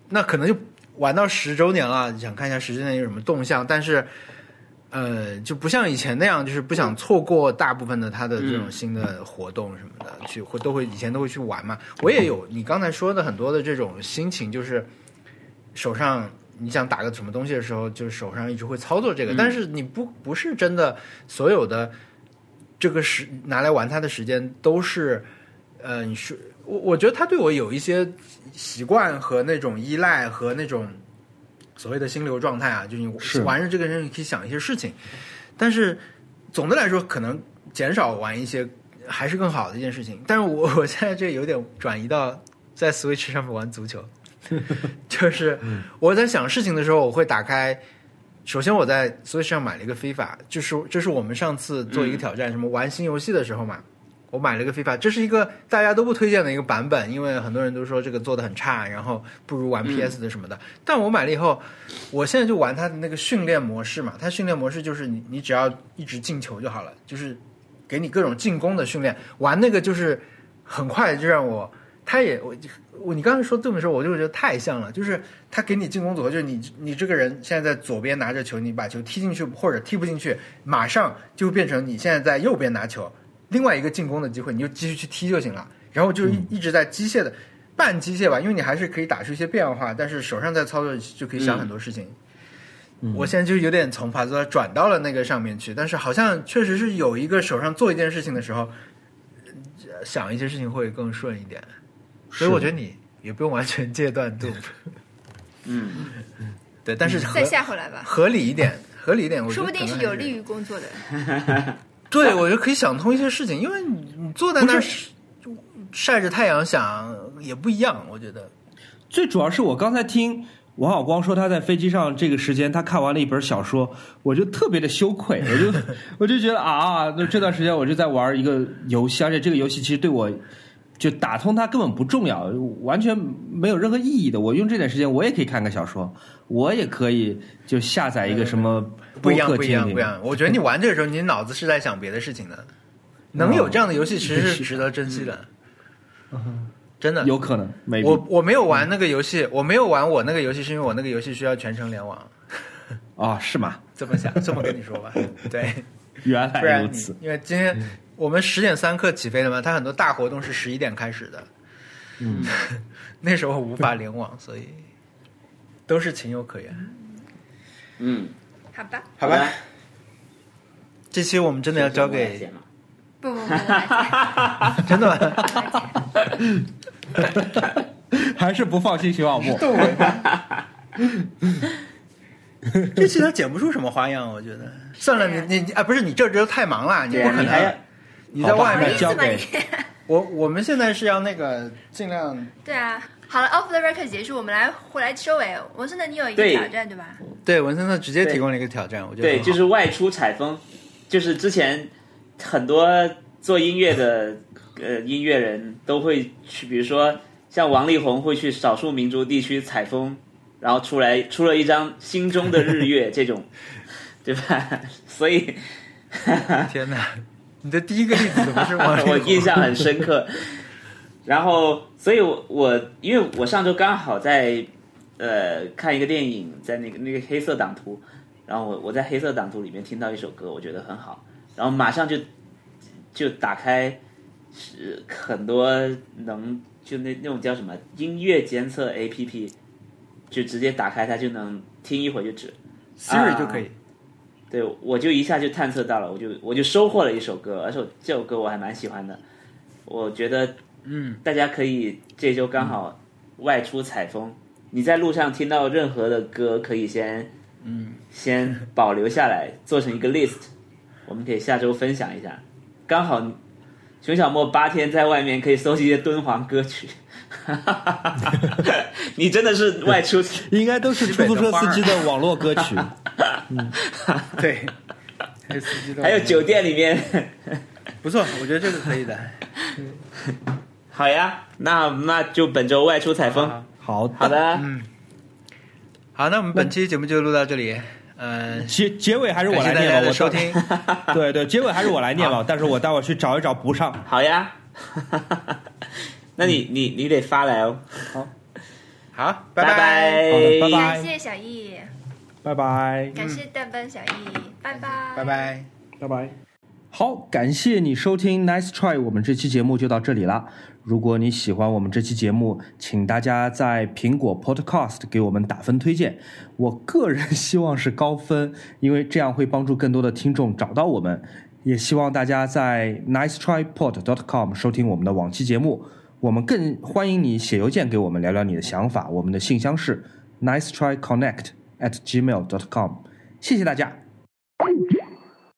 Speaker 2: 那可能就玩到十周年了，想看一下十周年有什么动向。但是呃，就不像以前那样，就是不想错过大部分的他的这种新的活动什么的，去会都会以前都会去玩嘛。我也有你刚才说的很多的这种心情，就是手上你想打个什么东西的时候，就是手上一直会操作这个，
Speaker 4: 嗯
Speaker 2: 但是你不不是真的所有的这个时拿来玩它的时间都是，呃，你是我我觉得它对我有一些习惯和那种依赖和那种所谓的心流状态啊，就你
Speaker 1: 是
Speaker 2: 玩着这个人，你可以想一些事情，但是总的来说可能减少玩一些。还是更好的一件事情。但是我我现在这有点转移到在 Switch 上面玩足球，就是我在想事情的时候，我会打开。首先我在 Switch 上买了一个 FIFA，就是这是我们上次做一个挑战，什么玩新游戏的时候嘛，我买了一个 FIFA，这是一个大家都不推荐的一个版本，因为很多人都说这个做的很差，然后不如玩 PS 的什么的。但我买了以后，我现在就玩它的那个训练模式嘛，它训练模式就是你你只要一直进球就好了，就是给你各种进攻的训练。玩那个就是很快就让我，他也我我你刚才说这么说，我就觉得太像了，就是他给你进攻组合，就是你你这个人现在在左边拿着球，你把球踢进去或者踢不进去，马上就变成你现在在右边拿球，另外一个进攻的机会，你就继续去踢就行了。然后就一一直在机械的、半机械吧，因为你还是可以打出一些变化，但是手上在操作就可以想很多事情。我现在就有点从帕兹转到了那个上面去，但是好像确实是有一个手上做一件事情的时候，呃想一些事情会更顺一点。所以我觉得你也不用完全戒断度，
Speaker 4: 嗯，
Speaker 2: 对，但是合
Speaker 3: 再下回来吧，
Speaker 2: 合理一点，合理一点，我觉
Speaker 3: 说
Speaker 2: 得
Speaker 3: 不定
Speaker 2: 可能
Speaker 3: 是
Speaker 2: 还
Speaker 3: 有利于工作的。
Speaker 2: 对，我觉得可以想通一些事情，因为你你坐在那儿晒着太阳想也不一样，我觉得。
Speaker 1: 最主要是我刚才听王小光说他在飞机上这个时间，他看完了一本小说，我就特别的羞愧，我 就我就觉得啊，那这段时间我就在玩一个游戏，而且这个游戏其实对我就打通它根本不重要，完全没有任何意义的。我用这点时间，我也可以看个小说，我也可以就下载一个什么
Speaker 2: 不
Speaker 1: 播
Speaker 2: 一样，
Speaker 1: 客
Speaker 2: 不一样，
Speaker 1: 精
Speaker 2: 不
Speaker 1: 灵
Speaker 2: 一。样。我觉得你玩这个时候，你脑子是在想别的事情 的。能有这样的游戏，其实 是值得珍惜的。嗯真的，
Speaker 1: 有可能，没
Speaker 2: 我我没有玩那个游戏，我没有玩我那个游戏，是因为我那个游戏需要全程联网。
Speaker 1: 啊，是吗？
Speaker 2: 这么想，这么跟你说吧，对，
Speaker 1: 原
Speaker 2: 不
Speaker 1: 来
Speaker 2: 然
Speaker 1: 如
Speaker 2: 你
Speaker 1: 此，
Speaker 2: 因为今天我们十点三刻起飞的嘛，它很多大活动是十一点开始的，
Speaker 1: 嗯，
Speaker 2: 那时候无法联网，所以都是情有可原。
Speaker 4: 嗯，
Speaker 3: 好吧，
Speaker 2: 好吧，这期我们真的要交
Speaker 4: 谢谢
Speaker 2: 给
Speaker 4: 我来剪嘛
Speaker 3: 不不不，我
Speaker 2: 真的吗？
Speaker 1: 还是不放心徐小木。
Speaker 2: 动人。这期他剪不出什么花样，我觉得。算了，你你你啊，不是你这周太忙了，你
Speaker 4: 对
Speaker 2: 不
Speaker 4: 啊，
Speaker 2: 可
Speaker 4: 你还要
Speaker 2: 能。你在外
Speaker 3: 不好意
Speaker 2: 面，
Speaker 3: 思
Speaker 1: 交
Speaker 3: 吧
Speaker 1: 给
Speaker 3: 你。
Speaker 2: 我我们现在是要那个尽量
Speaker 3: 对啊，好了，off the record 结束，我们来回来收尾。文森特，你有一个
Speaker 4: 对
Speaker 3: 挑战对吧？
Speaker 2: 对文森特直接提供了一个挑战，我觉得
Speaker 4: 对，
Speaker 2: 很好
Speaker 4: 就是外出采风，就是之前很多做音乐的呃音乐人都会去，比如说像王力宏会去少数民族地区采风，然后出来出了一张《心中的日月》这种， 对吧？所以
Speaker 2: 天哪，你的第一个例子怎么是王力宏
Speaker 4: 我印象很深刻。然后，所以我我因为我上周刚好在呃看一个电影，在那个那个黑色党图，然后我我在黑色党图里面听到一首歌，我觉得很好，然后马上就就打开是很多能就那那种叫什么音乐监测 A P P，就直接打开它就能听一会儿就止。
Speaker 2: Siri
Speaker 4: 啊
Speaker 2: 就可以。
Speaker 4: 对，我就一下就探测到了，我就我就收获了一首歌，而且我这首歌我还蛮喜欢的。我觉得，嗯，大家可以这周刚好外出采风，你在路上听到任何的歌，可以先，嗯，先保留下来，做成一个 list，我们可以下周分享一下。刚好，熊小莫八天在外面可以搜集一些敦煌歌曲， 你真的是外出
Speaker 1: 应该都是出租车司机的网络歌 曲。
Speaker 2: 对，还有司机都
Speaker 4: 还有酒店里面。
Speaker 2: 不错，我觉得这个可以的。
Speaker 4: 好呀，那那就本周外出采风。
Speaker 1: 好的
Speaker 4: 好的，
Speaker 2: 嗯好，那我们本期节目就录到这里。嗯、
Speaker 1: 结结尾还是我
Speaker 2: 感谢
Speaker 1: 来
Speaker 2: 大家
Speaker 1: 念吧，
Speaker 2: 的
Speaker 1: 我
Speaker 2: 收
Speaker 1: 到
Speaker 2: 听。
Speaker 1: 对对，结尾还是我来念吧，但是我待会儿去找一找补上。
Speaker 4: 好呀。 那你你你得发来哦。
Speaker 2: 好，
Speaker 4: 拜
Speaker 1: 好的，拜
Speaker 4: 拜
Speaker 3: 感
Speaker 1: 拜，
Speaker 3: 谢小易，
Speaker 1: 拜拜，
Speaker 3: 感谢蛋班小易，拜拜，
Speaker 2: 拜。拜。
Speaker 1: 拜拜。好，感谢你收听 Nice Try，我们这期节目就到这里啦。如果你喜欢我们这期节目，请大家在苹果 Podcast 给我们打分推荐。我个人希望是高分，因为这样会帮助更多的听众找到我们。也希望大家在 nice try pod dot com 收听我们的往期节目。我们更欢迎你写邮件给我们聊聊你的想法。我们的信箱是 nice try connect at gmail dot com。谢谢大家，